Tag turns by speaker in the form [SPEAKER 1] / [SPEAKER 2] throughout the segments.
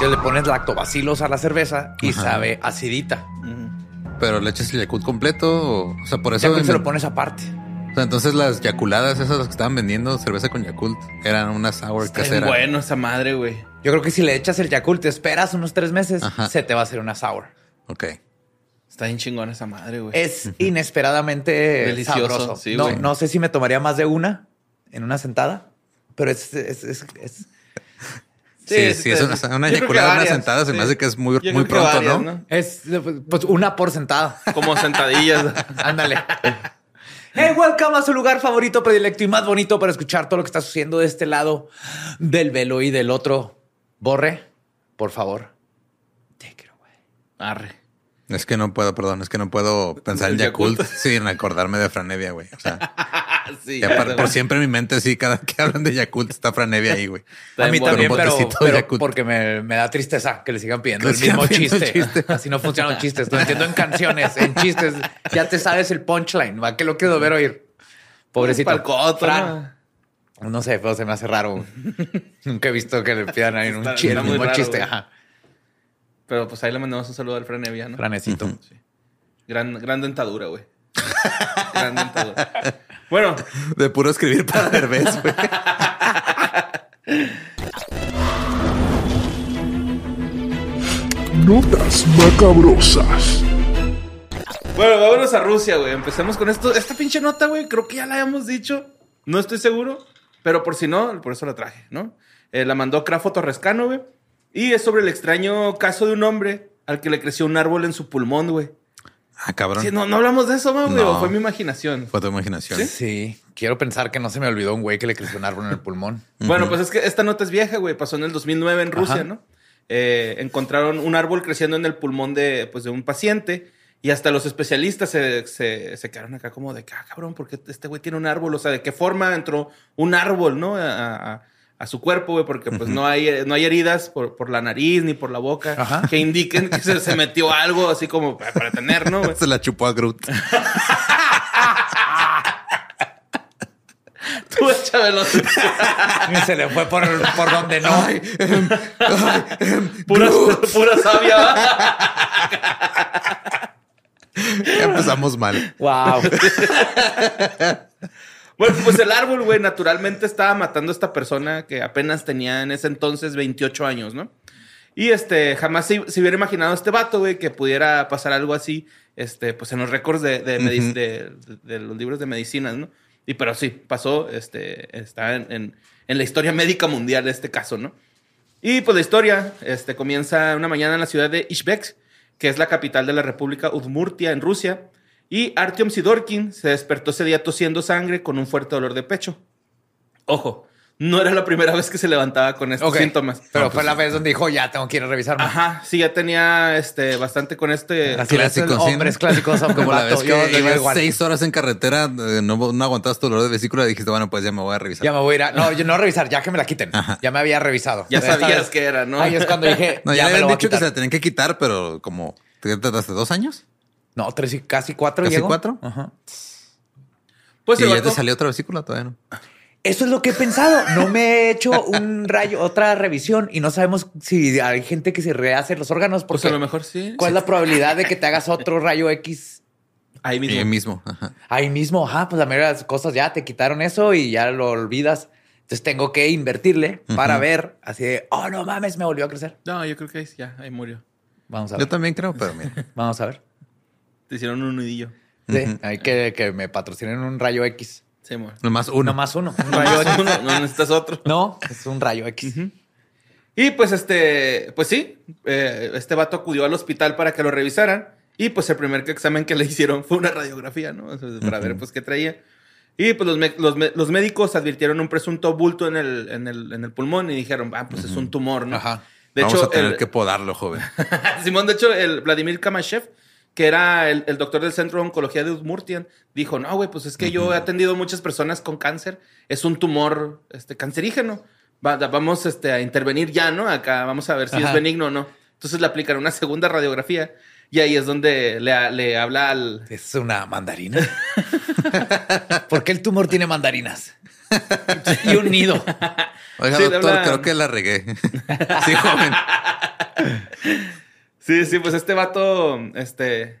[SPEAKER 1] que le pones lactobacilos a la cerveza y sabe acidita.
[SPEAKER 2] Pero le echas el Yakult completo. O, o sea, por eso.
[SPEAKER 1] Ya que se lo pones aparte.
[SPEAKER 2] O sea, entonces las Yaculadas, esas las que estaban vendiendo cerveza con Yakult, eran una sour
[SPEAKER 3] Está bien
[SPEAKER 2] casera.
[SPEAKER 3] bueno esa madre, güey.
[SPEAKER 1] Yo creo que si le echas el Yakult, te esperas unos tres meses,
[SPEAKER 2] Ajá.
[SPEAKER 1] se te va a hacer una sour.
[SPEAKER 2] Ok.
[SPEAKER 3] Está bien chingona esa madre, güey.
[SPEAKER 1] Es inesperadamente
[SPEAKER 3] Pues, Delicioso,
[SPEAKER 1] sabroso.
[SPEAKER 3] sí,
[SPEAKER 1] no,
[SPEAKER 3] güey.
[SPEAKER 1] no sé si me tomaría más de una en una sentada, pero es... es- es- es-
[SPEAKER 2] Sí, sí, es una, una
[SPEAKER 3] este, yo creo que
[SPEAKER 2] Yaculada, una
[SPEAKER 3] varias,
[SPEAKER 2] sentada, se me
[SPEAKER 3] sí.
[SPEAKER 2] hace que es muy,
[SPEAKER 3] Yo
[SPEAKER 2] muy
[SPEAKER 3] creo
[SPEAKER 2] pronto,
[SPEAKER 3] que varias,
[SPEAKER 2] ¿no?
[SPEAKER 1] es, pues una por sentada.
[SPEAKER 3] Como sentadillas.
[SPEAKER 1] Ándale. Hey, welcome a su lugar favorito, predilecto y más bonito para escuchar todo lo que está sucediendo de este lado del velo y del otro. Borre, por favor. Take it away.
[SPEAKER 3] Arre.
[SPEAKER 2] Es que no puedo, perdón, es que no puedo pensar en
[SPEAKER 3] El Yakult.
[SPEAKER 2] Yakult sin acordarme de Franevia, güey. O sea,
[SPEAKER 3] Ah, sí.
[SPEAKER 2] ya por,
[SPEAKER 3] esa
[SPEAKER 2] por
[SPEAKER 3] madre.
[SPEAKER 2] siempre en mi mente, sí, cada que hablan de Yakult está Franevia ahí, güey.
[SPEAKER 3] Está
[SPEAKER 1] a mí
[SPEAKER 3] bien bueno.
[SPEAKER 1] también,
[SPEAKER 2] Con un
[SPEAKER 1] pero,
[SPEAKER 2] botecito de
[SPEAKER 1] pero
[SPEAKER 2] Yakult.
[SPEAKER 1] porque me, me da tristeza que le sigan pidiendo
[SPEAKER 2] Que
[SPEAKER 1] el
[SPEAKER 2] le sigan
[SPEAKER 1] mismo
[SPEAKER 2] pidiendo el
[SPEAKER 1] chiste.
[SPEAKER 2] chiste.
[SPEAKER 1] Así no funcionan los chistes. Lo entiendo en canciones, en chistes. Ya te sabes el punchline. ¿va? que lo quiero ver oír? Pobrecito.
[SPEAKER 3] Pa'l coto,
[SPEAKER 1] Fran,
[SPEAKER 3] ¿no?
[SPEAKER 1] No sé, pero se me hace raro. güey. Nunca he visto que le pidan ahí un
[SPEAKER 3] Está-
[SPEAKER 1] chi-
[SPEAKER 3] está
[SPEAKER 1] el
[SPEAKER 3] muy
[SPEAKER 1] mismo
[SPEAKER 3] raro,
[SPEAKER 1] chiste.
[SPEAKER 3] güey.
[SPEAKER 1] Ajá.
[SPEAKER 3] Pero pues ahí le mandamos un saludo al Fran Evia, ¿no?
[SPEAKER 1] Franecito.
[SPEAKER 3] Sí. Gran, gran dentadura, güey. gran dentadura. Bueno,
[SPEAKER 2] De puro escribir para Derbez, güey.
[SPEAKER 4] Notas macabrosas.
[SPEAKER 3] bueno, vámonos a Rusia, güey. Empecemos con esto. Esta pinche nota, güey, creo que ya la habíamos dicho. No estoy seguro, pero por si no, por eso la traje, ¿no? Eh, la mandó Crafo Torrescano, güey. Y es sobre el extraño caso de un hombre al que le creció un árbol en su pulmón, güey.
[SPEAKER 2] Ah, cabrón.
[SPEAKER 3] Sí, no, no hablamos de eso, ma, güey.
[SPEAKER 2] No.
[SPEAKER 3] o Fue mi imaginación.
[SPEAKER 2] Fue tu imaginación.
[SPEAKER 1] Sí, quiero pensar que no se me olvidó un güey que le creció un árbol en el pulmón.
[SPEAKER 3] Bueno, pues es que esta nota es vieja, güey. Pasó en el 2009 en Rusia, ¿no? Eh, encontraron un árbol creciendo en el pulmón de, pues, de un paciente y hasta los especialistas se, se- se quedaron acá como de, ah, cabrón, ¿por qué este güey tiene un árbol? O sea, ¿de qué forma entró un árbol, no? A, a- a su cuerpo, güey, porque pues no hay, no hay heridas por, por la nariz ni por la boca
[SPEAKER 1] Ajá.
[SPEAKER 3] que indiquen que se, se metió algo así como para, para tener, ¿no? güey?
[SPEAKER 2] Se la chupó a Groot.
[SPEAKER 3] Tú, échamelo.
[SPEAKER 1] Y se le fue por, por donde no.
[SPEAKER 3] Pura, pura savia. ¿va?
[SPEAKER 2] Empezamos mal.
[SPEAKER 1] Wow.
[SPEAKER 3] Bueno, pues el árbol, güey, naturalmente estaba matando a esta persona que apenas tenía en ese entonces 28 años, ¿no? Y este, jamás se, se hubiera imaginado este vato, güey, que pudiera pasar algo así, este, pues en los récords de, de medi-
[SPEAKER 2] Ujú.
[SPEAKER 3] de- de- de los libros de medicinas, ¿no? Y pero sí, pasó, este, está en, en- en la historia médica mundial este caso, ¿no? Y pues la historia este, comienza una mañana en la ciudad de Ishbek, que es la capital de la República Udmurtia en Rusia. Y Artyom Sidorkin se despertó ese día tosiendo sangre con un fuerte dolor de pecho. Ojo, no era la primera vez que se levantaba con estos
[SPEAKER 1] Ok.
[SPEAKER 3] síntomas.
[SPEAKER 1] Pero
[SPEAKER 2] No,
[SPEAKER 1] fue
[SPEAKER 2] pues
[SPEAKER 1] la
[SPEAKER 2] sí.
[SPEAKER 1] vez donde dijo, ya tengo que ir a revisarme.
[SPEAKER 3] Ajá, sí, ya tenía este, bastante con este.
[SPEAKER 1] Así le hacen
[SPEAKER 2] Clásicos, ¿sí?
[SPEAKER 1] hombres clásicos. hombre
[SPEAKER 2] Como la
[SPEAKER 1] vato.
[SPEAKER 2] vez
[SPEAKER 1] Yo le
[SPEAKER 2] que
[SPEAKER 1] digo
[SPEAKER 2] ibas
[SPEAKER 1] igual.
[SPEAKER 2] seis horas en carretera, eh, no, no aguantabas tu dolor de vesícula, dijiste, bueno, pues ya me voy a revisar.
[SPEAKER 1] Ya me voy a ir a... No, yo no a revisar, ya que me la quiten. Ya me había revisado.
[SPEAKER 3] Ya
[SPEAKER 1] Esta
[SPEAKER 3] sabías
[SPEAKER 1] vez-
[SPEAKER 3] que era, ¿no?
[SPEAKER 1] Ahí es cuando dije,
[SPEAKER 2] no, ya,
[SPEAKER 1] ya,
[SPEAKER 2] le
[SPEAKER 1] me lo
[SPEAKER 2] habían
[SPEAKER 1] voy a
[SPEAKER 2] dicho que
[SPEAKER 1] quitar.
[SPEAKER 2] se la tenían que quitar, pero como ¿te- te- hace dos años.
[SPEAKER 1] No, tres y casi cuatro
[SPEAKER 2] ¿Casi
[SPEAKER 1] llego.
[SPEAKER 2] cuatro?
[SPEAKER 1] Ajá.
[SPEAKER 3] Pues
[SPEAKER 2] y
[SPEAKER 3] el
[SPEAKER 2] ya te
[SPEAKER 3] vato-
[SPEAKER 2] salió otra vesícula todavía, ¿no?
[SPEAKER 1] Eso es lo que he pensado. No me he hecho un rayo, otra revisión y no sabemos si hay gente que se rehace los órganos. Porque
[SPEAKER 3] Pues a lo mejor sí.
[SPEAKER 1] ¿Cuál es la probabilidad de que te hagas otro rayo X
[SPEAKER 3] Ahí mismo.
[SPEAKER 2] Ahí mismo. Ajá.
[SPEAKER 1] ahí mismo? Ajá, pues la mayoría de las cosas ya te quitaron eso y ya lo olvidas. Entonces tengo que invertirle para ver así de, oh, no mames, me volvió a crecer.
[SPEAKER 3] No, yo creo que ahí sí, ya, ahí murió.
[SPEAKER 1] Vamos a
[SPEAKER 2] Yo
[SPEAKER 1] ver.
[SPEAKER 2] también creo, pero mira.
[SPEAKER 1] Vamos a ver.
[SPEAKER 3] Te hicieron un nudillo.
[SPEAKER 1] Sí, hay que, que me patrocinen un rayo X.
[SPEAKER 3] Se muere.
[SPEAKER 2] Nomás uno.
[SPEAKER 1] No más uno. Un
[SPEAKER 3] No,
[SPEAKER 1] rayo X.
[SPEAKER 3] no, no, no necesitas otro.
[SPEAKER 1] No, es un rayo X.
[SPEAKER 3] Y pues este, pues sí, eh, este vato acudió al hospital para que lo revisaran. Y pues el primer examen que le hicieron fue una radiografía, ¿no? O sea, Para ver pues qué traía. Y pues los, me- los, me- los médicos advirtieron un presunto bulto en el, en el, en el pulmón y dijeron, ah, pues es un tumor, ¿no?
[SPEAKER 2] Ajá.
[SPEAKER 3] De
[SPEAKER 2] Vamos
[SPEAKER 3] hecho,
[SPEAKER 2] a tener
[SPEAKER 3] el-
[SPEAKER 2] que podarlo, joven.
[SPEAKER 3] Simón, de hecho, el Vladimir Kamashev, que era el, el doctor del Centro de Oncología de Udmurtian, dijo, no, güey, pues es que yo he atendido muchas personas con cáncer, es un tumor este, cancerígeno, Va- da- vamos este, a intervenir ya, ¿no? Acá vamos a ver si es
[SPEAKER 1] Ajá.
[SPEAKER 3] benigno o no. Entonces le aplicaron una segunda radiografía y ahí es donde le, ha- le habla al...
[SPEAKER 1] Es una mandarina. ¿Por qué el tumor tiene mandarinas? y un nido.
[SPEAKER 2] Oiga,
[SPEAKER 3] Sí, le
[SPEAKER 2] doctor,
[SPEAKER 3] hablan.
[SPEAKER 2] creo que la regué. sí, joven.
[SPEAKER 3] Sí, sí, pues este vato, este,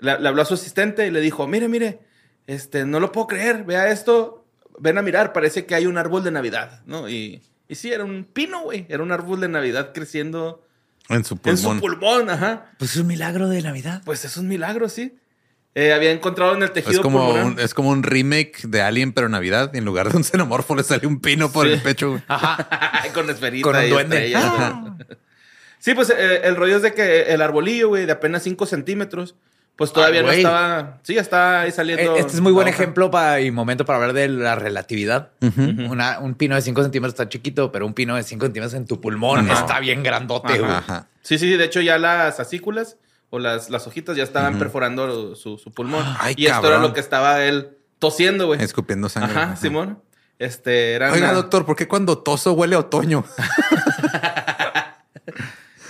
[SPEAKER 3] le, le habló a su asistente y le dijo, mire, mire, este, no lo puedo creer, vea esto, ven a mirar, parece que hay un árbol de Navidad, ¿no? Y, y sí, era un pino, güey, era un árbol de Navidad creciendo
[SPEAKER 2] En su
[SPEAKER 3] en su
[SPEAKER 2] pulmón.
[SPEAKER 3] pulmón, ajá.
[SPEAKER 1] Pues es un milagro de Navidad.
[SPEAKER 3] Pues es un milagro, sí. Eh, había encontrado en el tejido
[SPEAKER 2] Es como,
[SPEAKER 3] pulmonar.
[SPEAKER 2] un, eh, es como un remake de Alien, pero Navidad. Y en lugar de un xenomorfo le sale un pino por
[SPEAKER 3] Sí. Ah,
[SPEAKER 2] el pecho. güey.
[SPEAKER 3] con esferita
[SPEAKER 1] Con un
[SPEAKER 3] y
[SPEAKER 1] duende.
[SPEAKER 3] estrellas. Sí, pues eh, el rollo es de que el arbolillo, güey, de apenas 5 centímetros, pues todavía
[SPEAKER 1] Ay,
[SPEAKER 3] no
[SPEAKER 1] güey.
[SPEAKER 3] estaba. Sí, ya está ahí
[SPEAKER 1] Eh,
[SPEAKER 3] saliendo.
[SPEAKER 1] Este es muy buen
[SPEAKER 3] la hoja.
[SPEAKER 1] ejemplo para, y momento para hablar de la relatividad. Una- un pino de 5 centímetros está chiquito, pero un pino de 5 centímetros en tu pulmón
[SPEAKER 2] Ajá.
[SPEAKER 1] está bien grandote. güey.
[SPEAKER 2] Ajá.
[SPEAKER 3] Sí, sí, de hecho ya las acículas o las, las hojitas ya estaban perforando su, su pulmón.
[SPEAKER 2] Ay,
[SPEAKER 3] y esto era
[SPEAKER 2] cabrón.
[SPEAKER 3] lo que estaba él tosiendo, güey.
[SPEAKER 2] Escupiendo sangre.
[SPEAKER 3] Ajá, Simón. Este, era
[SPEAKER 2] Oiga,
[SPEAKER 3] una-
[SPEAKER 2] doctor, ¿por qué cuando toso huele a otoño?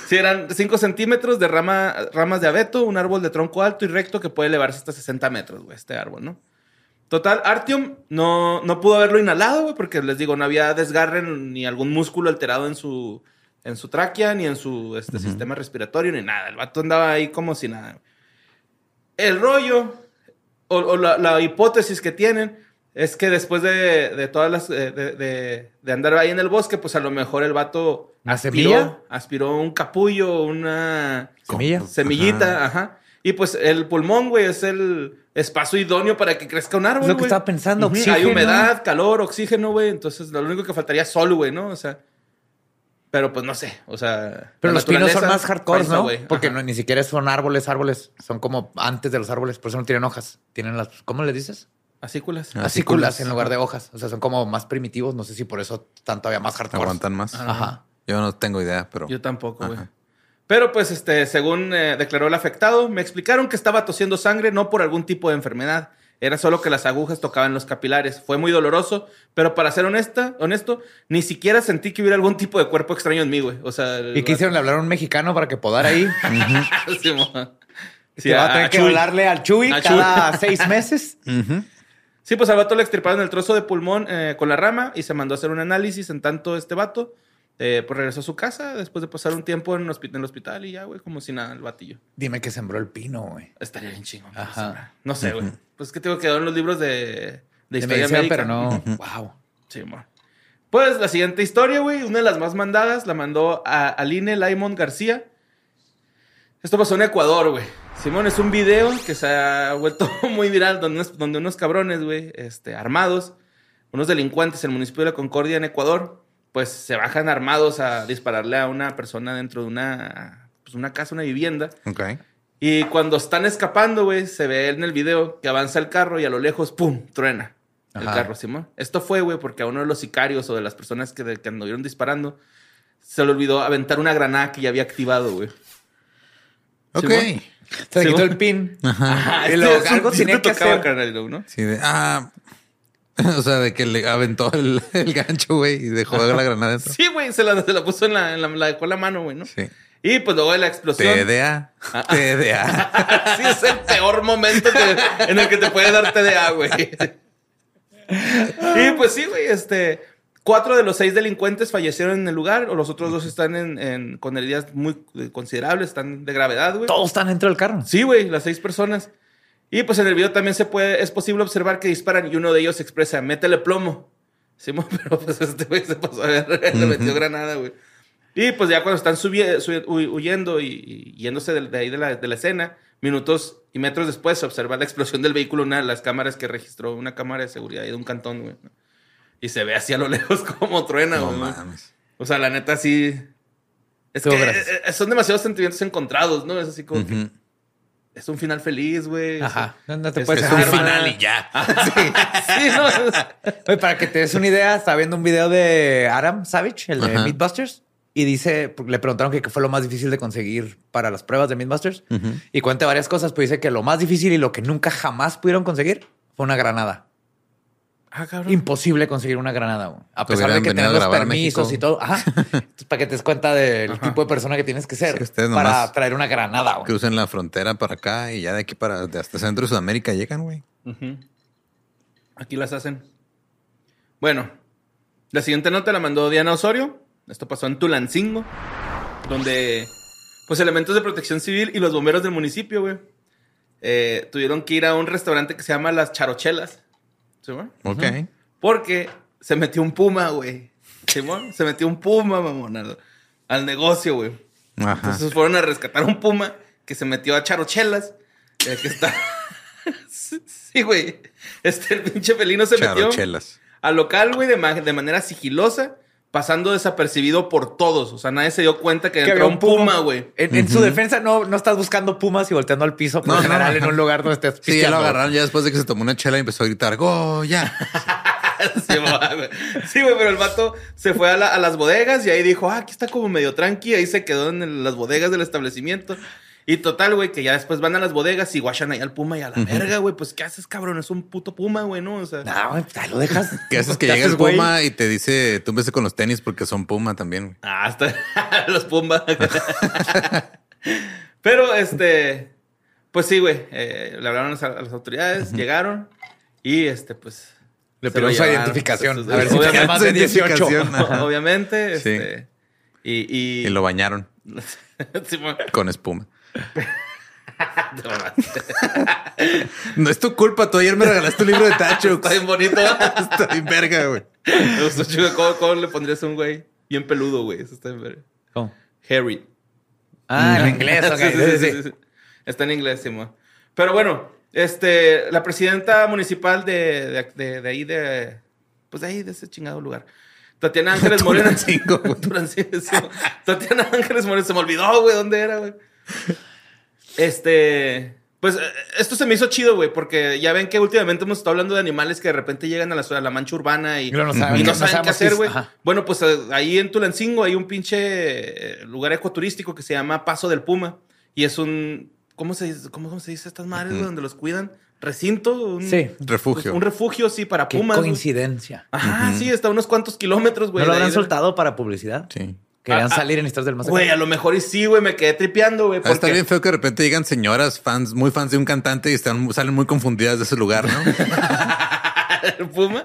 [SPEAKER 3] Sí, eran 5 centímetros de rama, ramas de abeto, un árbol de tronco alto y recto que puede elevarse hasta 60 metros, güey, este árbol, ¿no? Total, Artium no, no pudo haberlo inhalado, güey, porque les digo, no había desgarre ni algún músculo alterado en su, en su tráquea, ni en su este, sistema respiratorio, ni nada. El vato andaba ahí como si nada. El rollo, o, o la, la hipótesis que tienen, es que después de, de todas las. eh, De, de- de andar ahí en el bosque, pues a lo mejor el vato
[SPEAKER 1] ¿Una semilla?
[SPEAKER 3] aspiró, aspiró un capullo, una
[SPEAKER 1] Semilla.
[SPEAKER 3] semillita, ajá. Y pues el pulmón, güey, es el espacio idóneo para que crezca un árbol.
[SPEAKER 1] Es lo que
[SPEAKER 3] güey.
[SPEAKER 1] estaba pensando,
[SPEAKER 3] Ujú. Hay
[SPEAKER 1] oxígeno.
[SPEAKER 3] humedad, calor, oxígeno, güey. Entonces lo único que faltaría es sol, güey, ¿no? O sea. Pero pues no sé. O sea.
[SPEAKER 1] Pero
[SPEAKER 3] la
[SPEAKER 1] los pinos son
[SPEAKER 3] naturaleza
[SPEAKER 1] más hardcore,
[SPEAKER 3] piensa,
[SPEAKER 1] ¿no?
[SPEAKER 3] güey.
[SPEAKER 1] Porque
[SPEAKER 3] Ajá.
[SPEAKER 1] no- ni siquiera son árboles, árboles. Son como antes de los árboles, por eso no tienen hojas. Tienen las, ¿cómo le dices?
[SPEAKER 3] Acículas.
[SPEAKER 2] Ah,
[SPEAKER 1] Acículas
[SPEAKER 2] Acículas.
[SPEAKER 1] en lugar de hojas. O sea, son como más primitivos. No sé si por eso están todavía más hardcore.
[SPEAKER 2] Aguantan más.
[SPEAKER 1] Ajá.
[SPEAKER 2] Yo no tengo idea, pero.
[SPEAKER 3] Yo tampoco, güey.
[SPEAKER 2] Ajá.
[SPEAKER 3] Pero pues, este, según eh, declaró el afectado, me explicaron que estaba tosiendo sangre no por algún tipo de enfermedad. Era solo que las agujas tocaban los capilares. Fue muy doloroso, pero para ser honesta, honesto, ni siquiera sentí que hubiera algún tipo de cuerpo extraño en mí, güey. O sea, el
[SPEAKER 1] ¿Y qué hicieron? Le hablaron a un mexicano para que podara ahí.
[SPEAKER 3] Sí, mo-
[SPEAKER 1] Y
[SPEAKER 3] Sí, ah,
[SPEAKER 1] te va a
[SPEAKER 3] a-
[SPEAKER 1] tener
[SPEAKER 3] a
[SPEAKER 1] que
[SPEAKER 3] Chuy.
[SPEAKER 1] hablarle al Chuy
[SPEAKER 3] A Chuy.
[SPEAKER 1] cada seis meses.
[SPEAKER 2] Ujú.
[SPEAKER 3] Sí, pues al vato le extirparon el trozo de pulmón eh, con la rama y se mandó a hacer un análisis. En tanto, este vato eh, pues regresó a su casa después de pasar un tiempo en, hospi- en el hospital y ya, güey, como si nada, el batillo.
[SPEAKER 1] Dime que sembró el pino, güey.
[SPEAKER 3] Estaría bien chingón.
[SPEAKER 1] Ajá.
[SPEAKER 3] Ajá. No sé, güey. Pues es que tengo que dar los libros de, de
[SPEAKER 1] De
[SPEAKER 3] historia
[SPEAKER 1] medicina,
[SPEAKER 3] médica.
[SPEAKER 1] pero no. Wow.
[SPEAKER 3] Sí, mo. Pues la siguiente historia, güey, una de las más mandadas, la mandó a Aline E Laimon García. Esto pasó en Ecuador, güey. Simón, es un video que se ha vuelto muy viral donde unos, donde unos cabrones, güey, este, armados, unos delincuentes en el municipio de La Concordia, en Ecuador, pues se bajan armados a dispararle a una persona dentro de una, pues, una casa, una vivienda.
[SPEAKER 2] Ok.
[SPEAKER 3] Y cuando están escapando, güey, se ve en el video que avanza el carro y a lo lejos, ¡pum!, truena el
[SPEAKER 1] Ajá.
[SPEAKER 3] carro, Simón. Esto fue, güey, porque a uno de los sicarios o de las personas que, que anduvieron disparando se le olvidó aventar una granada que ya había activado, güey.
[SPEAKER 2] Ok.
[SPEAKER 3] Simón.
[SPEAKER 1] Se le
[SPEAKER 3] Sí,
[SPEAKER 1] quitó
[SPEAKER 3] mo.
[SPEAKER 1] el pin.
[SPEAKER 3] Ajá,
[SPEAKER 1] Y
[SPEAKER 3] este
[SPEAKER 1] luego
[SPEAKER 3] es un-
[SPEAKER 1] algo
[SPEAKER 3] sí
[SPEAKER 1] tenía
[SPEAKER 3] te
[SPEAKER 1] que
[SPEAKER 3] tocaba,
[SPEAKER 1] hacer.
[SPEAKER 3] carnal, ¿no?
[SPEAKER 2] Sí, de. Ah. O sea, de que le aventó el, el gancho, güey, y dejó la granada dentro.
[SPEAKER 3] Sí, güey, se la, se la puso en la, en la, la dejó en la mano, güey, ¿no?
[SPEAKER 2] Sí.
[SPEAKER 3] Y pues luego de la explosión.
[SPEAKER 2] TDA.
[SPEAKER 3] ah,
[SPEAKER 2] TDA.
[SPEAKER 3] sí, es el peor momento que- en el que te puede dar TDA, güey. Y pues sí, güey, este. Cuatro de los seis delincuentes fallecieron en el lugar, o los otros dos están en, en- con heridas muy considerables, están de gravedad, güey.
[SPEAKER 1] Todos están dentro del carro.
[SPEAKER 3] Sí, güey, las seis personas. Y pues en el video también se puede, es posible observar que disparan y uno de ellos expresa, métele plomo. Sí, mo- pero pues este güey se pasó a ver, le metió granada, güey. Y pues ya cuando están subi- subi- hu- huyendo y, y yéndose de, de ahí de la, de la escena, minutos y metros después se observa la explosión del vehículo en una de las cámaras que registró una cámara de seguridad ahí de un cantón, güey. ¿no? Y se ve así a lo lejos como truena,
[SPEAKER 2] No
[SPEAKER 3] güey.
[SPEAKER 2] mames.
[SPEAKER 3] O sea, la neta sí... Es
[SPEAKER 1] Tuvo
[SPEAKER 3] que
[SPEAKER 1] gracias.
[SPEAKER 3] eh, eh, son demasiados sentimientos encontrados, ¿no? Es así como que
[SPEAKER 2] Ujú.
[SPEAKER 3] es un final feliz, güey.
[SPEAKER 1] Ajá.
[SPEAKER 3] Es-
[SPEAKER 1] No, no te
[SPEAKER 3] es
[SPEAKER 1] puedes
[SPEAKER 3] que
[SPEAKER 2] Es
[SPEAKER 3] es
[SPEAKER 2] un
[SPEAKER 3] una
[SPEAKER 2] final
[SPEAKER 3] hermana.
[SPEAKER 2] y ya.
[SPEAKER 3] Sí, no, es-
[SPEAKER 1] Oye, para que te des una idea, estaba viendo un video de Adam Savage, el de
[SPEAKER 2] Ajá.
[SPEAKER 1] Meatbusters, y dice, porque le preguntaron que qué fue lo más difícil de conseguir para las pruebas de Meatbusters, y cuenta varias cosas, pues dice que lo más difícil y lo que nunca jamás pudieron conseguir fue una granada.
[SPEAKER 3] Ah, cabrón.
[SPEAKER 1] Imposible conseguir una granada, güey. a
[SPEAKER 2] Que
[SPEAKER 1] pesar de
[SPEAKER 2] hubieran
[SPEAKER 1] que
[SPEAKER 2] venido
[SPEAKER 1] tener
[SPEAKER 2] a
[SPEAKER 1] los
[SPEAKER 2] grabar a
[SPEAKER 1] permisos
[SPEAKER 2] México.
[SPEAKER 1] y todo. Ajá. Entonces, para que te des cuenta del tipo de persona que tienes que ser
[SPEAKER 2] Sí, ustedes
[SPEAKER 1] para
[SPEAKER 2] nomás
[SPEAKER 1] traer una granada. güey.
[SPEAKER 2] Crucen la frontera para acá y ya de aquí para de hasta centro de Sudamérica llegan, güey.
[SPEAKER 3] Ujú. Aquí las hacen. Bueno, la siguiente nota la mandó Diana Osorio. Esto pasó en Tulancingo, donde pues elementos de protección civil y los bomberos del municipio, güey, eh, tuvieron que ir a un restaurante que se llama Las Charochelas. ¿Sí, güey?
[SPEAKER 2] Ok.
[SPEAKER 3] Porque se metió un puma, güey. Simón, se metió un puma, mamón, al, al negocio, güey.
[SPEAKER 2] Ajá.
[SPEAKER 3] Entonces fueron a rescatar un puma que se metió a charochelas. eh, que está. sí, güey. Este el pinche felino se metió
[SPEAKER 2] Charochelas.
[SPEAKER 3] al local, güey, de, ma- de manera sigilosa, pasando desapercibido por todos. O sea, nadie se dio cuenta que,
[SPEAKER 1] Que
[SPEAKER 3] entró
[SPEAKER 1] había
[SPEAKER 3] un puma, güey.
[SPEAKER 1] En, en su defensa, no, no estás buscando pumas y volteando al piso por
[SPEAKER 2] No,
[SPEAKER 1] lo
[SPEAKER 2] no.
[SPEAKER 1] general en un lugar donde estés
[SPEAKER 2] Sí, ya lo
[SPEAKER 1] pisteando.
[SPEAKER 2] agarraron ya después de que se tomó una chela y empezó a gritar, Goya.
[SPEAKER 3] Sí, va, güey. Sí, güey, pero el vato se fue a, la- a las bodegas y ahí dijo, ah, aquí está como medio tranqui. Ahí se quedó en el- las bodegas del establecimiento. Y total, güey, que ya después van a las bodegas y guachan ahí al puma y a la verga, güey. Pues, ¿qué haces, cabrón? Es un puto puma, güey, ¿no? O sea,
[SPEAKER 1] No, güey, pues, ahí lo dejas.
[SPEAKER 2] ¿Qué haces que
[SPEAKER 1] Te
[SPEAKER 2] llega el
[SPEAKER 1] haces, güey.
[SPEAKER 2] puma y te dice, túmbese con los tenis porque son puma también, güey?
[SPEAKER 3] Ah, hasta los Pumbas. Pero este, pues sí, güey. eh, le hablaron a las- a las autoridades, llegaron y este, pues.
[SPEAKER 1] Le
[SPEAKER 3] se lo
[SPEAKER 1] pidieron su
[SPEAKER 3] llevaron.
[SPEAKER 1] identificación.
[SPEAKER 3] Entonces,
[SPEAKER 1] A ver si tenía
[SPEAKER 3] obviamente,
[SPEAKER 1] más de
[SPEAKER 2] Su
[SPEAKER 1] 18.
[SPEAKER 2] identificación. Ajá.
[SPEAKER 3] obviamente,
[SPEAKER 2] Sí.
[SPEAKER 3] este, Y, y,
[SPEAKER 2] Y lo bañaron
[SPEAKER 3] Sí, mo-
[SPEAKER 2] con espuma.
[SPEAKER 3] te mamaste.
[SPEAKER 2] No es tu culpa, tú ayer me regalaste un libro de Tacho.
[SPEAKER 3] Está bien bonito.
[SPEAKER 2] Está bien verga, güey.
[SPEAKER 3] Me gustó, chico. ¿Cómo, cómo le pondrías a un güey? Bien peludo, güey. Eso está bien verga.
[SPEAKER 1] ¿Cómo?
[SPEAKER 3] Harry.
[SPEAKER 1] Ah, en inglés. ok.
[SPEAKER 3] Sí, sí, sí, sí, sí. Está en inglés, Simón. Pero bueno, este, la presidenta municipal de, de, de- de ahí, de, pues de ahí, de ese chingado lugar. Tatiana Ángeles Moreno.
[SPEAKER 2] Tulancingo, güey.
[SPEAKER 3] Tulancingo, sí. Tatiana Ángeles Moreno. Se me olvidó, güey, dónde era, güey. Este, pues eh, esto se me hizo chido, güey, porque ya ven que últimamente hemos estado hablando de animales que de repente llegan a la, a la mancha urbana y,
[SPEAKER 1] Y luego no saben
[SPEAKER 3] y no
[SPEAKER 1] qué- no
[SPEAKER 3] saben qué
[SPEAKER 1] sabemos qué
[SPEAKER 3] hacer,
[SPEAKER 1] es.
[SPEAKER 3] güey.
[SPEAKER 1] Ajá.
[SPEAKER 3] Bueno, pues eh, ahí en Tulancingo hay un pinche eh, lugar ecoturístico que se llama Paso del Puma y es un ¿cómo se dice? ¿Cómo, cómo se dice estas madres güey, donde los cuidan? Recinto, un
[SPEAKER 1] Sí.
[SPEAKER 2] Refugio.
[SPEAKER 3] Pues un refugio sí para
[SPEAKER 1] Qué
[SPEAKER 3] pumas. güey.
[SPEAKER 1] coincidencia.
[SPEAKER 3] Ajá, sí, está a unos cuantos kilómetros, güey.
[SPEAKER 1] ¿No lo
[SPEAKER 3] de ahí
[SPEAKER 1] habrán
[SPEAKER 3] de-
[SPEAKER 1] soltado para publicidad?
[SPEAKER 2] Sí.
[SPEAKER 1] Querían
[SPEAKER 3] Ah, ah.
[SPEAKER 1] salir en historias del más.
[SPEAKER 3] Güey, a lo mejor y sí, güey, me quedé tripeando, güey,
[SPEAKER 2] Ah, Está
[SPEAKER 3] porque-
[SPEAKER 2] bien feo que de repente llegan señoras fans, muy fans de un cantante y están, salen muy confundidas de ese lugar, ¿no?
[SPEAKER 3] el Puma.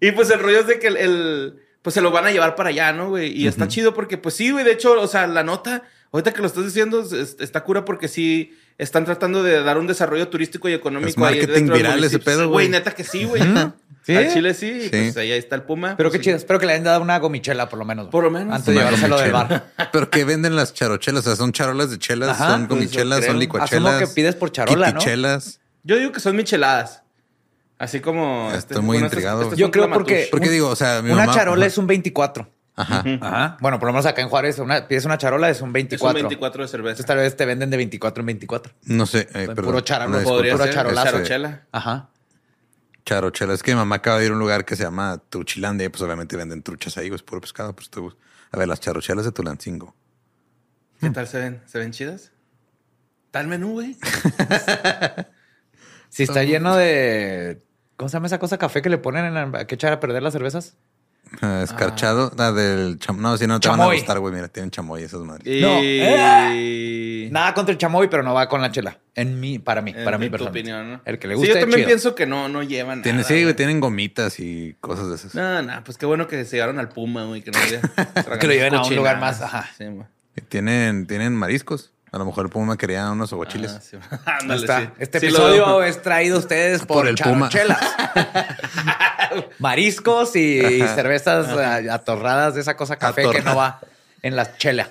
[SPEAKER 3] y pues el rollo es de que el, el- pues se lo van a llevar para allá, ¿no, güey? Y está chido porque, pues sí, güey, de hecho, o sea, la nota, ahorita que lo estás diciendo, es- es- está cura porque sí están tratando de dar un desarrollo turístico y económico.
[SPEAKER 2] Es
[SPEAKER 3] ahí
[SPEAKER 2] marketing
[SPEAKER 3] dentro del
[SPEAKER 2] viral ese
[SPEAKER 3] municipio.
[SPEAKER 2] pedo,
[SPEAKER 3] güey.
[SPEAKER 2] güey.
[SPEAKER 3] neta que sí, güey.
[SPEAKER 1] Sí.
[SPEAKER 3] Al Chile sí,
[SPEAKER 2] Sí.
[SPEAKER 3] pues ahí, ahí está el Puma.
[SPEAKER 1] Pero qué
[SPEAKER 3] Sí.
[SPEAKER 1] chido. Espero que le hayan dado una gomichela, por lo menos. güey.
[SPEAKER 3] Por lo menos.
[SPEAKER 1] Antes de llevárselo del bar.
[SPEAKER 2] Pero que venden las charochelas, o sea, son charolas de chelas,
[SPEAKER 1] Ajá,
[SPEAKER 2] son
[SPEAKER 3] pues,
[SPEAKER 2] gomichelas,
[SPEAKER 3] creo.
[SPEAKER 2] son licuachelas.
[SPEAKER 1] Asumo que pides por charola, ¿no?
[SPEAKER 2] quitichelas.
[SPEAKER 3] Yo digo que son micheladas. Así como. este,
[SPEAKER 2] Estoy muy
[SPEAKER 3] bueno,
[SPEAKER 2] intrigado.
[SPEAKER 3] es
[SPEAKER 1] Yo
[SPEAKER 3] un
[SPEAKER 1] creo
[SPEAKER 3] clamatuch.
[SPEAKER 1] porque-
[SPEAKER 2] Porque
[SPEAKER 1] Un-
[SPEAKER 2] digo, o sea, mi
[SPEAKER 1] Una
[SPEAKER 2] mamá-
[SPEAKER 1] charola
[SPEAKER 2] ajá,
[SPEAKER 1] es un 24.
[SPEAKER 2] Ajá.
[SPEAKER 1] Ajá. Bueno, por lo menos acá en Juárez, una, pides una charola, es un
[SPEAKER 3] Es un
[SPEAKER 1] 24.
[SPEAKER 3] 24 de cerveza.
[SPEAKER 1] Entonces, tal vez te venden de 24 en 24.
[SPEAKER 2] No sé, eh, perdón.
[SPEAKER 1] puro charolo,
[SPEAKER 2] Una disculpa.
[SPEAKER 3] Podría
[SPEAKER 1] pura
[SPEAKER 3] ser
[SPEAKER 1] charolazo.
[SPEAKER 3] charochela.
[SPEAKER 1] Ajá.
[SPEAKER 2] Charochela. Es que mi mamá acaba de ir a un lugar que se llama Truchilandia y pues obviamente venden truchas ahí, pues puro pescado. Pues tú... A ver, las charochelas de Tulancingo. Mm.
[SPEAKER 3] ¿Qué tal se ven? ¿Se ven chidas? Tal menú, güey.
[SPEAKER 2] Ah.
[SPEAKER 1] Si está lleno de. ¿Cómo se llama esa cosa café que le ponen en la- que echar a perder las cervezas?
[SPEAKER 2] Ah, Escarchado. La del cham- No, si no te van a
[SPEAKER 1] Chamoy.
[SPEAKER 2] gustar, güey. Mira, tienen chamoy esas madres.
[SPEAKER 3] Y...
[SPEAKER 1] No. ¡Eh! Nada contra el chamoy, pero no va con la chela. En mí, para mí,
[SPEAKER 3] En-
[SPEAKER 1] para mí
[SPEAKER 3] en tu
[SPEAKER 1] personalmente.
[SPEAKER 3] opinión, ¿no?
[SPEAKER 1] El que le
[SPEAKER 3] Sí,
[SPEAKER 1] gusta.
[SPEAKER 3] yo también pienso que no, no llevan.
[SPEAKER 2] Tienen-
[SPEAKER 3] nada,
[SPEAKER 2] sí, güey,
[SPEAKER 3] güey.
[SPEAKER 2] tienen gomitas y cosas de esas.
[SPEAKER 3] No, no, pues qué bueno que se llegaron al Puma, güey, que no había-
[SPEAKER 1] Que lo lleven a un
[SPEAKER 3] cochinadas.
[SPEAKER 1] lugar más, ajá.
[SPEAKER 3] Sí, güey.
[SPEAKER 2] Y Tienen, tienen mariscos. A lo mejor el Puma quería unos aguachiles.
[SPEAKER 3] Ah, sí, güey. Ándale,
[SPEAKER 1] está.
[SPEAKER 3] sí.
[SPEAKER 1] Este
[SPEAKER 3] Sí, lo-
[SPEAKER 1] episodio es traído a ustedes por,
[SPEAKER 2] Por el
[SPEAKER 1] el
[SPEAKER 2] Puma.
[SPEAKER 1] Mariscos y, y cervezas ah, atorradas de esa cosa café que
[SPEAKER 2] Atorrada.
[SPEAKER 1] no va en las chelas.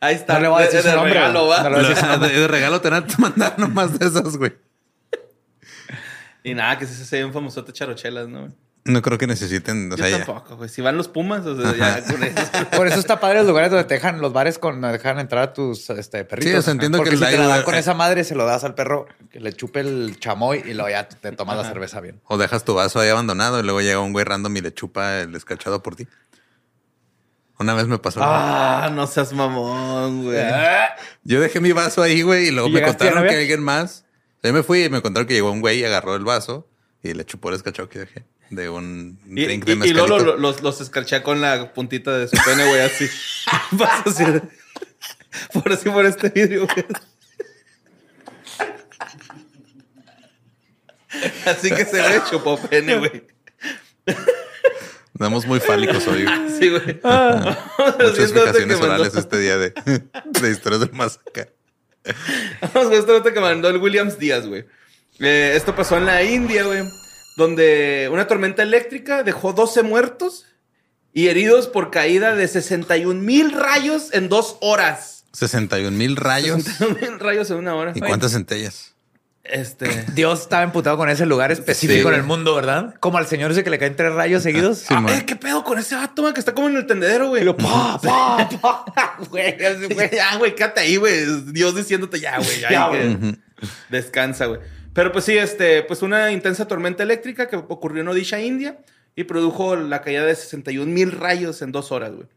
[SPEAKER 3] Ahí está.
[SPEAKER 1] No le voy a
[SPEAKER 3] De-
[SPEAKER 1] decir
[SPEAKER 3] de
[SPEAKER 1] su nombre,
[SPEAKER 3] regalo,
[SPEAKER 1] güey.
[SPEAKER 3] va.
[SPEAKER 1] No le voy a decir su
[SPEAKER 2] Lo- de, de regalo te van a mandar nomás de esas, güey.
[SPEAKER 3] Y nada, que se sea un famosote charochelas, ¿no? güey?
[SPEAKER 2] No creo que necesiten. O sea,
[SPEAKER 3] Yo
[SPEAKER 2] ya.
[SPEAKER 3] tampoco, güey. Si van los Pumas, o sea, ya con eso.
[SPEAKER 1] Por eso está padre los lugares donde te dejan los bares con donde dejan entrar a tus este, perritos.
[SPEAKER 2] Sí, o sea, entiendo
[SPEAKER 1] Porque
[SPEAKER 2] que
[SPEAKER 1] si
[SPEAKER 2] la-
[SPEAKER 1] te la dan
[SPEAKER 2] la-
[SPEAKER 1] con esa madre, se lo das al perro, que le chupe el chamoy y luego ya te tomas la cerveza bien.
[SPEAKER 2] O dejas tu vaso ahí abandonado y luego llega un güey random y le chupa el escarchado por ti. Una vez me pasó.
[SPEAKER 3] Ah, no seas mamón, güey.
[SPEAKER 2] Yo dejé mi vaso ahí, güey, y luego
[SPEAKER 1] ¿Y
[SPEAKER 2] me
[SPEAKER 1] llegaste a
[SPEAKER 2] contaron
[SPEAKER 1] novia?
[SPEAKER 2] que alguien más. Yo me fui y me contaron que llegó un güey y agarró el vaso y le chupó el escarchado que dejé de un
[SPEAKER 3] Y,
[SPEAKER 2] drink
[SPEAKER 3] y-
[SPEAKER 2] de
[SPEAKER 3] y luego
[SPEAKER 2] mezcalito.
[SPEAKER 3] lo- los, los escarché con la puntita de su pene, güey, así. Vas así. Por así, por este vidrio, güey. Así que se le chupó pene, güey.
[SPEAKER 2] Andamos muy fálicos hoy. güey.
[SPEAKER 3] Sí, güey.
[SPEAKER 2] Ah. Muchas
[SPEAKER 3] Siento que
[SPEAKER 2] fijaciones
[SPEAKER 3] mandó-
[SPEAKER 2] orales este día de, de historias del masacre.
[SPEAKER 3] Vamos con esta nota que mandó el Williams Díaz, güey. Eh, esto pasó en la India, güey. Donde una tormenta eléctrica dejó 12 muertos y heridos por caída de 61 mil rayos en dos horas.
[SPEAKER 2] 61 mil rayos.
[SPEAKER 3] 61 mil rayos en una hora.
[SPEAKER 2] ¿Y cuántas centellas?
[SPEAKER 3] Este.
[SPEAKER 1] Dios estaba emputado con ese lugar específico
[SPEAKER 2] Sí.
[SPEAKER 1] en el mundo, ¿verdad? Como al señor ese que le caen tres rayos seguidos.
[SPEAKER 2] Sí,
[SPEAKER 3] Ah,
[SPEAKER 2] man.
[SPEAKER 3] eh, ¿Qué pedo con ese vato, man, Que está como en el tendedero, güey.
[SPEAKER 1] Pa, pa, pa, güey, así, güey.
[SPEAKER 3] ya, güey, quédate ahí, güey. Es Dios diciéndote ya, güey. ya,
[SPEAKER 1] Ya,
[SPEAKER 3] que
[SPEAKER 1] güey.
[SPEAKER 3] Descansa, güey. Pero pues sí, este, pues una intensa tormenta eléctrica que ocurrió en Odisha, India, y produjo la caída de 61 mil rayos en dos horas, güey.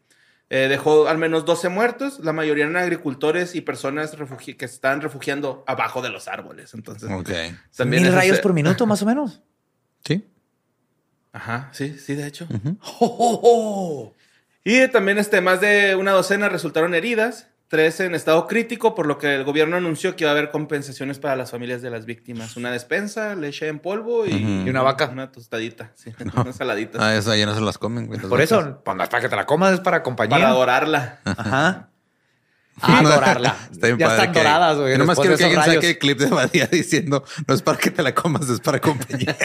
[SPEAKER 3] Eh, dejó al menos 12 muertos, la mayoría eran agricultores y personas refugi- que se estaban refugiando abajo de los árboles. Entonces,
[SPEAKER 2] Ok.
[SPEAKER 3] también
[SPEAKER 1] Mil
[SPEAKER 3] eso
[SPEAKER 1] rayos
[SPEAKER 3] se-
[SPEAKER 1] por minuto, más o menos.
[SPEAKER 2] Sí.
[SPEAKER 3] Ajá, sí, sí, de hecho.
[SPEAKER 2] Oh,
[SPEAKER 1] ¡Jo, jo, jo!
[SPEAKER 3] Y también este, más de una docena resultaron heridas, tres en estado crítico, por lo que el gobierno anunció que iba a haber compensaciones para las familias de las víctimas. Una despensa, leche en polvo y,
[SPEAKER 2] Ujú.
[SPEAKER 1] Y una vaca.
[SPEAKER 3] Una tostadita, sí, una saladita.
[SPEAKER 2] Ah, esas ya no se las comen, güey. las
[SPEAKER 1] Por
[SPEAKER 2] vacas.
[SPEAKER 1] eso, cuando- para que te la comas es para compañía.
[SPEAKER 3] Para
[SPEAKER 2] Ah.
[SPEAKER 3] adorarla.
[SPEAKER 1] Ajá. A adorarla.
[SPEAKER 2] Está bien
[SPEAKER 1] ya
[SPEAKER 2] padre
[SPEAKER 1] están
[SPEAKER 2] que-
[SPEAKER 1] doradas, güey.
[SPEAKER 2] Yo nomás
[SPEAKER 1] después
[SPEAKER 2] quiero que
[SPEAKER 1] de
[SPEAKER 2] alguien
[SPEAKER 1] esos
[SPEAKER 2] saque el clip de Badía diciendo, no es para que te la comas, es para compañía.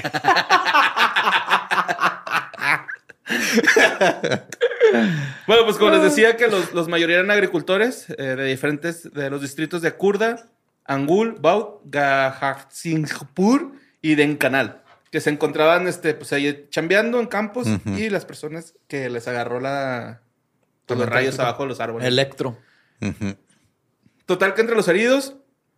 [SPEAKER 3] Bueno, pues como les decía que los, los mayoría eran agricultores eh, de diferentes, de los distritos de Kurda, Angul, Baut, Gajaxinjpur y Denkanal, que se encontraban este, pues, ahí chambeando en campos
[SPEAKER 2] Ujú.
[SPEAKER 3] y las personas que les agarró la, pues, los
[SPEAKER 1] Tormenta
[SPEAKER 3] rayos
[SPEAKER 1] eléctrica.
[SPEAKER 3] abajo de los árboles.
[SPEAKER 1] Electro.
[SPEAKER 2] Ujú.
[SPEAKER 3] Total que entre los heridos,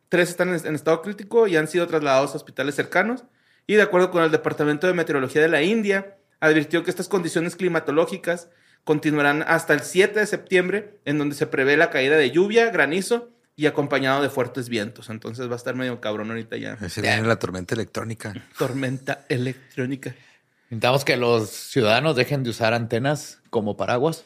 [SPEAKER 3] tres están en, en estado crítico y han sido trasladados a hospitales cercanos. Y de acuerdo con el Departamento de Meteorología de la India, advirtió que estas condiciones climatológicas continuarán hasta el 7 de septiembre, en donde se prevé la caída de lluvia, granizo y acompañado de fuertes vientos. Entonces va a estar medio cabrón ahorita ya.
[SPEAKER 2] Ese viene la tormenta electrónica.
[SPEAKER 3] Tormenta electrónica.
[SPEAKER 1] Necesitamos que los ciudadanos dejen de usar antenas como paraguas.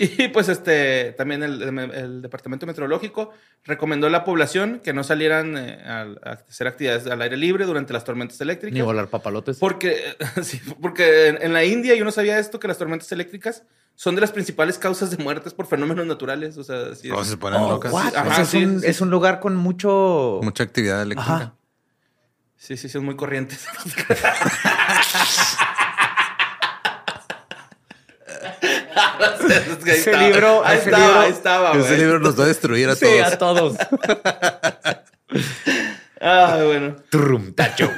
[SPEAKER 3] Y pues este, también el, el Departamento Meteorológico recomendó a la población que no salieran eh, a, a hacer actividades al aire libre durante las tormentas eléctricas.
[SPEAKER 1] Ni volar papalotes.
[SPEAKER 3] Porque, sí, porque en, en la India yo no sabía esto, que las tormentas eléctricas son de las principales causas de muertes por fenómenos naturales. O sea, sí es-
[SPEAKER 2] Todos se ponen
[SPEAKER 1] Oh,
[SPEAKER 2] locas.
[SPEAKER 1] what?
[SPEAKER 3] Ajá,
[SPEAKER 1] O sea, es,
[SPEAKER 3] sí,
[SPEAKER 1] un,
[SPEAKER 3] sí.
[SPEAKER 1] es un lugar con mucho.
[SPEAKER 2] Mucha actividad eléctrica.
[SPEAKER 1] Ajá.
[SPEAKER 3] sí, sí, sí, es muy corriente. Es que ahí
[SPEAKER 1] Ese
[SPEAKER 3] estaba,
[SPEAKER 1] libro-
[SPEAKER 3] ahí
[SPEAKER 1] ese
[SPEAKER 3] estaba,
[SPEAKER 1] libro-
[SPEAKER 3] ahí estaba,
[SPEAKER 2] Ese
[SPEAKER 3] güey.
[SPEAKER 2] libro nos va a destruir a
[SPEAKER 1] Sí,
[SPEAKER 2] todos.
[SPEAKER 1] a todos.
[SPEAKER 3] Ah, bueno.
[SPEAKER 1] Turrum, tacho.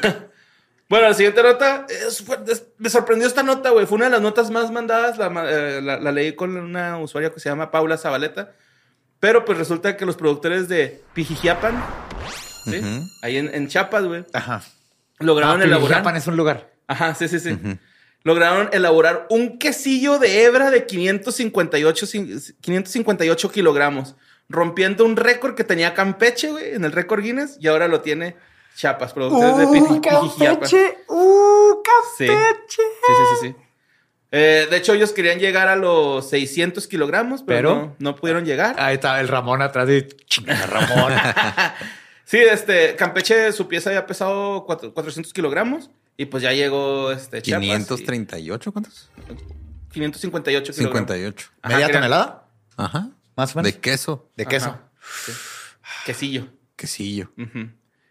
[SPEAKER 3] Bueno, la siguiente nota, es- fue- es- me sorprendió esta nota, güey. Fue una de las notas más mandadas, la, ma- eh, la- la leí con una usuaria que se llama Paula Zabaleta. Pero pues resulta que los productores de Pijijiapan, ¿sí?
[SPEAKER 2] Ujú.
[SPEAKER 3] ahí en, en Chiapas, güey,
[SPEAKER 1] Ajá.
[SPEAKER 3] lograron
[SPEAKER 1] Ah,
[SPEAKER 3] elaborar...
[SPEAKER 1] Pijijiapan es un lugar.
[SPEAKER 3] Ajá, sí, sí, sí. Lograron elaborar un quesillo de hebra de 558, cin- 558 kilogramos, rompiendo un récord que tenía Campeche, güey, en el récord Guinness, y ahora lo tiene Chiapas, producciones de Piti- Pijijiapa.
[SPEAKER 5] ¡Uh,
[SPEAKER 3] Sí. Sí, sí, sí, sí. Eh, de hecho, ellos querían llegar a los 600 kilogramos, pero,
[SPEAKER 1] Pero- Ah.
[SPEAKER 3] no, no pudieron llegar.
[SPEAKER 1] Ahí estaba el Ramón atrás de chinga Ramón.
[SPEAKER 3] Sí, este, Campeche, su pieza había pesado cuatro- 400 kilogramos y pues ya llegó este, Chiapas.
[SPEAKER 2] 538, ¿cuántos?
[SPEAKER 3] y 558 kilogramos.
[SPEAKER 2] 58.
[SPEAKER 3] Ajá,
[SPEAKER 1] Media
[SPEAKER 3] que era
[SPEAKER 1] tonelada,
[SPEAKER 2] Ajá.
[SPEAKER 1] más o menos.
[SPEAKER 2] De queso.
[SPEAKER 1] De queso.
[SPEAKER 3] Ajá. Quesillo.
[SPEAKER 2] Quesillo.
[SPEAKER 3] Ujú.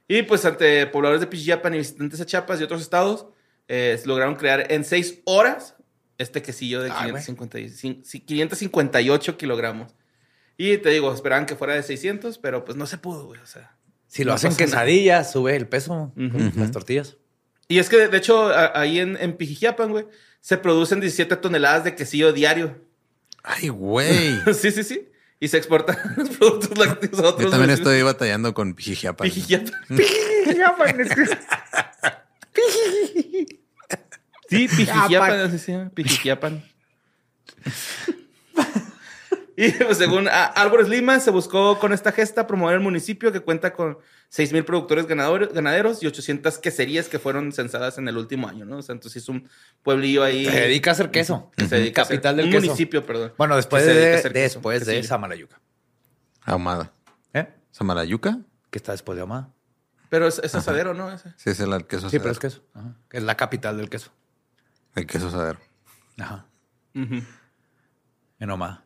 [SPEAKER 3] Y pues ante pobladores de Pichillapan y visitantes a Chiapas y otros estados, eh, lograron crear en seis horas este quesillo de
[SPEAKER 1] Ah,
[SPEAKER 3] 555 sí, 558 kilogramos. Y te digo, esperaban que fuera de 600, pero pues no se pudo, güey. O sea.
[SPEAKER 1] Si lo
[SPEAKER 3] No
[SPEAKER 1] hacen
[SPEAKER 3] pasa nada.
[SPEAKER 1] quesadilla, sube el peso
[SPEAKER 3] Ujú.
[SPEAKER 1] las tortillas.
[SPEAKER 3] Y es que, de hecho, a- ahí en, en Pijijiapan, güey, se producen 17 toneladas de quesillo diario.
[SPEAKER 2] Ay, güey.
[SPEAKER 3] sí, sí, sí. Y se exportan los productos lácteos a otros
[SPEAKER 2] Yo también
[SPEAKER 3] municipios.
[SPEAKER 2] estoy batallando con Pijijiapa.
[SPEAKER 3] Pijijiapan. Sí, Pijijiapan, así se llama, Pijijiapan. Y pues, según a- Álvarez Lima, se buscó con esta gesta promover el municipio que cuenta con 6.000 productores ganador- ganaderos y 800 queserías que fueron censadas en el último año, ¿no? O sea, entonces es un pueblillo ahí.
[SPEAKER 1] Se dedica a hacer queso.
[SPEAKER 3] que se dedica a hacer-
[SPEAKER 1] Capital del
[SPEAKER 3] un
[SPEAKER 1] queso.
[SPEAKER 3] municipio, perdón.
[SPEAKER 1] Bueno, después
[SPEAKER 3] que se dedica a
[SPEAKER 1] de,
[SPEAKER 3] hacer queso,
[SPEAKER 1] después de
[SPEAKER 3] quesillo.
[SPEAKER 1] Samalayuca.
[SPEAKER 2] Ahumada.
[SPEAKER 1] ¿Eh?
[SPEAKER 2] ¿Samalayuca?
[SPEAKER 1] Que está después de Omada.
[SPEAKER 3] Pero es, es asadero, ¿no? Ese.
[SPEAKER 2] Sí, es el al- queso
[SPEAKER 1] Pues Sí, pero es
[SPEAKER 2] asadero.
[SPEAKER 1] queso. Ajá. Es la capital del queso.
[SPEAKER 2] El queso asadero.
[SPEAKER 1] Ajá.
[SPEAKER 3] Ujú.
[SPEAKER 1] En Omada.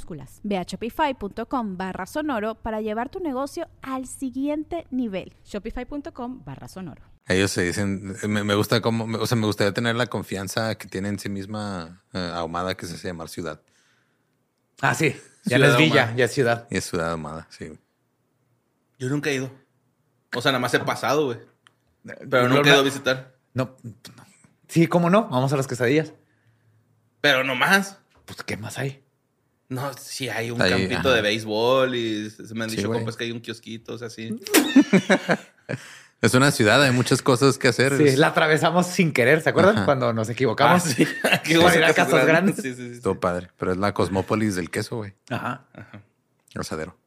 [SPEAKER 6] Ve a shopify.com barra sonoro para llevar tu negocio al siguiente nivel.
[SPEAKER 7] Shopify.com barra sonoro.
[SPEAKER 2] Ellos se dicen, me, me gusta cómo, me- o sea, me gustaría tener la confianza que tiene en sí misma eh, ahumada que se hace llamar ciudad.
[SPEAKER 1] Ah, sí. Ya
[SPEAKER 3] Ciudad
[SPEAKER 1] no es villa,
[SPEAKER 3] Ahumada.
[SPEAKER 1] ya es ciudad.
[SPEAKER 2] Y es ciudad ahumada, sí.
[SPEAKER 3] Yo nunca he ido. O sea, nada más he pasado, güey. Pero
[SPEAKER 1] Lo-
[SPEAKER 3] nunca he ido a visitar.
[SPEAKER 1] No, no. Sí, cómo no. Vamos a las quesadillas.
[SPEAKER 3] Pero nomás.
[SPEAKER 1] Pues, ¿qué más hay?
[SPEAKER 3] No, sí hay un
[SPEAKER 2] Ahí,
[SPEAKER 3] campito
[SPEAKER 2] ajá.
[SPEAKER 3] de béisbol y se me han
[SPEAKER 2] Sí,
[SPEAKER 3] dicho
[SPEAKER 2] güey.
[SPEAKER 3] compas que hay un kiosquito, o sea, sí.
[SPEAKER 2] Es una ciudad, hay muchas cosas que hacer.
[SPEAKER 1] Sí,
[SPEAKER 2] Es-
[SPEAKER 1] la atravesamos sin querer. ¿Se acuerdan?
[SPEAKER 2] Ajá.
[SPEAKER 1] Cuando nos equivocamos.
[SPEAKER 3] Ah, sí. Qué
[SPEAKER 1] Para
[SPEAKER 3] bueno,
[SPEAKER 1] ir a
[SPEAKER 3] Casas
[SPEAKER 1] Casas Grandes.
[SPEAKER 3] Sí, sí, sí, sí.
[SPEAKER 2] Todo padre, pero es la cosmópolis del queso, güey.
[SPEAKER 1] Ajá.
[SPEAKER 2] Asadero.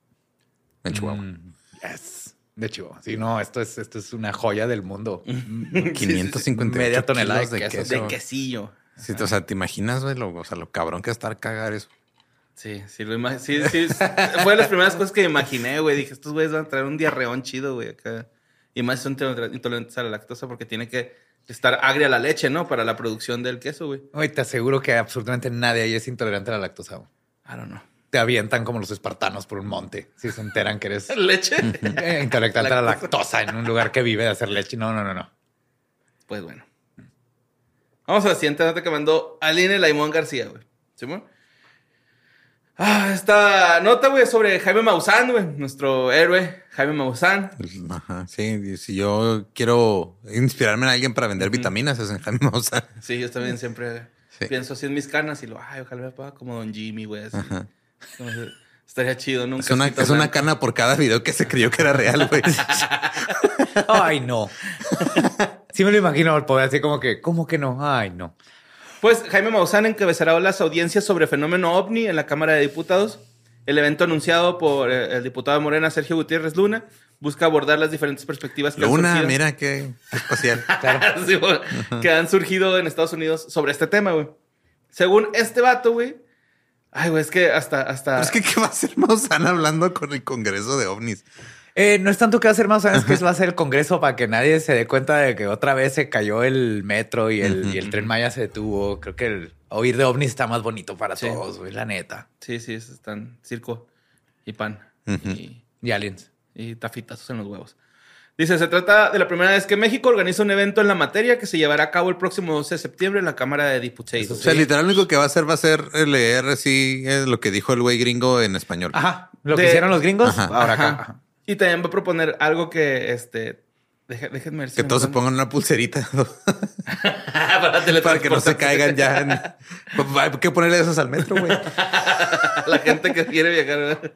[SPEAKER 2] En
[SPEAKER 1] Mm,
[SPEAKER 2] Chihuahua.
[SPEAKER 1] Yes. De Chihuahua. Sí, no, esto es, esto es una joya del mundo.
[SPEAKER 2] Mm.
[SPEAKER 3] sí, sí.
[SPEAKER 2] 558
[SPEAKER 1] Media tonelada
[SPEAKER 2] kilos
[SPEAKER 1] de queso.
[SPEAKER 3] De
[SPEAKER 2] güey.
[SPEAKER 3] quesillo.
[SPEAKER 2] Sí, o sea, ¿te imaginas, güey? Lo, o sea, lo cabrón que es estar cagar eso.
[SPEAKER 3] Sí, sí, lo ima- sí, sí. Fue de las primeras cosas que imaginé, güey. Dije, estos güeyes van a traer un diarreón chido, güey, acá. Y más son intoler- intolerantes a la lactosa porque tiene que estar agria la leche, ¿no? Para la producción del queso, güey.
[SPEAKER 1] Oye, te aseguro que absolutamente nadie ahí es intolerante a la lactosa. güey.
[SPEAKER 3] I don't know.
[SPEAKER 1] Te avientan como los espartanos por un monte. Si se enteran que eres
[SPEAKER 3] ¿Leche?
[SPEAKER 1] eh, intolerante a la lactosa en un lugar que vive de hacer leche. No, no, no, no.
[SPEAKER 3] Pues bueno. Vamos a la siguiente nota que mandó Aline Laimón García, güey. ¿Simón? Ah, esta nota, güey, es sobre Jaime Maussan, güey. Nuestro héroe, Jaime Maussan.
[SPEAKER 2] Ajá. Sí, y si yo quiero inspirarme en alguien para vender vitaminas, es en Jaime Maussan.
[SPEAKER 3] Sí, yo también siempre
[SPEAKER 2] Sí.
[SPEAKER 3] pienso así en mis canas y lo, ay, ojalá me pueda como Don Jimmy, güey. así.
[SPEAKER 2] Ajá.
[SPEAKER 3] Como que Estaría chido, nunca.
[SPEAKER 2] Es una, es una cana por cada video que se creyó que era real, güey.
[SPEAKER 1] Ay, no. Sí me lo imagino el poder así como que, ¿cómo que no? Ay, no.
[SPEAKER 3] Pues Jaime Maussan encabezará las audiencias sobre fenómeno ovni en la Cámara de Diputados. El evento anunciado por eh, el diputado de Morena Sergio Gutiérrez Luna busca abordar las diferentes perspectivas que han
[SPEAKER 2] Luna,
[SPEAKER 3] surgido-
[SPEAKER 2] mira qué espacial.
[SPEAKER 3] Sí, güey, que han surgido en Estados Unidos sobre este tema, güey. Según este vato, güey. Ay, güey, es que hasta, hasta.
[SPEAKER 2] Pero es que, ¿qué va a hacer Maussan hablando con el Congreso de OVNIs?
[SPEAKER 1] Eh, no es tanto que va a hacer más, sabes que va a ser el Congreso para que nadie se dé cuenta de que otra vez se cayó el metro y el, y el tren Maya se detuvo. Creo que el oír de ovnis está más bonito para
[SPEAKER 3] Sí.
[SPEAKER 1] todos, güey, la neta.
[SPEAKER 3] Sí, sí, es- están circo y pan y,
[SPEAKER 1] Y aliens.
[SPEAKER 3] y tafitazos en los huevos. Dice, se trata de la primera vez que México organiza un evento en la materia que se llevará a cabo el próximo 12 de septiembre en la Cámara de
[SPEAKER 2] O
[SPEAKER 3] Diputados.
[SPEAKER 2] sea, literal, lo único que va a hacer va a ser leer así eh, lo que dijo el güey gringo en español.
[SPEAKER 1] Ajá. Lo que
[SPEAKER 3] De-
[SPEAKER 1] hicieron los gringos,
[SPEAKER 2] Ajá.
[SPEAKER 1] ahora acá.
[SPEAKER 3] Ajá.
[SPEAKER 1] Ajá.
[SPEAKER 3] Y también va a proponer algo que, este, deje- déjenme ver si
[SPEAKER 2] Que
[SPEAKER 3] me
[SPEAKER 2] todos se
[SPEAKER 3] acuerdo.
[SPEAKER 2] pongan una pulserita
[SPEAKER 3] para,
[SPEAKER 2] para que no se caigan ya. en- Pues, Hay que ponerle esas al metro, güey.
[SPEAKER 3] la gente que quiere viajar.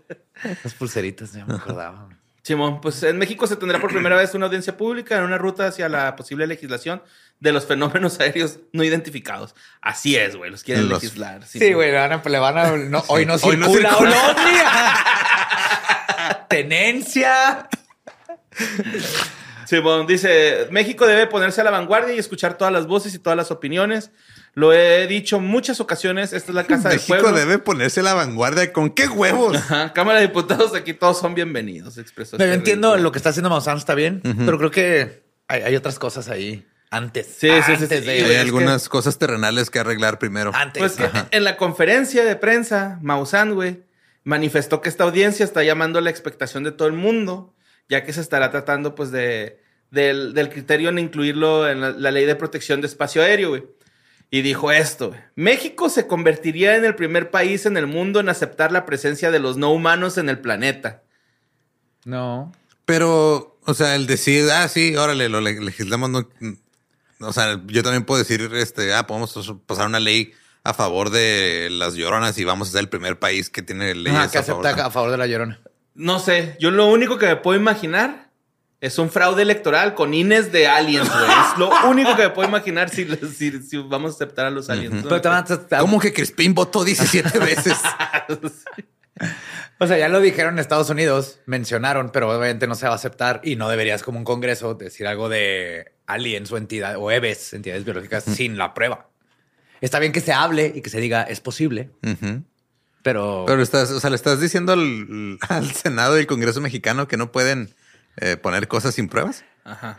[SPEAKER 1] Las pulseritas, ya me acordaba.
[SPEAKER 3] Simón, pues en México se tendrá por primera vez una audiencia pública en una ruta hacia la posible legislación de los fenómenos aéreos no identificados. Así es, güey, los quieren
[SPEAKER 2] Los-
[SPEAKER 3] legislar.
[SPEAKER 1] Sí, güey, le van a, le van a- no, hoy no
[SPEAKER 2] Hoy no
[SPEAKER 1] circula un
[SPEAKER 2] circula.
[SPEAKER 1] ovni. Tenencia.
[SPEAKER 3] Simón dice, México debe ponerse a la vanguardia y escuchar todas las voces y todas las opiniones. Lo he dicho muchas ocasiones, esta es la casa del
[SPEAKER 2] México
[SPEAKER 3] pueblo.
[SPEAKER 2] debe ponerse la vanguardia. ¿Con qué huevos?
[SPEAKER 3] Ajá, Cámara de Diputados, aquí todos son bienvenidos, expresó.
[SPEAKER 1] No, yo
[SPEAKER 3] este
[SPEAKER 1] entiendo
[SPEAKER 3] ridículo.
[SPEAKER 1] lo que está haciendo Maussan, está bien, pero creo que hay, hay otras cosas ahí antes.
[SPEAKER 3] Sí, sí, sí,
[SPEAKER 1] antes
[SPEAKER 3] sí,
[SPEAKER 1] de-
[SPEAKER 3] güey,
[SPEAKER 2] Hay
[SPEAKER 3] es
[SPEAKER 2] algunas cosas terrenales que arreglar primero.
[SPEAKER 1] Antes.
[SPEAKER 3] Pues que en la conferencia de prensa, Maussan, güey, manifestó que esta audiencia está llamando a la expectación de todo el mundo, ya que se estará tratando, pues, de, del, del criterio en incluirlo en la, la ley de protección de espacio aéreo, güey. Y dijo esto, güey, México se convertiría en el primer país en el mundo en aceptar la presencia de los no humanos en el planeta.
[SPEAKER 1] No.
[SPEAKER 2] Pero, o sea, el decir, ah, sí, órale, lo le- legislamos, no. mm, O sea, yo también puedo decir, este, ah, podemos pasar una ley a favor de las lloronas y vamos a ser el primer país que tiene leyes
[SPEAKER 1] Ajá, que
[SPEAKER 2] a favor.
[SPEAKER 1] acepta a favor de la llorona.
[SPEAKER 3] No sé, yo lo único que me puedo imaginar es un fraude electoral con Ines de aliens, güey. Es lo único que me puedo imaginar si, si- si vamos a aceptar a los aliens.
[SPEAKER 1] Pero te van a- te- te-
[SPEAKER 2] ¿Cómo que Crispín votó 17 veces?
[SPEAKER 1] O sea, ya lo dijeron en Estados Unidos, mencionaron, pero obviamente no se va a aceptar y no deberías como un congreso decir algo de aliens o entidad o EVES, entidades biológicas, sin la prueba. Está bien que se hable y que se diga es posible,
[SPEAKER 2] Ujú.
[SPEAKER 1] pero,
[SPEAKER 2] Pero estás, o sea, le estás diciendo al, al Senado y al Congreso mexicano que no pueden eh, poner cosas sin pruebas.
[SPEAKER 3] Ajá.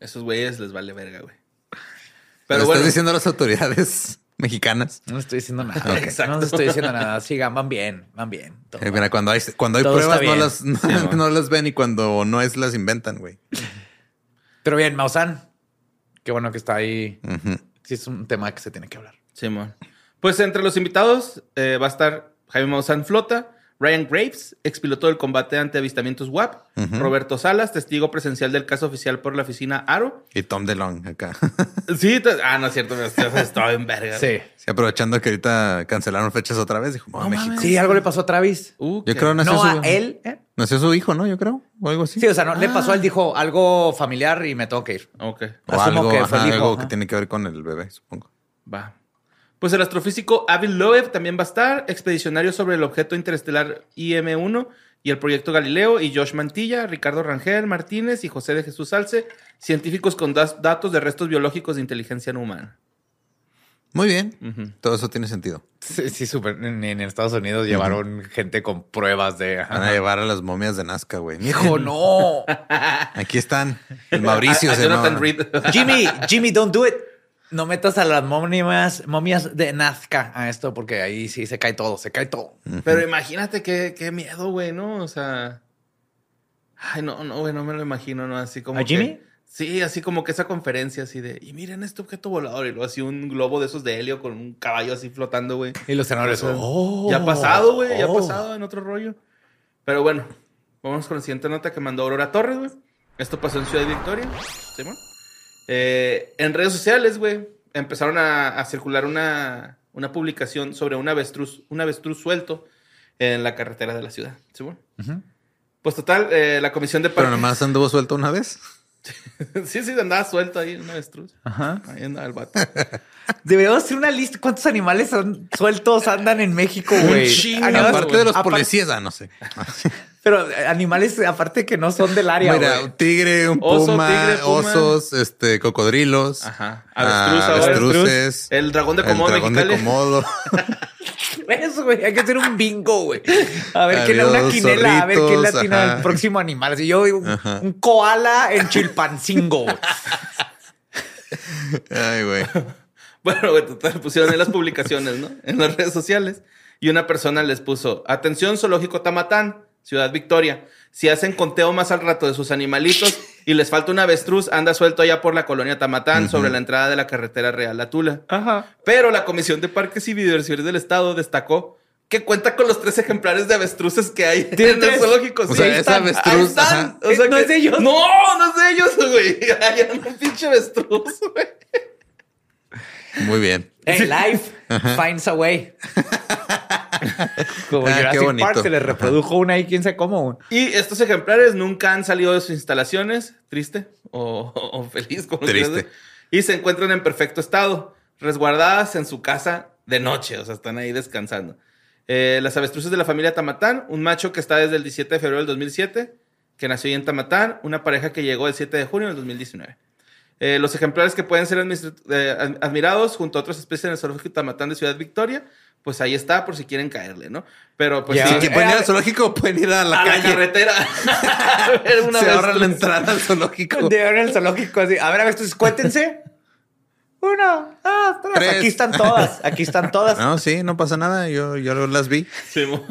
[SPEAKER 3] Esos güeyes les vale verga, güey.
[SPEAKER 2] Pero
[SPEAKER 3] Pero bueno,
[SPEAKER 2] estás diciendo a las autoridades mexicanas.
[SPEAKER 1] no estoy diciendo nada.
[SPEAKER 2] Ok.
[SPEAKER 1] No estoy diciendo nada. Sigan, van bien, van bien. todo.
[SPEAKER 2] Eh, mira, cuando hay, cuando hay
[SPEAKER 1] Todo está
[SPEAKER 2] pruebas no
[SPEAKER 1] bien.
[SPEAKER 2] las, no, no las ven y cuando no es las inventan, güey.
[SPEAKER 1] Pero bien, Maussan, qué bueno que está ahí.
[SPEAKER 2] Ujú.
[SPEAKER 1] Sí, es un tema que se tiene que hablar.
[SPEAKER 3] Simón. Pues entre los invitados eh, va a estar Jaime Maussan Flota, Ryan Graves, expiloto del combate ante avistamientos WAP, Roberto Salas, testigo presencial del caso oficial por la oficina ARO.
[SPEAKER 2] Y Tom DeLong acá.
[SPEAKER 3] Sí, te- ah, no es cierto, me estaba en verga.
[SPEAKER 1] Sí.
[SPEAKER 2] Sí, aprovechando que ahorita cancelaron fechas otra vez, dijo, "Oh, México".
[SPEAKER 1] Sí, algo le pasó a Travis.
[SPEAKER 3] Uh,
[SPEAKER 2] Yo
[SPEAKER 3] qué-
[SPEAKER 2] creo nació
[SPEAKER 1] No a
[SPEAKER 2] su,
[SPEAKER 1] él. ¿eh?
[SPEAKER 2] nació su hijo, ¿no? Yo creo, o algo así.
[SPEAKER 1] Sí, o sea, no le pasó. Él dijo algo familiar y me tengo que ir.
[SPEAKER 3] Ok,
[SPEAKER 2] O
[SPEAKER 1] asumo
[SPEAKER 2] algo,
[SPEAKER 1] que fue
[SPEAKER 2] ajá,
[SPEAKER 1] el hijo,
[SPEAKER 2] algo
[SPEAKER 1] ajá.
[SPEAKER 2] que tiene que ver con el bebé, supongo.
[SPEAKER 3] va. Pues el astrofísico Avi Loeb también va a estar, expedicionario sobre el objeto interestelar IM-1 y el proyecto Galileo, y Josh Mantilla, Ricardo Rangel Martínez y José de Jesús Salce, científicos con das- datos de restos biológicos de inteligencia no humana.
[SPEAKER 2] Muy bien.
[SPEAKER 3] Ujú.
[SPEAKER 2] Todo eso tiene sentido.
[SPEAKER 1] Sí, sí, súper. En, en Estados Unidos llevaron gente con pruebas de.
[SPEAKER 2] Van a llevar a las momias de Nazca, güey.
[SPEAKER 1] Hijo, no.
[SPEAKER 2] Aquí están. El Mauricio
[SPEAKER 3] A- a
[SPEAKER 2] se
[SPEAKER 3] Ah, Jonathan
[SPEAKER 2] llamaba.
[SPEAKER 3] Reed.
[SPEAKER 1] Jimmy, Jimmy, don't do it. No metas a las momias, momias de Nazca a esto porque ahí sí se cae todo, se cae todo.
[SPEAKER 3] Pero imagínate qué, qué miedo, güey, ¿no? O sea. Ay, no, no, güey, no me lo imagino, ¿no? Así como.
[SPEAKER 1] ¿A
[SPEAKER 3] que-
[SPEAKER 1] Jimmy?
[SPEAKER 3] Sí, así como que esa conferencia así de. Y miren este objeto volador. Y luego así un globo de esos de helio con un caballo así flotando, güey.
[SPEAKER 1] Y los senadores. "Oh,
[SPEAKER 3] ya ha pasado, güey, ya ha
[SPEAKER 1] oh".
[SPEAKER 3] pasado en otro rollo. Pero bueno, vamos con la siguiente nota que mandó Aurora Torres, güey. Esto pasó en Ciudad Victoria, Simón. Eh, en redes sociales, güey, empezaron a, a circular una, una publicación sobre un avestruz, un avestruz suelto en la carretera de la ciudad, Simón. Pues total, eh, la comisión de
[SPEAKER 2] Pero
[SPEAKER 3] parques-
[SPEAKER 2] nomás anduvo suelto una vez.
[SPEAKER 3] sí, sí, andaba suelto ahí, un avestruz.
[SPEAKER 1] Ajá.
[SPEAKER 3] Ahí andaba el vato.
[SPEAKER 1] Deberíamos hacer una lista. ¿Cuántos animales an- sueltos andan en México, güey?
[SPEAKER 3] chingo,
[SPEAKER 1] Animales-
[SPEAKER 2] Aparte de los
[SPEAKER 1] apar-
[SPEAKER 2] policías, ah, no sé.
[SPEAKER 1] Pero eh, animales, aparte que no son del área,
[SPEAKER 2] Mira,
[SPEAKER 1] güey.
[SPEAKER 2] un tigre, un
[SPEAKER 3] Oso,
[SPEAKER 2] puma,
[SPEAKER 3] tigre, puma.
[SPEAKER 2] osos, este, cocodrilos.
[SPEAKER 3] Ajá.
[SPEAKER 2] ah,
[SPEAKER 3] Avestruz ahora.
[SPEAKER 2] avestruces.
[SPEAKER 3] El dragón de
[SPEAKER 2] El
[SPEAKER 3] Komodo
[SPEAKER 2] dragón de
[SPEAKER 3] Mexicali.
[SPEAKER 2] Komodo.
[SPEAKER 1] eso, Pues, güey. Hay que hacer un bingo, güey. A ver quién
[SPEAKER 2] Adiós,
[SPEAKER 1] una quinela, a ver quién
[SPEAKER 2] zorritos,
[SPEAKER 1] la atina
[SPEAKER 2] ajá.
[SPEAKER 1] al próximo animal. Si yo digo un,
[SPEAKER 2] Ajá.
[SPEAKER 1] un koala en Chilpancingo, güey.
[SPEAKER 2] Ay, güey.
[SPEAKER 3] Bueno, güey, total, pusieron en las publicaciones, ¿no? En las redes sociales. Y una persona les puso, atención, zoológico Tamatán, Ciudad Victoria. Si hacen conteo más al rato de sus animalitos y les falta un avestruz, anda suelto allá por la colonia Tamatán, sobre la entrada de la carretera Real La Tula. Pero la Comisión de Parques y Biodiversidad del Estado destacó que cuenta con los tres ejemplares de avestruces que hay
[SPEAKER 1] Tiene
[SPEAKER 3] en
[SPEAKER 1] tres.
[SPEAKER 3] el zoológico.
[SPEAKER 2] O sea,
[SPEAKER 3] ahí
[SPEAKER 2] es
[SPEAKER 3] están, ahí
[SPEAKER 2] avestruz,
[SPEAKER 3] están.
[SPEAKER 2] ajá.
[SPEAKER 3] O sea
[SPEAKER 1] Eh, No
[SPEAKER 3] que-
[SPEAKER 1] es de ellos.
[SPEAKER 3] No, no es de ellos, güey. Ahí anda un pinche avestruz, güey.
[SPEAKER 2] Muy bien.
[SPEAKER 1] Hey, life finds a way. Como
[SPEAKER 2] Ah, qué
[SPEAKER 1] Jurassic Park
[SPEAKER 2] bonito.
[SPEAKER 1] se le reprodujo una ahí, quién sabe cómo. güey.
[SPEAKER 3] Y estos ejemplares nunca han salido de sus instalaciones, triste o, o- o feliz, como
[SPEAKER 2] Triste.
[SPEAKER 3] quieras ver, Y se encuentran en perfecto estado, resguardadas en su casa de noche, o sea, están ahí descansando. Eh, las avestruces de la familia Tamatán, un macho que está desde el 17 de febrero del 2007, que nació ahí en Tamatán, una pareja que llegó el 7 de junio del 2019. Eh, los ejemplares que pueden ser administra- eh, ad- admirados junto a otras especies en el zoológico Tamatán de Ciudad Victoria, pues ahí está por si quieren caerle, ¿no? Pero pues
[SPEAKER 1] Ya,
[SPEAKER 3] sí,
[SPEAKER 2] Sí, que
[SPEAKER 1] eh,
[SPEAKER 2] pueden ir
[SPEAKER 1] eh,
[SPEAKER 2] al zoológico o pueden ir a la
[SPEAKER 3] a la
[SPEAKER 2] calle.
[SPEAKER 3] carretera. A ver, una
[SPEAKER 2] se
[SPEAKER 3] vez
[SPEAKER 2] ahorran la
[SPEAKER 3] tres.
[SPEAKER 2] entrada al zoológico.
[SPEAKER 1] De ahora en el zoológico, así. A ver, a ver, estos, cuéntense. Uno, dos, tres.
[SPEAKER 2] Tres. Ah.
[SPEAKER 1] Aquí están todas. Aquí están todas.
[SPEAKER 2] No, sí, no pasa nada. Yo, yo las vi.
[SPEAKER 3] Sí, mo.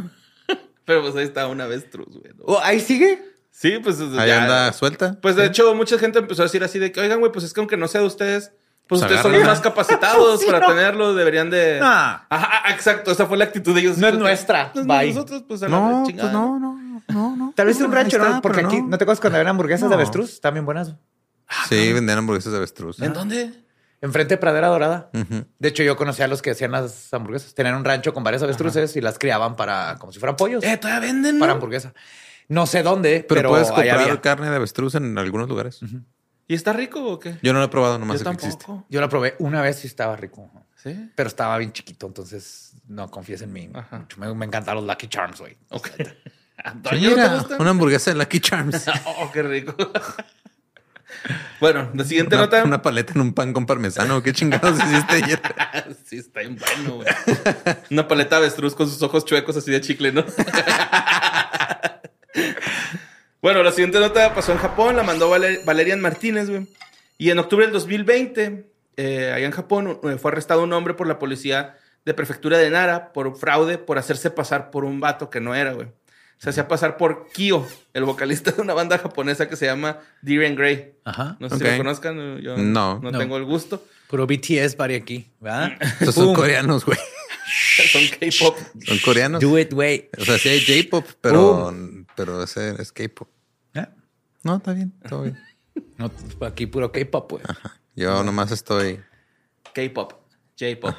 [SPEAKER 3] Pero pues ahí está una vez truz, güey. ¿no?
[SPEAKER 1] Oh, ahí sigue.
[SPEAKER 3] Sí, pues
[SPEAKER 2] Ahí
[SPEAKER 3] ya-
[SPEAKER 2] anda suelta.
[SPEAKER 3] Pues de hecho, mucha gente empezó a decir así de que, oigan, güey, pues es que aunque no sea de ustedes,
[SPEAKER 2] Pues
[SPEAKER 3] pues ustedes son los
[SPEAKER 2] agárrenla.
[SPEAKER 3] más capacitados
[SPEAKER 1] Sí,
[SPEAKER 3] para
[SPEAKER 1] no.
[SPEAKER 3] tenerlo, deberían de.
[SPEAKER 1] Ah.
[SPEAKER 3] Ajá, exacto. Esa fue la actitud de ellos.
[SPEAKER 1] No es nuestra,
[SPEAKER 3] No es
[SPEAKER 1] bye.
[SPEAKER 3] Nosotros, pues a la
[SPEAKER 2] No, pues
[SPEAKER 3] chingada.
[SPEAKER 2] no, no, no, no.
[SPEAKER 1] Tal vez un
[SPEAKER 2] Ahí
[SPEAKER 1] rancho,
[SPEAKER 2] está,
[SPEAKER 1] ¿no? Porque
[SPEAKER 2] pero
[SPEAKER 1] aquí, ¿no te acuerdas cuando eran hamburguesas de
[SPEAKER 2] No.
[SPEAKER 1] avestruz? Están bien buenas.
[SPEAKER 2] Sí, vendían hamburguesas de avestruz.
[SPEAKER 3] ¿En dónde?
[SPEAKER 1] Enfrente de Pradera Dorada.
[SPEAKER 2] Ujú.
[SPEAKER 1] De hecho, yo conocía a los que hacían las hamburguesas. Tenían un rancho con varias avestruces y las criaban para, como si fueran pollos,
[SPEAKER 3] Eh, todavía venden.
[SPEAKER 1] para
[SPEAKER 3] ¿no?
[SPEAKER 1] hamburguesa. No sé dónde,
[SPEAKER 2] Pero,
[SPEAKER 1] pero,
[SPEAKER 2] puedes
[SPEAKER 1] ahí
[SPEAKER 2] comprar
[SPEAKER 1] había.
[SPEAKER 2] carne de avestruz en algunos lugares.
[SPEAKER 3] ¿Y está rico o qué?
[SPEAKER 2] Yo no lo he probado, nomás
[SPEAKER 3] Yo
[SPEAKER 2] sé que existe.
[SPEAKER 3] tampoco.
[SPEAKER 1] Yo la probé una vez y estaba rico.
[SPEAKER 3] Sí.
[SPEAKER 1] Pero estaba bien chiquito, entonces no confíes en mí.
[SPEAKER 3] Ajá.
[SPEAKER 1] Mucho. Me, me encantaron los Lucky Charms, güey.
[SPEAKER 3] Ok.
[SPEAKER 2] Sí,
[SPEAKER 3] Antonio, ¿no te
[SPEAKER 2] mira,
[SPEAKER 3] gusta?
[SPEAKER 2] una hamburguesa de Lucky Charms.
[SPEAKER 3] Oh, qué rico. bueno, la siguiente
[SPEAKER 2] Una,
[SPEAKER 3] nota.
[SPEAKER 2] una paleta en un pan con parmesano. ¿Qué chingados hiciste ayer?
[SPEAKER 3] sí, está bien bueno, güey. Una paleta de avestruz con sus ojos chuecos así de chicle, ¿no? bueno, la siguiente nota pasó en Japón, la mandó Valer- Valerian Martínez, güey. Y en octubre del 2020, eh, allá en Japón, eh, fue arrestado un hombre por la policía de prefectura de Nara por fraude, por hacerse pasar por un vato que no era, güey. Se hacía pasar por Kyo, el vocalista de una banda japonesa que se llama Dorian Gray.
[SPEAKER 1] Ajá.
[SPEAKER 3] No sé
[SPEAKER 2] Ok.
[SPEAKER 3] si lo conozcan, eh, yo
[SPEAKER 2] No.
[SPEAKER 3] no
[SPEAKER 1] No.
[SPEAKER 3] tengo el gusto.
[SPEAKER 1] Puro BTS para aquí, ¿verdad?
[SPEAKER 3] Pues
[SPEAKER 2] Estos son
[SPEAKER 1] Pum.
[SPEAKER 2] coreanos, güey.
[SPEAKER 3] Son K-pop.
[SPEAKER 2] Son coreanos.
[SPEAKER 1] Do it, güey.
[SPEAKER 2] O sea, sí hay J-pop, pero, pero ese es K-pop.
[SPEAKER 1] ¿Eh?
[SPEAKER 2] No, está bien, todo bien.
[SPEAKER 1] No, aquí puro K-pop, güey.
[SPEAKER 2] Yo nomás estoy,
[SPEAKER 3] K-pop, J-pop.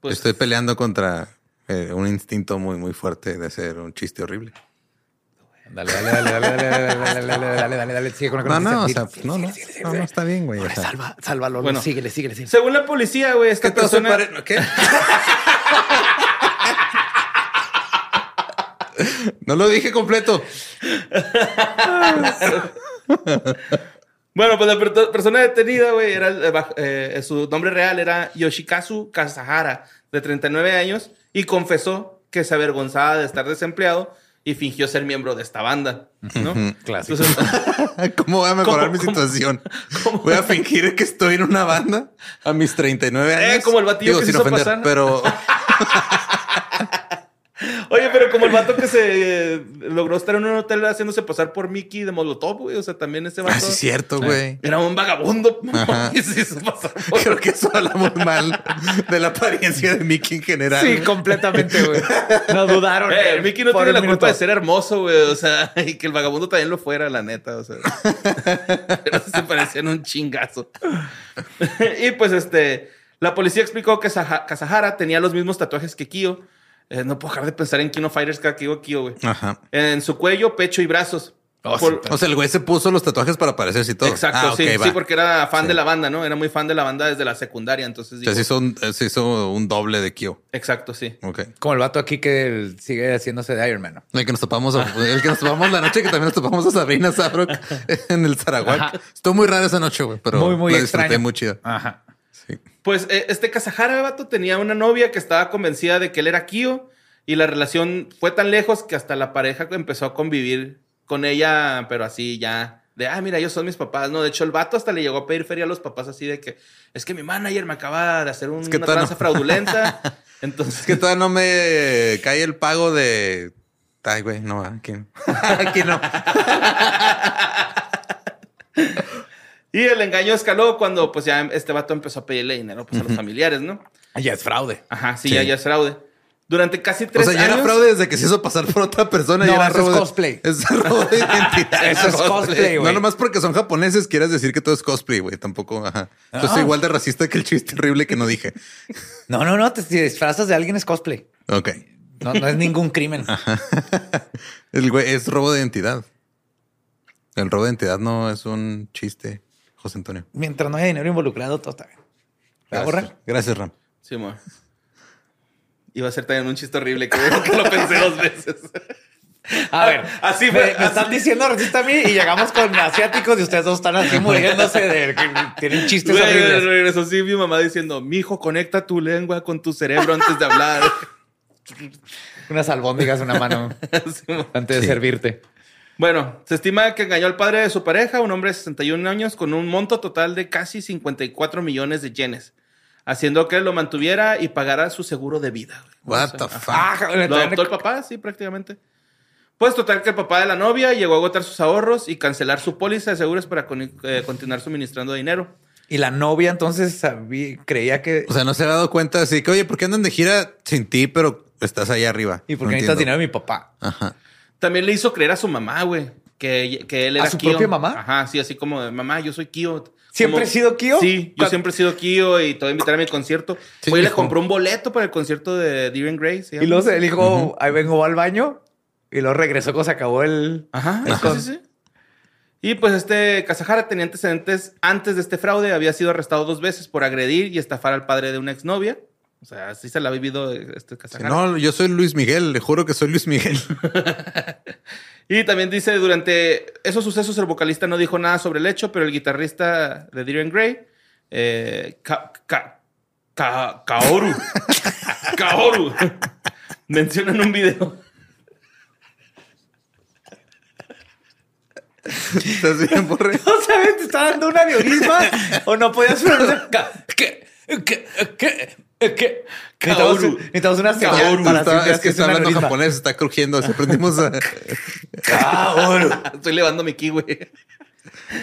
[SPEAKER 3] Pues,
[SPEAKER 2] estoy peleando contra eh, un instinto muy, muy fuerte de hacer un chiste horrible.
[SPEAKER 1] Dale, dale, dale, dale, dale, dale, dale, dale, dale, dale, dale, sigue con la
[SPEAKER 2] No,
[SPEAKER 1] noticia.
[SPEAKER 2] no, o
[SPEAKER 1] Sigue,
[SPEAKER 2] sea,
[SPEAKER 1] sigue,
[SPEAKER 2] no, no,
[SPEAKER 1] sigue, sigue,
[SPEAKER 2] no,
[SPEAKER 1] sigue.
[SPEAKER 2] no está bien, güey. o
[SPEAKER 3] Pues
[SPEAKER 2] sea.
[SPEAKER 1] Salva, sálvalo.
[SPEAKER 3] Bueno.
[SPEAKER 1] síguele, síguele, síguele.
[SPEAKER 3] según la policía, güey, esta
[SPEAKER 2] te vas a
[SPEAKER 3] persona.
[SPEAKER 2] parar? ¿Qué? No lo dije completo.
[SPEAKER 3] Bueno, pues la per- persona detenida, güey, era el- eh, baj- eh, su nombre real era Yoshikazu Kazahara, de 39 años, y confesó que se avergonzaba de estar desempleado y fingió ser miembro de esta banda, ¿no?
[SPEAKER 1] Clásico.
[SPEAKER 3] Entonces,
[SPEAKER 2] ¿Cómo voy a mejorar
[SPEAKER 3] ¿Cómo,
[SPEAKER 2] mi
[SPEAKER 3] cómo?
[SPEAKER 2] situación? Voy a fingir que estoy en una banda a mis 39
[SPEAKER 3] Eh,
[SPEAKER 2] años.
[SPEAKER 3] como el
[SPEAKER 2] Digo,
[SPEAKER 3] batillo que se
[SPEAKER 2] sin
[SPEAKER 3] hizo
[SPEAKER 2] ofender,
[SPEAKER 3] pasar.
[SPEAKER 2] pero
[SPEAKER 3] oye, pero como el vato que se eh, logró estar en un hotel haciéndose pasar por Mickey de Molotov, güey, o sea, también ese vato
[SPEAKER 2] así es ah, cierto, güey.
[SPEAKER 3] era un vagabundo
[SPEAKER 2] Ajá.
[SPEAKER 3] y se hizo pasar por
[SPEAKER 2] Creo que eso habla muy mal de la apariencia de Mickey en general.
[SPEAKER 1] Sí, completamente, güey. No dudaron.
[SPEAKER 3] Eh,
[SPEAKER 1] eh,
[SPEAKER 3] Mickey no
[SPEAKER 1] por
[SPEAKER 3] tiene
[SPEAKER 1] un
[SPEAKER 3] la
[SPEAKER 1] minuto.
[SPEAKER 3] culpa de ser hermoso, güey. O sea, y que el vagabundo también lo fuera, la neta. O sea, pero se parecían un chingazo. y pues este, la policía explicó que Saha- Kazahara tenía los mismos tatuajes que Kyo. Eh, no puedo dejar de pensar en Kino Fighters cada que digo Kyo, güey.
[SPEAKER 2] Ajá.
[SPEAKER 3] En su cuello, pecho y brazos.
[SPEAKER 1] Oh,
[SPEAKER 3] Por-
[SPEAKER 1] sí,
[SPEAKER 2] O sea, el güey se puso los tatuajes para parecerse y todo.
[SPEAKER 3] Exacto,
[SPEAKER 2] Ah,
[SPEAKER 3] sí,
[SPEAKER 2] ok, va.
[SPEAKER 3] sí, porque era fan de la banda, ¿no? Era muy fan de la banda desde la secundaria, entonces
[SPEAKER 2] O sea,
[SPEAKER 3] dijo-
[SPEAKER 2] se hizo un, eh, se hizo un doble de Kyo.
[SPEAKER 3] Exacto, sí.
[SPEAKER 2] Ok.
[SPEAKER 1] Como el vato aquí que el- sigue haciéndose de Iron Man. ¿no?
[SPEAKER 2] El que nos topamos, a- el que nos topamos la noche que también nos topamos a Sabrina Sabrok en el Sarawak. Estuvo muy raro esa noche, güey, pero
[SPEAKER 1] muy, muy
[SPEAKER 2] la disfruté
[SPEAKER 1] extraño.
[SPEAKER 2] muy chido.
[SPEAKER 1] Ajá.
[SPEAKER 2] Sí.
[SPEAKER 3] Pues eh, este Kazahara, vato, tenía una novia que estaba convencida de que él era Kyo y la relación fue tan lejos que hasta la pareja empezó a convivir con ella, pero así ya. De, ah, mira, ellos son mis papás. No, de hecho, el vato hasta le llegó a pedir feria a los papás así de que, es que mi manager me acaba de hacer un-
[SPEAKER 2] que
[SPEAKER 3] una
[SPEAKER 2] todavía
[SPEAKER 3] tranza
[SPEAKER 2] no".
[SPEAKER 3] fraudulenta. Entonces,
[SPEAKER 2] Es que todavía no me cae el pago de. Ay, güey, no, aquí no. aquí no.
[SPEAKER 3] y el engaño escaló cuando, pues ya este vato empezó a pedirle dinero pues, a los familiares, ¿no?
[SPEAKER 1] Ya es fraude.
[SPEAKER 3] Ajá, sí,
[SPEAKER 2] Sí.
[SPEAKER 3] Ya, ya es fraude. Durante casi
[SPEAKER 2] O
[SPEAKER 3] tres
[SPEAKER 2] sea, ya era
[SPEAKER 3] años-
[SPEAKER 2] fraude desde que se hizo pasar por otra persona.
[SPEAKER 1] No,
[SPEAKER 2] ya era
[SPEAKER 1] eso es
[SPEAKER 2] robo de-
[SPEAKER 1] cosplay.
[SPEAKER 2] Es robo de identidad.
[SPEAKER 1] Eso es
[SPEAKER 2] Robo de-
[SPEAKER 1] cosplay, güey.
[SPEAKER 2] No, nomás porque son japoneses quieras decir que todo es cosplay, güey. Tampoco, ajá. Entonces,
[SPEAKER 1] Ah.
[SPEAKER 2] igual de racista que el chiste horrible que no dije.
[SPEAKER 1] No, no, no. Te, si disfrazas de alguien es cosplay.
[SPEAKER 2] Ok.
[SPEAKER 1] No, no es ningún crimen.
[SPEAKER 2] El güey es robo de identidad. El robo de identidad no es un chiste, José Antonio.
[SPEAKER 1] Mientras no haya dinero involucrado, todo está bien. ¿La borra?
[SPEAKER 2] Gracias, Ram.
[SPEAKER 3] Sí, amor. Iba a ser también un chiste horrible, que bueno que lo pensé dos veces.
[SPEAKER 1] A ver,
[SPEAKER 3] Así
[SPEAKER 1] así
[SPEAKER 3] fue,
[SPEAKER 1] me, me están diciendo racista a mí y llegamos con asiáticos y ustedes dos están así muriéndose de que tienen chistes
[SPEAKER 3] Güey,
[SPEAKER 1] horribles.
[SPEAKER 3] regresó sí mi mamá diciendo, mijo, conecta tu lengua con tu cerebro antes de hablar.
[SPEAKER 1] Unas albóndigas, una mano
[SPEAKER 3] Sí, amor.
[SPEAKER 1] antes
[SPEAKER 2] Sí.
[SPEAKER 1] de servirte.
[SPEAKER 3] bueno, se estima que engañó al padre de su pareja, un hombre de 61 años, con un monto total de casi 54 millones de yenes, haciendo que lo mantuviera y pagara su seguro de vida. güey.
[SPEAKER 2] What
[SPEAKER 3] O sea,
[SPEAKER 2] the
[SPEAKER 3] ajá.
[SPEAKER 2] fuck.
[SPEAKER 1] Ah, joder,
[SPEAKER 3] Lo adoptó
[SPEAKER 1] también-
[SPEAKER 3] el papá, sí, prácticamente. Pues total que el papá de la novia llegó a agotar sus ahorros y cancelar su póliza de seguros para con- eh, continuar suministrando dinero.
[SPEAKER 1] Y la novia entonces sabí- creía que.
[SPEAKER 2] O sea, no se ha dado cuenta así que, oye, ¿por qué andan de gira sin ti, pero estás ahí arriba?
[SPEAKER 1] ¿Y por
[SPEAKER 2] No
[SPEAKER 1] qué necesitas dinero
[SPEAKER 2] entiendo.
[SPEAKER 1] de mi papá?
[SPEAKER 2] Ajá.
[SPEAKER 3] También le hizo creer a su mamá, güey, que, que él
[SPEAKER 1] ¿A
[SPEAKER 3] era
[SPEAKER 1] su
[SPEAKER 3] Kyo.
[SPEAKER 1] propia mamá?
[SPEAKER 3] Ajá, sí, así como, de, mamá, yo soy Kio.
[SPEAKER 1] ¿Siempre
[SPEAKER 3] Como-
[SPEAKER 1] he sido Kyo?
[SPEAKER 3] Sí, yo
[SPEAKER 1] ¿Cuál-
[SPEAKER 3] siempre he sido Kio y te voy a invitar a mi concierto.
[SPEAKER 2] Sí,
[SPEAKER 3] Güey, le
[SPEAKER 2] hijo.
[SPEAKER 3] compró un boleto para el concierto de Deering Gray. se
[SPEAKER 1] Y
[SPEAKER 3] llama.
[SPEAKER 1] luego se- él dijo, ahí vengo al baño. Y luego regresó cuando se acabó el.
[SPEAKER 3] Ajá,
[SPEAKER 1] el
[SPEAKER 3] sí,
[SPEAKER 1] con-
[SPEAKER 3] sí, sí. Y pues este Casajara tenía antecedentes antes de este fraude. Había sido arrestado dos veces por agredir y estafar al padre de una exnovia. O sea, así se la ha vivido este
[SPEAKER 2] Si
[SPEAKER 3] Casajara.
[SPEAKER 2] no, yo soy Luis Miguel, le juro que soy Luis Miguel.
[SPEAKER 3] Y también dice, durante esos sucesos el vocalista no dijo nada sobre el hecho, pero el guitarrista de Dorian Gray, eh, Ka- Ka- Ka- Kaoru, Kaoru, menciona en un video.
[SPEAKER 2] ¿Estás bien, borre?
[SPEAKER 1] No sabes, te está dando un aneurisma o no podías pronunciar. Ca- ¿Qué? ¿Qué? ¿Qué? ¿Qué? Necesitamos,
[SPEAKER 3] Kaoru.
[SPEAKER 1] necesitamos una señal
[SPEAKER 2] Kaoru.
[SPEAKER 1] para
[SPEAKER 2] Está-
[SPEAKER 1] decirte
[SPEAKER 2] es que
[SPEAKER 1] es
[SPEAKER 2] está
[SPEAKER 1] un
[SPEAKER 2] hablando
[SPEAKER 1] aneurisma.
[SPEAKER 2] japonés, está crujiendo. Así aprendimos a...
[SPEAKER 1] Kaoru.
[SPEAKER 3] Estoy levando mi ki, güey.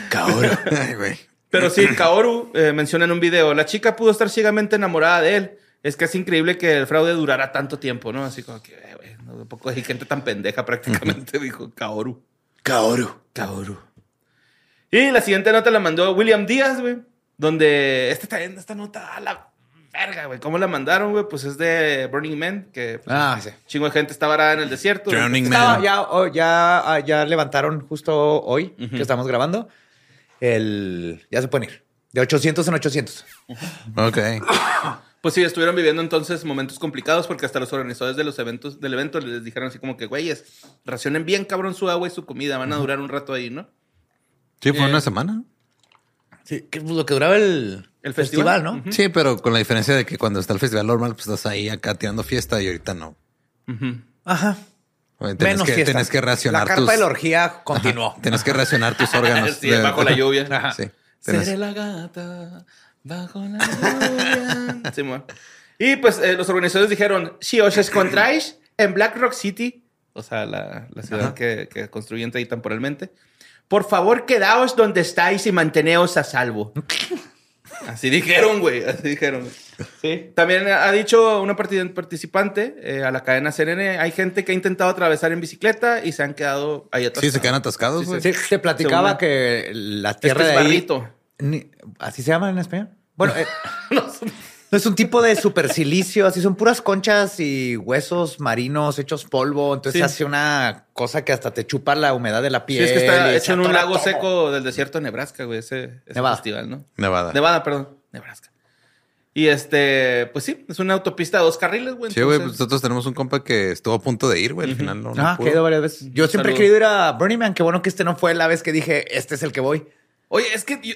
[SPEAKER 1] Kaoru.
[SPEAKER 2] Ay, güey.
[SPEAKER 3] Pero sí, Kaoru eh, menciona en un video, la chica pudo estar ciegamente enamorada de él. Es que es increíble que el fraude durara tanto tiempo, ¿no? Así como que, eh, güey, no, tampoco hay gente tan pendeja prácticamente, dijo Kaoru.
[SPEAKER 1] Kaoru.
[SPEAKER 3] Kaoru. Y la siguiente nota la mandó William Díaz, güey. Donde este también- esta nota a la verga, güey. ¿Cómo la mandaron, güey? Pues es de Burning Man, que pues,
[SPEAKER 1] Ah, sí.
[SPEAKER 3] chingo de gente está varada en el desierto.
[SPEAKER 2] Drowning
[SPEAKER 1] Estaba-
[SPEAKER 2] Man.
[SPEAKER 1] ya, oh, ya, ah, ya levantaron justo hoy
[SPEAKER 3] Ujú.
[SPEAKER 1] que estamos grabando. El, ya se pueden ir. De 800 en 800.
[SPEAKER 2] Ok.
[SPEAKER 3] Pues sí, estuvieron viviendo entonces momentos complicados porque hasta los organizadores de los eventos, del evento les dijeron así como que, güeyes, racionen bien cabrón su agua y su comida, van a durar un rato ahí, ¿no?
[SPEAKER 2] Sí, fue
[SPEAKER 3] Eh,
[SPEAKER 2] una semana.
[SPEAKER 1] Sí, que es lo que duraba el,
[SPEAKER 3] El festival,
[SPEAKER 1] ¿no?
[SPEAKER 3] ujú.
[SPEAKER 2] Sí, pero con la diferencia de que cuando está el festival normal, pues estás ahí acá tirando fiesta y ahorita no.
[SPEAKER 3] Ujú.
[SPEAKER 1] Ajá.
[SPEAKER 2] Oye, Tienes
[SPEAKER 1] Menos
[SPEAKER 2] que,
[SPEAKER 1] fiesta.
[SPEAKER 2] tienes que racionar
[SPEAKER 1] La carpa
[SPEAKER 2] tus...
[SPEAKER 1] de la orgía continuó.
[SPEAKER 2] Ajá, Tienes que racionar tus órganos.
[SPEAKER 3] Sí, bajo la lluvia.
[SPEAKER 2] Ajá. Sí. Tienes-
[SPEAKER 3] Seré la gata bajo la lluvia. Sí, mo. y pues eh, los organizadores dijeron, si os encontráis en Black Rock City, o sea, la, la ciudad que, que construyen ahí temporalmente, por favor quedaos donde estáis y manteneos a salvo. Así dijeron, güey, así dijeron. Sí. También ha dicho una partid- participante eh, a la cadena CNN, hay gente que ha intentado atravesar en bicicleta y se han quedado ahí atrás.
[SPEAKER 2] Sí, se quedan atascados, güey.
[SPEAKER 1] Sí, te platicaba
[SPEAKER 3] Según-
[SPEAKER 1] que la
[SPEAKER 3] Este
[SPEAKER 1] tierra
[SPEAKER 3] es
[SPEAKER 1] de ahí.
[SPEAKER 3] barrito.
[SPEAKER 1] Ni- ¿Así se llama en español? Bueno, eh,
[SPEAKER 3] No, son-
[SPEAKER 1] no es un tipo de supercilicio, así son puras conchas y huesos marinos hechos polvo. Entonces
[SPEAKER 3] Sí.
[SPEAKER 1] hace una cosa que hasta te chupa la humedad de la
[SPEAKER 3] Sí,
[SPEAKER 1] piel.
[SPEAKER 3] es
[SPEAKER 1] y
[SPEAKER 3] que está
[SPEAKER 1] se
[SPEAKER 3] hecho en un
[SPEAKER 1] atora
[SPEAKER 3] lago
[SPEAKER 1] todo.
[SPEAKER 3] seco del desierto de Nebraska, güey, ese, ese
[SPEAKER 1] Nevada.
[SPEAKER 3] festival, ¿no?
[SPEAKER 2] Nevada. Ah.
[SPEAKER 3] Nevada, perdón, Nebraska. Y este, pues sí, es una autopista de dos carriles, güey.
[SPEAKER 2] Sí, güey. pues
[SPEAKER 3] entonces-
[SPEAKER 2] Nosotros tenemos un compa que estuvo a punto de ir, güey. Al final no, no
[SPEAKER 1] Ah,
[SPEAKER 2] pudo.
[SPEAKER 1] que he ido varias veces. Yo siempre he
[SPEAKER 3] Saludos. Ah.
[SPEAKER 1] querido ir a Burning Man. Qué bueno que este no fue la vez que dije, este es el que voy.
[SPEAKER 3] Oye, es que yo-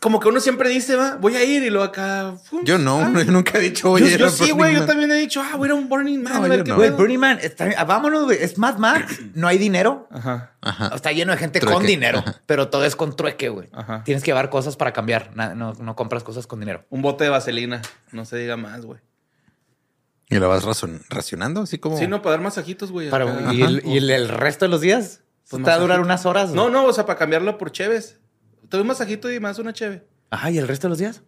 [SPEAKER 3] como que uno siempre dice, va, voy a ir y luego acá. fum,
[SPEAKER 2] Yo no,
[SPEAKER 3] ah.
[SPEAKER 2] no, yo nunca he dicho,
[SPEAKER 3] Yo-
[SPEAKER 2] oye,
[SPEAKER 3] yo,
[SPEAKER 2] era
[SPEAKER 3] sí,
[SPEAKER 2] Burning
[SPEAKER 3] güey. Yo
[SPEAKER 2] Man.
[SPEAKER 3] también he dicho, ah, voy a ir a un Burning Man.
[SPEAKER 2] No,
[SPEAKER 3] a ver
[SPEAKER 2] yo
[SPEAKER 3] qué
[SPEAKER 2] no.
[SPEAKER 3] pedo.
[SPEAKER 1] Güey, Burning Man, está- vámonos, güey. Es Mad Max. No hay dinero.
[SPEAKER 3] Ajá.
[SPEAKER 2] Ajá.
[SPEAKER 1] Está lleno de gente con
[SPEAKER 2] Trueque.
[SPEAKER 1] dinero,
[SPEAKER 2] Ajá.
[SPEAKER 1] pero todo es con trueque, güey.
[SPEAKER 3] Ajá.
[SPEAKER 1] Tienes que llevar cosas para cambiar. Na- No, no compras cosas con dinero.
[SPEAKER 3] Un bote de vaselina. No se diga más, güey.
[SPEAKER 2] Y la vas razon- racionando, así como.
[SPEAKER 3] Sí, no, para dar masajitos, güey.
[SPEAKER 1] Para-
[SPEAKER 3] acá.
[SPEAKER 1] y el, y el- el resto de los días
[SPEAKER 3] Pues
[SPEAKER 1] te va a durar
[SPEAKER 3] masajito.
[SPEAKER 1] unas horas.
[SPEAKER 3] No,
[SPEAKER 1] güey.
[SPEAKER 3] no, o sea, para cambiarlo por cheves. Te doy un masajito y más una cheve.
[SPEAKER 1] Ajá, y el resto de los días.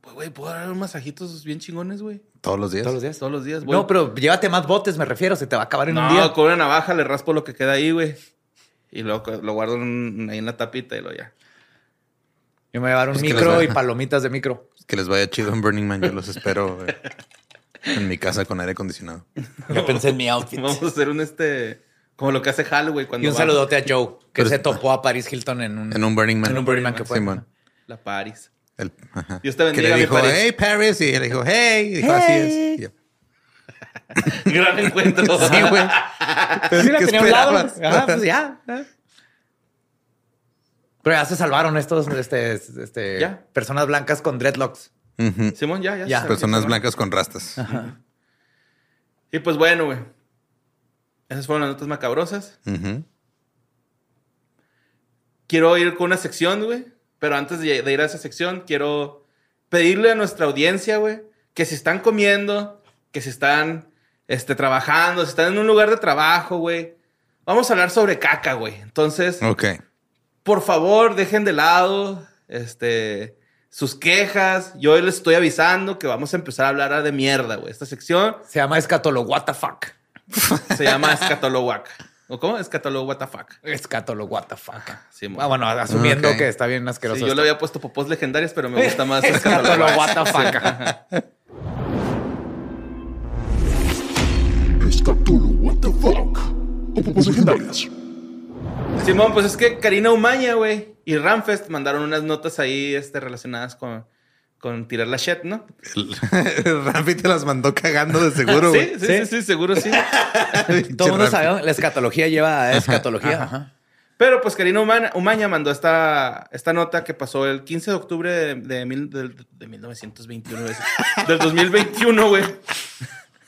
[SPEAKER 3] Pues, güey, puedo dar unos masajitos bien chingones, güey.
[SPEAKER 2] Todos los días.
[SPEAKER 1] Todos los días.
[SPEAKER 3] Todos los días, güey.
[SPEAKER 1] No, pero llévate más botes, me refiero. Se te va a acabar en un día.
[SPEAKER 3] No, con una navaja le raspo lo que queda ahí, güey. Y lo, lo guardo en- ahí en la tapita y lo ya.
[SPEAKER 1] Yo me voy a llevar un
[SPEAKER 2] Es que los
[SPEAKER 1] micro
[SPEAKER 2] va-
[SPEAKER 1] y palomitas de micro.
[SPEAKER 2] Que les vaya chido en Burning Man. Yo los espero güey, en mi casa con aire acondicionado.
[SPEAKER 1] Yo pensé en mi outfit.
[SPEAKER 3] Vamos a hacer un este. Como lo que hace Hal, güey, cuando.
[SPEAKER 1] Y un
[SPEAKER 3] va
[SPEAKER 1] saludote a Joe, que
[SPEAKER 2] Pero-
[SPEAKER 1] se topó a Paris Hilton en un,
[SPEAKER 2] En un Burning Man.
[SPEAKER 1] Mm. en un Burning Man que fue.
[SPEAKER 2] Simón.
[SPEAKER 3] La Paris.
[SPEAKER 2] El- ajá.
[SPEAKER 3] Dios te bendiga,
[SPEAKER 2] Que
[SPEAKER 3] mi
[SPEAKER 2] le dijo,
[SPEAKER 3] Paris.
[SPEAKER 2] hey, Paris. Y él le dijo, hey. Y dijo, así es. Y yo,
[SPEAKER 3] Gran encuentro.
[SPEAKER 2] sí, güey.
[SPEAKER 1] Pues sí, la
[SPEAKER 2] ¿Qué
[SPEAKER 1] tenía a un lado.
[SPEAKER 2] esperabas?
[SPEAKER 1] Ajá, pues ya. ya. Pero ya se salvaron estos este, este,
[SPEAKER 3] Ya.
[SPEAKER 1] personas blancas con dreadlocks.
[SPEAKER 2] Ujú.
[SPEAKER 3] Simón, ya, ya.
[SPEAKER 1] Ya.
[SPEAKER 3] se-
[SPEAKER 2] Personas
[SPEAKER 3] se-
[SPEAKER 2] blancas con rastas.
[SPEAKER 3] Y pues bueno, güey. Esas fueron las notas macabrosas.
[SPEAKER 2] Ujú.
[SPEAKER 3] Quiero ir con una sección, güey. Pero antes de, de ir a esa sección, quiero pedirle a nuestra audiencia, güey, que si están comiendo, que si están este, trabajando, si están en un lugar de trabajo, güey. Vamos a hablar sobre caca, güey. Entonces,
[SPEAKER 2] Ok.
[SPEAKER 3] por favor, dejen de lado este, sus quejas. Yo les estoy avisando que vamos a empezar a hablar de mierda, güey. Esta sección
[SPEAKER 1] Se llama escatólogo. What the fuck.
[SPEAKER 3] se llama Escatolowac. ¿O cómo? Escatolowac, what the fuck.
[SPEAKER 1] Escatólogo. What the fuck.
[SPEAKER 3] Sí, mo-
[SPEAKER 1] Ah, bueno, asumiendo
[SPEAKER 2] Ok.
[SPEAKER 1] que está bien asqueroso.
[SPEAKER 3] Sí, yo le
[SPEAKER 1] esto.
[SPEAKER 3] había puesto popos legendarias, pero me gusta más
[SPEAKER 1] escatólogo.
[SPEAKER 3] Escatolowac.
[SPEAKER 1] What the fuck.
[SPEAKER 4] Escatólogo, what the fuck. O popos legendarias.
[SPEAKER 3] Simón, pues es que Karina Umaña, güey, y Ramfest mandaron unas notas ahí este, relacionadas con, con tirar la shit, ¿no?
[SPEAKER 2] El Rampi te las mandó cagando de seguro,
[SPEAKER 3] sí,
[SPEAKER 2] güey.
[SPEAKER 3] sí, sí, sí, seguro sí.
[SPEAKER 1] Todo el mundo
[SPEAKER 2] Rampi.
[SPEAKER 1] sabe, la escatología lleva a escatología. Ajá.
[SPEAKER 3] Pero pues Karina Umaña, Umaña mandó esta, esta nota que pasó el 15 de octubre de, de mil- del- de 1921, güey, del 2021, güey.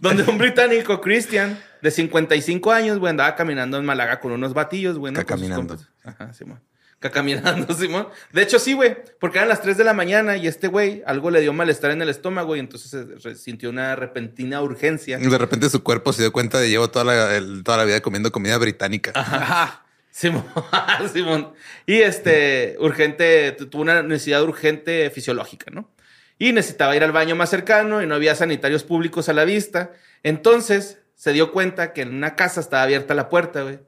[SPEAKER 3] Donde un británico, Christian, de 55 años, güey, andaba caminando en Málaga con unos batillos, güey. ¿no? Con sus
[SPEAKER 2] Cacaminando.
[SPEAKER 3] compas. Ajá, Simón. Cacaminando, Simón. De hecho, sí, güey, porque eran las 3 de la mañana y este güey algo le dio malestar en el estómago y entonces eh, re- sintió una repentina urgencia.
[SPEAKER 2] De repente su cuerpo se dio cuenta de llevo toda la, el- toda la vida comiendo comida británica.
[SPEAKER 3] Ajá. Simón, Simón. Y este, urgente, tu- tuvo una necesidad urgente fisiológica, ¿no? Y necesitaba ir al baño más cercano y no había sanitarios públicos a la vista. Entonces se dio cuenta que en una casa estaba abierta la puerta, güey.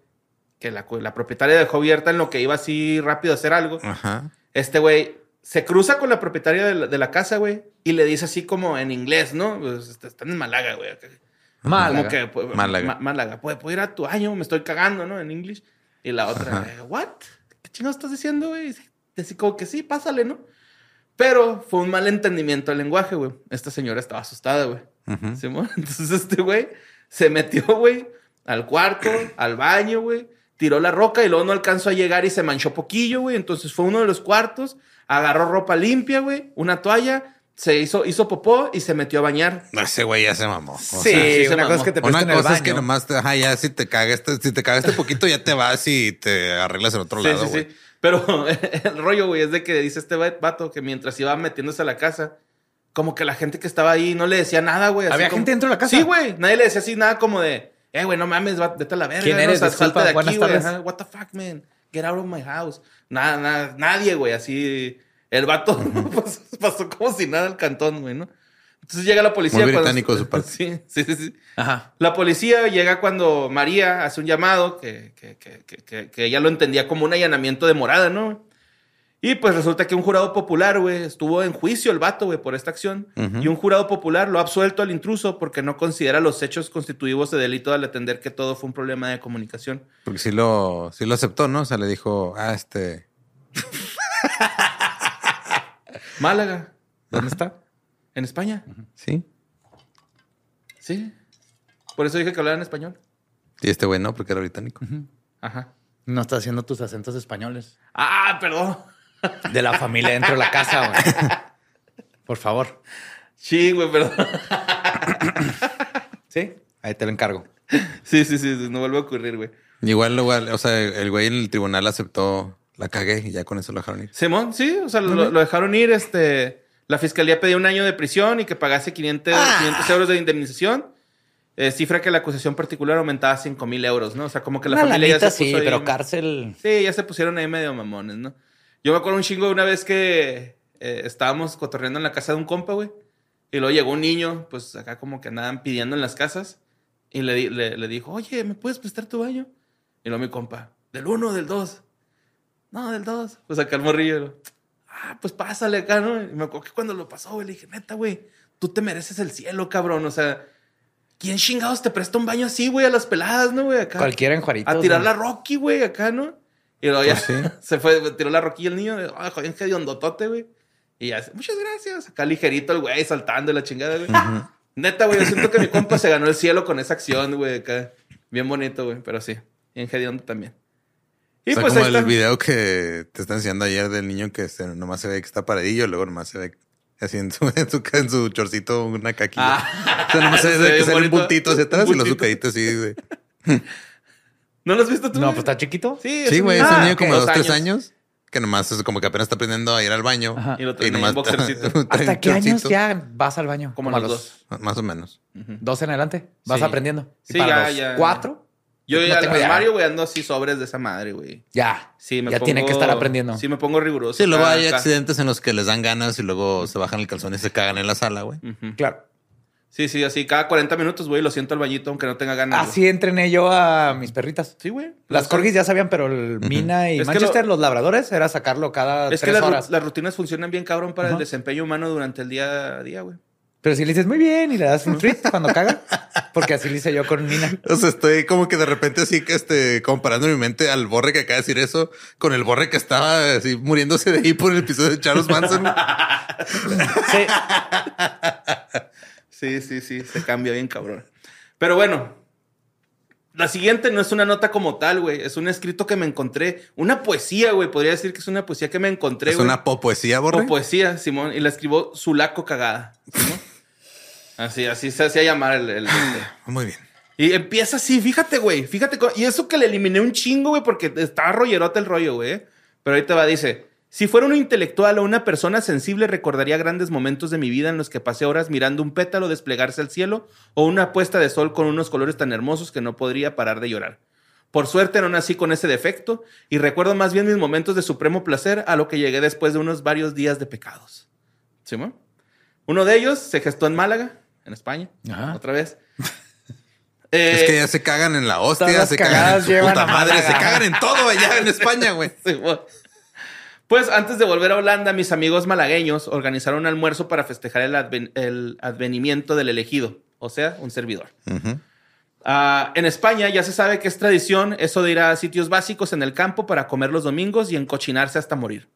[SPEAKER 3] Que la, cu- la propietaria dejó abierta en lo que iba así rápido a hacer algo.
[SPEAKER 2] Ajá.
[SPEAKER 3] Este güey se cruza con la propietaria de la, de la casa, güey, y le dice así como en inglés, ¿no? Pues, est- están en Málaga, güey. acá.
[SPEAKER 1] Málaga.
[SPEAKER 3] Como que, pues,
[SPEAKER 2] Málaga.
[SPEAKER 3] Ma- Málaga. Pues, Puedo, puedo ir a tu año, me estoy cagando, ¿no? En inglés. Y la otra, eh, ¿what? ¿Qué chingados estás diciendo, güey? Y Así como que sí, pásale, ¿no? Pero fue un mal entendimiento del lenguaje, güey. Esta señora estaba asustada, güey.
[SPEAKER 2] Ujú.
[SPEAKER 3] Simón. Entonces este güey se metió, güey, al cuarto, al baño, güey. Tiró la roca y luego no alcanzó a llegar y se manchó poquillo, güey. Entonces fue a uno de los cuartos, agarró ropa limpia, güey, una toalla, se hizo, hizo popó y se metió a bañar.
[SPEAKER 2] No, Ese güey ya se mamó. O
[SPEAKER 1] Sí,
[SPEAKER 2] sea,
[SPEAKER 3] sí, se
[SPEAKER 1] una
[SPEAKER 3] mamó.
[SPEAKER 1] cosa es que te
[SPEAKER 2] una
[SPEAKER 1] presten el
[SPEAKER 2] cosa es que
[SPEAKER 1] baño.
[SPEAKER 2] nomás te, ajá, ya si te cagaste, si te cagaste poquito, ya te vas y te arreglas en otro
[SPEAKER 3] Sí,
[SPEAKER 2] lado,
[SPEAKER 3] sí,
[SPEAKER 2] güey.
[SPEAKER 3] sí. Pero el rollo, güey, es de que dice este vato que mientras iba metiéndose a la casa, como que la gente que estaba ahí no le decía nada, güey. así
[SPEAKER 1] ¿Había
[SPEAKER 3] como-
[SPEAKER 1] gente dentro de la casa?
[SPEAKER 3] Sí, güey. Nadie le decía así nada como de, eh, güey, no mames, va- vete a la verga.
[SPEAKER 1] ¿Quién
[SPEAKER 3] no,
[SPEAKER 1] eres?
[SPEAKER 3] O sea,
[SPEAKER 1] Disculpa,
[SPEAKER 3] salte de
[SPEAKER 1] buenas
[SPEAKER 3] aquí, güey.
[SPEAKER 1] tardes.
[SPEAKER 3] ajá, What the fuck, man. Get out of my house. Nada, nada, nadie, güey. Así el vato pasó, pasó como si nada al cantón, güey, ¿no? Entonces llega la policía.
[SPEAKER 2] Muy
[SPEAKER 3] cuando-
[SPEAKER 2] británico su parte.
[SPEAKER 3] Sí, sí, sí, sí.
[SPEAKER 1] Ajá.
[SPEAKER 3] La policía llega cuando María hace un llamado que, que, que- que- que- que ella lo entendía como un allanamiento de morada, ¿no? Y pues resulta que un jurado popular, güey, estuvo en juicio el vato, güey, por esta acción. Y un jurado popular lo ha absuelto al intruso porque no considera los hechos constitutivos de delito al atender que todo fue un problema de comunicación.
[SPEAKER 2] Porque sí lo, sí lo aceptó, ¿no? O sea, le dijo, ah, este.
[SPEAKER 3] Málaga. ¿Dónde está? En España.
[SPEAKER 2] Sí.
[SPEAKER 3] Sí. Por eso dije que hablaban español.
[SPEAKER 2] Y este güey no, porque era británico.
[SPEAKER 3] Ajá.
[SPEAKER 1] No estás haciendo tus acentos españoles.
[SPEAKER 3] Ah, perdón.
[SPEAKER 1] de la familia dentro de la casa. güey. Por favor.
[SPEAKER 3] Sí, güey, perdón.
[SPEAKER 1] Sí, ahí te lo encargo.
[SPEAKER 3] Sí, sí, sí, no vuelve a ocurrir, güey.
[SPEAKER 2] Igual, igual, o sea, el güey en el tribunal aceptó, la cagué y ya con eso lo dejaron ir.
[SPEAKER 3] Simón, sí, o sea, lo, lo dejaron ir. Este, la fiscalía pedía un año de prisión y que pagase 500, 500 euros de indemnización. eh, cifra que la acusación particular aumentaba a 5 mil euros, ¿no? O sea, como que la
[SPEAKER 1] Una
[SPEAKER 3] familia
[SPEAKER 1] lanita,
[SPEAKER 3] ya se
[SPEAKER 1] sí,
[SPEAKER 3] puso ahí-
[SPEAKER 1] pero cárcel.
[SPEAKER 3] Sí, ya se pusieron ahí medio mamones, ¿no? Yo me acuerdo un chingo de una vez que eh, estábamos cotorreando en la casa de un compa, güey. Y luego llegó un niño, pues acá como que andaban pidiendo en las casas. Y le, di- le, le dijo, oye, ¿me puedes prestar tu baño? Y luego mi compa, ¿del uno o del dos? No, del dos. Pues acá el morrillo. y lo, Ah, pues pásale acá, ¿no? Y me acuerdo que cuando lo pasó, güey, le dije, neta, güey, tú te mereces el cielo, cabrón. O sea, ¿quién chingados te presta un baño así, güey, a las peladas, no, güey? Acá.
[SPEAKER 1] Cualquiera en Juarito.
[SPEAKER 3] A tirar la Rocky, güey, acá, ¿no? Y luego ya
[SPEAKER 2] Pues sí.
[SPEAKER 3] se fue, tiró la Rocky el niño. Ay, joder, qué hondotote, güey. Y ya, muchas gracias. Acá ligerito el güey, saltando y la chingada, güey. Neta, güey, yo siento que mi compa se ganó el cielo con esa acción, güey, acá. Bien bonito, güey, pero sí. Bien hediondo también. Y
[SPEAKER 2] o sea,
[SPEAKER 3] pues ahí
[SPEAKER 2] como el
[SPEAKER 3] está.
[SPEAKER 2] video que te está enseñando ayer del niño que se- nomás se ve que está paradillo, luego nomás se ve así en su, en su, en su chorcito una caquilla.
[SPEAKER 3] Ah.
[SPEAKER 2] o sea, nomás se
[SPEAKER 3] Se
[SPEAKER 2] ve
[SPEAKER 3] ve
[SPEAKER 2] que sale un
[SPEAKER 3] bonito.
[SPEAKER 2] puntito hacia atrás
[SPEAKER 3] Un
[SPEAKER 2] y los
[SPEAKER 3] puntito.
[SPEAKER 2] sucaditos así de...
[SPEAKER 3] ¿No lo has visto tú?
[SPEAKER 1] No,
[SPEAKER 3] güey?
[SPEAKER 1] pues está chiquito.
[SPEAKER 3] Sí,
[SPEAKER 2] Sí,
[SPEAKER 3] un
[SPEAKER 2] güey, es
[SPEAKER 3] niño-
[SPEAKER 2] un
[SPEAKER 3] Ah,
[SPEAKER 2] niño como de
[SPEAKER 3] ok,
[SPEAKER 2] dos,
[SPEAKER 3] dos
[SPEAKER 2] tres años que nomás es como que apenas está aprendiendo a ir al baño.
[SPEAKER 1] Ajá.
[SPEAKER 3] Y lo traen en boxercito.
[SPEAKER 2] trae un
[SPEAKER 1] ¿Hasta qué años
[SPEAKER 2] chorcito.
[SPEAKER 1] ya vas al baño?
[SPEAKER 3] Como a los dos.
[SPEAKER 2] Más o menos.
[SPEAKER 1] Dos en adelante. Vas
[SPEAKER 3] Sí.
[SPEAKER 1] aprendiendo. ¿Y
[SPEAKER 3] Sí,
[SPEAKER 1] para
[SPEAKER 3] ya,
[SPEAKER 1] los
[SPEAKER 3] ya.
[SPEAKER 1] cuatro?
[SPEAKER 3] Yo
[SPEAKER 1] No
[SPEAKER 3] ya
[SPEAKER 1] tengo
[SPEAKER 3] al
[SPEAKER 1] idea.
[SPEAKER 3] armario, güey, ando así sobres de esa madre, güey.
[SPEAKER 1] Ya.
[SPEAKER 3] Sí, me
[SPEAKER 1] ya
[SPEAKER 3] pongo-
[SPEAKER 1] tiene que estar aprendiendo.
[SPEAKER 3] Sí, me pongo riguroso.
[SPEAKER 2] Sí, luego
[SPEAKER 3] acá,
[SPEAKER 2] hay
[SPEAKER 3] acá.
[SPEAKER 2] accidentes en los que les dan ganas y luego se bajan el calzón y se cagan en la sala, güey.
[SPEAKER 3] Ujú.
[SPEAKER 1] Claro.
[SPEAKER 3] Sí, sí, así cada 40 minutos, güey, lo siento al bañito, aunque no tenga ganas. güey.
[SPEAKER 1] Así entrené yo a mis perritas.
[SPEAKER 3] Sí, güey.
[SPEAKER 1] Las corgis ya sabían, pero el Mina y
[SPEAKER 3] Es que
[SPEAKER 1] Manchester,
[SPEAKER 3] lo-
[SPEAKER 1] los labradores, era sacarlo cada
[SPEAKER 3] Es que
[SPEAKER 1] tres
[SPEAKER 3] las, ru-
[SPEAKER 1] horas.
[SPEAKER 3] las rutinas funcionan bien cabrón para el
[SPEAKER 1] Ajá.
[SPEAKER 3] desempeño humano durante el día a día, güey.
[SPEAKER 1] Pero si le dices muy bien y le das un treat cuando caga, porque así le hice yo con Mina.
[SPEAKER 2] O sea, estoy como que de repente así que este, comparando mi mente al borre que acaba de decir eso con el borre que estaba así muriéndose de ahí por el episodio de Charles Manson.
[SPEAKER 1] Sí,
[SPEAKER 3] Sí, sí, sí, se cambia bien cabrón. Pero bueno, la siguiente no es una nota como tal, güey. Es un escrito que me encontré. Una poesía, güey. Podría decir que es una poesía que me encontré,
[SPEAKER 2] es
[SPEAKER 3] güey.
[SPEAKER 2] una popoesía, borre.
[SPEAKER 3] Como poesía, Simón. Y la escribió Sulaco Cagada. Simón. así, así se hacía llamar el- el este.
[SPEAKER 2] Muy bien.
[SPEAKER 3] Y empieza así, fíjate, güey, fíjate. co- Y eso que le eliminé un chingo, güey, porque estaba rollerote el rollo, güey. Pero ahí te va, dice. Si fuera un intelectual o una persona sensible, recordaría grandes momentos de mi vida en los que pasé horas mirando un pétalo desplegarse al cielo o una puesta de sol con unos colores tan hermosos que no podría parar de llorar. Por suerte no nací con ese defecto y recuerdo más bien mis momentos de supremo placer a lo que llegué después de unos varios días de pecados. ¿Sí, mo? Uno de ellos se gestó en Málaga, en España,
[SPEAKER 1] Ajá.
[SPEAKER 3] otra vez. Eh,
[SPEAKER 2] Ah. es que ya se cagan en la hostia,
[SPEAKER 1] todas
[SPEAKER 2] se
[SPEAKER 1] las
[SPEAKER 2] cagan en
[SPEAKER 1] cagadas
[SPEAKER 2] su
[SPEAKER 1] llevan
[SPEAKER 2] puta
[SPEAKER 1] a
[SPEAKER 2] madre, se
[SPEAKER 1] Málaga.
[SPEAKER 2] cagan en todo allá en España, güey.
[SPEAKER 3] Simón. Pues antes de volver a Holanda, mis amigos malagueños organizaron un almuerzo para festejar el, adven- el advenimiento del elegido, o sea, un servidor.
[SPEAKER 2] Ujú.
[SPEAKER 3] Ah, en España ya se sabe que es tradición eso de ir a sitios básicos en el campo para comer los domingos y encochinarse hasta morir.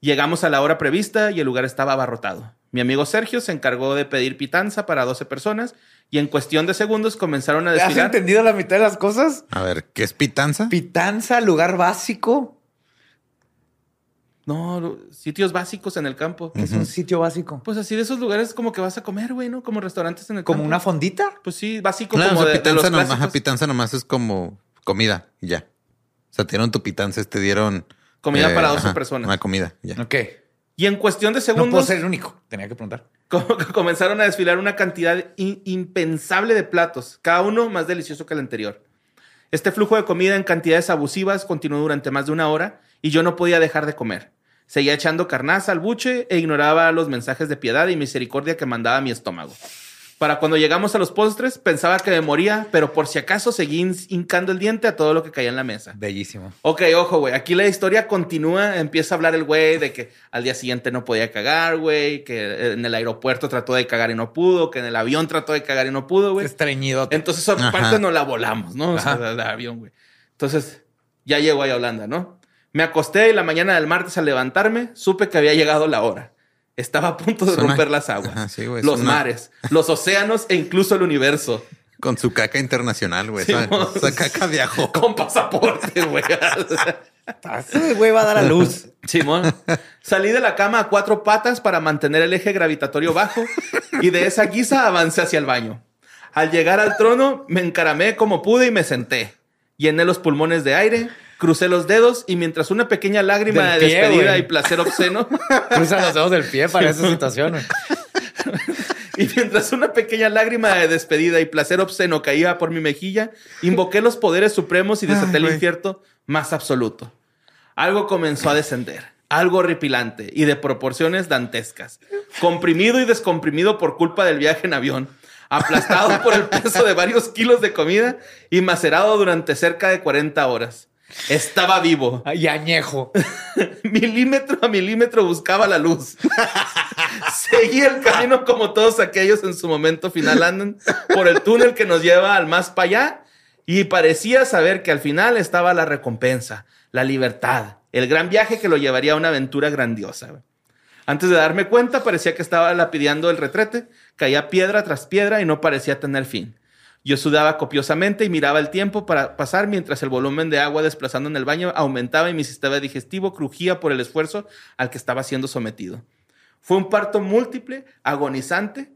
[SPEAKER 3] Llegamos a la hora prevista y el lugar estaba abarrotado. Mi amigo Sergio se encargó de pedir pitanza para 12 personas y en cuestión de segundos comenzaron a
[SPEAKER 1] ¿Has
[SPEAKER 3] desfilar.
[SPEAKER 1] entendido la mitad de las cosas?
[SPEAKER 2] A ver, ¿qué es pitanza?
[SPEAKER 1] Pitanza, lugar básico.
[SPEAKER 3] No, lo- sitios básicos en el campo.
[SPEAKER 1] que Es un sitio básico.
[SPEAKER 3] Pues así de esos lugares como que vas a comer, güey, ¿no? Como restaurantes en el
[SPEAKER 1] Como
[SPEAKER 3] campo.
[SPEAKER 1] una fondita.
[SPEAKER 3] Pues sí, básico
[SPEAKER 2] Claro, o
[SPEAKER 3] como
[SPEAKER 2] sea,
[SPEAKER 3] de, de los
[SPEAKER 2] pitanza, nomás, ajá,
[SPEAKER 3] clásicos.
[SPEAKER 2] pitanza nomás es como comida, y ya. O sea, te dieron tu pitanza, te dieron... eh,
[SPEAKER 3] Comida para 12
[SPEAKER 2] ajá,
[SPEAKER 3] personas.
[SPEAKER 2] Una comida, ya.
[SPEAKER 1] Ok.
[SPEAKER 3] Y en cuestión de
[SPEAKER 1] No pues, puedo
[SPEAKER 3] segundos
[SPEAKER 1] ser el único. Tenía que preguntar.
[SPEAKER 3] co- comenzaron a desfilar una cantidad in- impensable de platos, cada uno más delicioso que el anterior. Este flujo de comida en cantidades abusivas continuó durante más de una hora y yo no podía dejar de comer. Seguía echando carnaza al buche e ignoraba los mensajes de piedad y misericordia que mandaba mi estómago. Para cuando llegamos a los postres, pensaba que me moría, pero por si acaso seguí hin- hincando el diente a todo lo que caía en la mesa.
[SPEAKER 1] Bellísimo.
[SPEAKER 3] Ok, ojo, güey. Aquí la historia continúa. Empieza a hablar el güey de que al día siguiente no podía cagar, güey. Que eh, en el aeropuerto trató de cagar y no pudo. Que en el avión trató de cagar y no pudo, güey.
[SPEAKER 1] Estreñido.
[SPEAKER 3] Entonces, aparte,
[SPEAKER 2] Ajá.
[SPEAKER 3] no la volamos, ¿no? O sea,
[SPEAKER 1] Ajá.
[SPEAKER 3] del avión, güey. Entonces, ya llego ahí a Holanda, ¿no? Me acosté y la mañana del martes al levantarme supe que había llegado la hora. Estaba a punto de
[SPEAKER 2] Suena-
[SPEAKER 3] romper las aguas,
[SPEAKER 2] Ajá, sí, güey,
[SPEAKER 3] los
[SPEAKER 2] suena-
[SPEAKER 3] mares, los océanos e incluso el universo.
[SPEAKER 2] Con su caca internacional, güey.
[SPEAKER 3] Sí,
[SPEAKER 2] esa,
[SPEAKER 3] vos.
[SPEAKER 2] esa caca viajó.
[SPEAKER 3] Con pasaporte, güey.
[SPEAKER 1] Ese Ah, güey va a dar a luz.
[SPEAKER 3] Simón, salí de la cama a cuatro patas para mantener el eje gravitatorio bajo y de esa guisa avancé hacia el baño. Al llegar al trono, me encaramé como pude y me senté. Llené los pulmones de aire, crucé los dedos y mientras una pequeña lágrima
[SPEAKER 1] Del
[SPEAKER 3] de
[SPEAKER 1] pie,
[SPEAKER 3] despedida
[SPEAKER 1] güey.
[SPEAKER 3] y placer obsceno,
[SPEAKER 1] Cruzan los dedos del pie para esas situaciones.
[SPEAKER 3] y mientras una pequeña lágrima de despedida y placer obsceno caía por mi mejilla, invoqué los poderes supremos y desaté el infierno más absoluto. Algo comenzó a descender, algo horripilante y de proporciones dantescas, comprimido y descomprimido por culpa del viaje en avión, aplastado por el peso de varios kilos de comida y macerado durante cerca de 40 horas. Estaba vivo.
[SPEAKER 1] Y añejo.
[SPEAKER 3] Milímetro a milímetro buscaba la luz. Seguí el camino como todos aquellos en su momento final andan por el túnel que nos lleva al más para allá y parecía saber que al final estaba la recompensa, la libertad, el gran viaje que lo llevaría a una aventura grandiosa. güey. Antes de darme cuenta parecía que estaba lapideando el retrete, caía piedra tras piedra y no parecía tener fin. Yo sudaba copiosamente y miraba el tiempo para pasar mientras el volumen de agua desplazando en el baño aumentaba y mi sistema digestivo crujía por el esfuerzo al que estaba siendo sometido. Fue un parto múltiple, agonizante,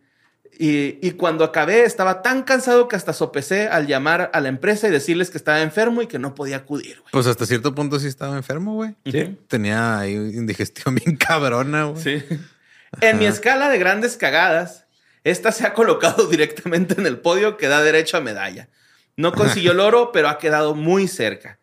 [SPEAKER 3] y, y cuando acabé estaba tan cansado que hasta sopesé al llamar a la empresa y decirles que estaba enfermo y que no podía acudir. güey.
[SPEAKER 2] Pues hasta cierto punto sí estaba enfermo, güey.
[SPEAKER 3] Sí.
[SPEAKER 2] Tenía ahí indigestión bien cabrona, güey.
[SPEAKER 3] En mi escala de grandes cagadas, esta se ha colocado directamente en el podio que da derecho a medalla. No consiguió el oro, pero ha quedado muy cerca.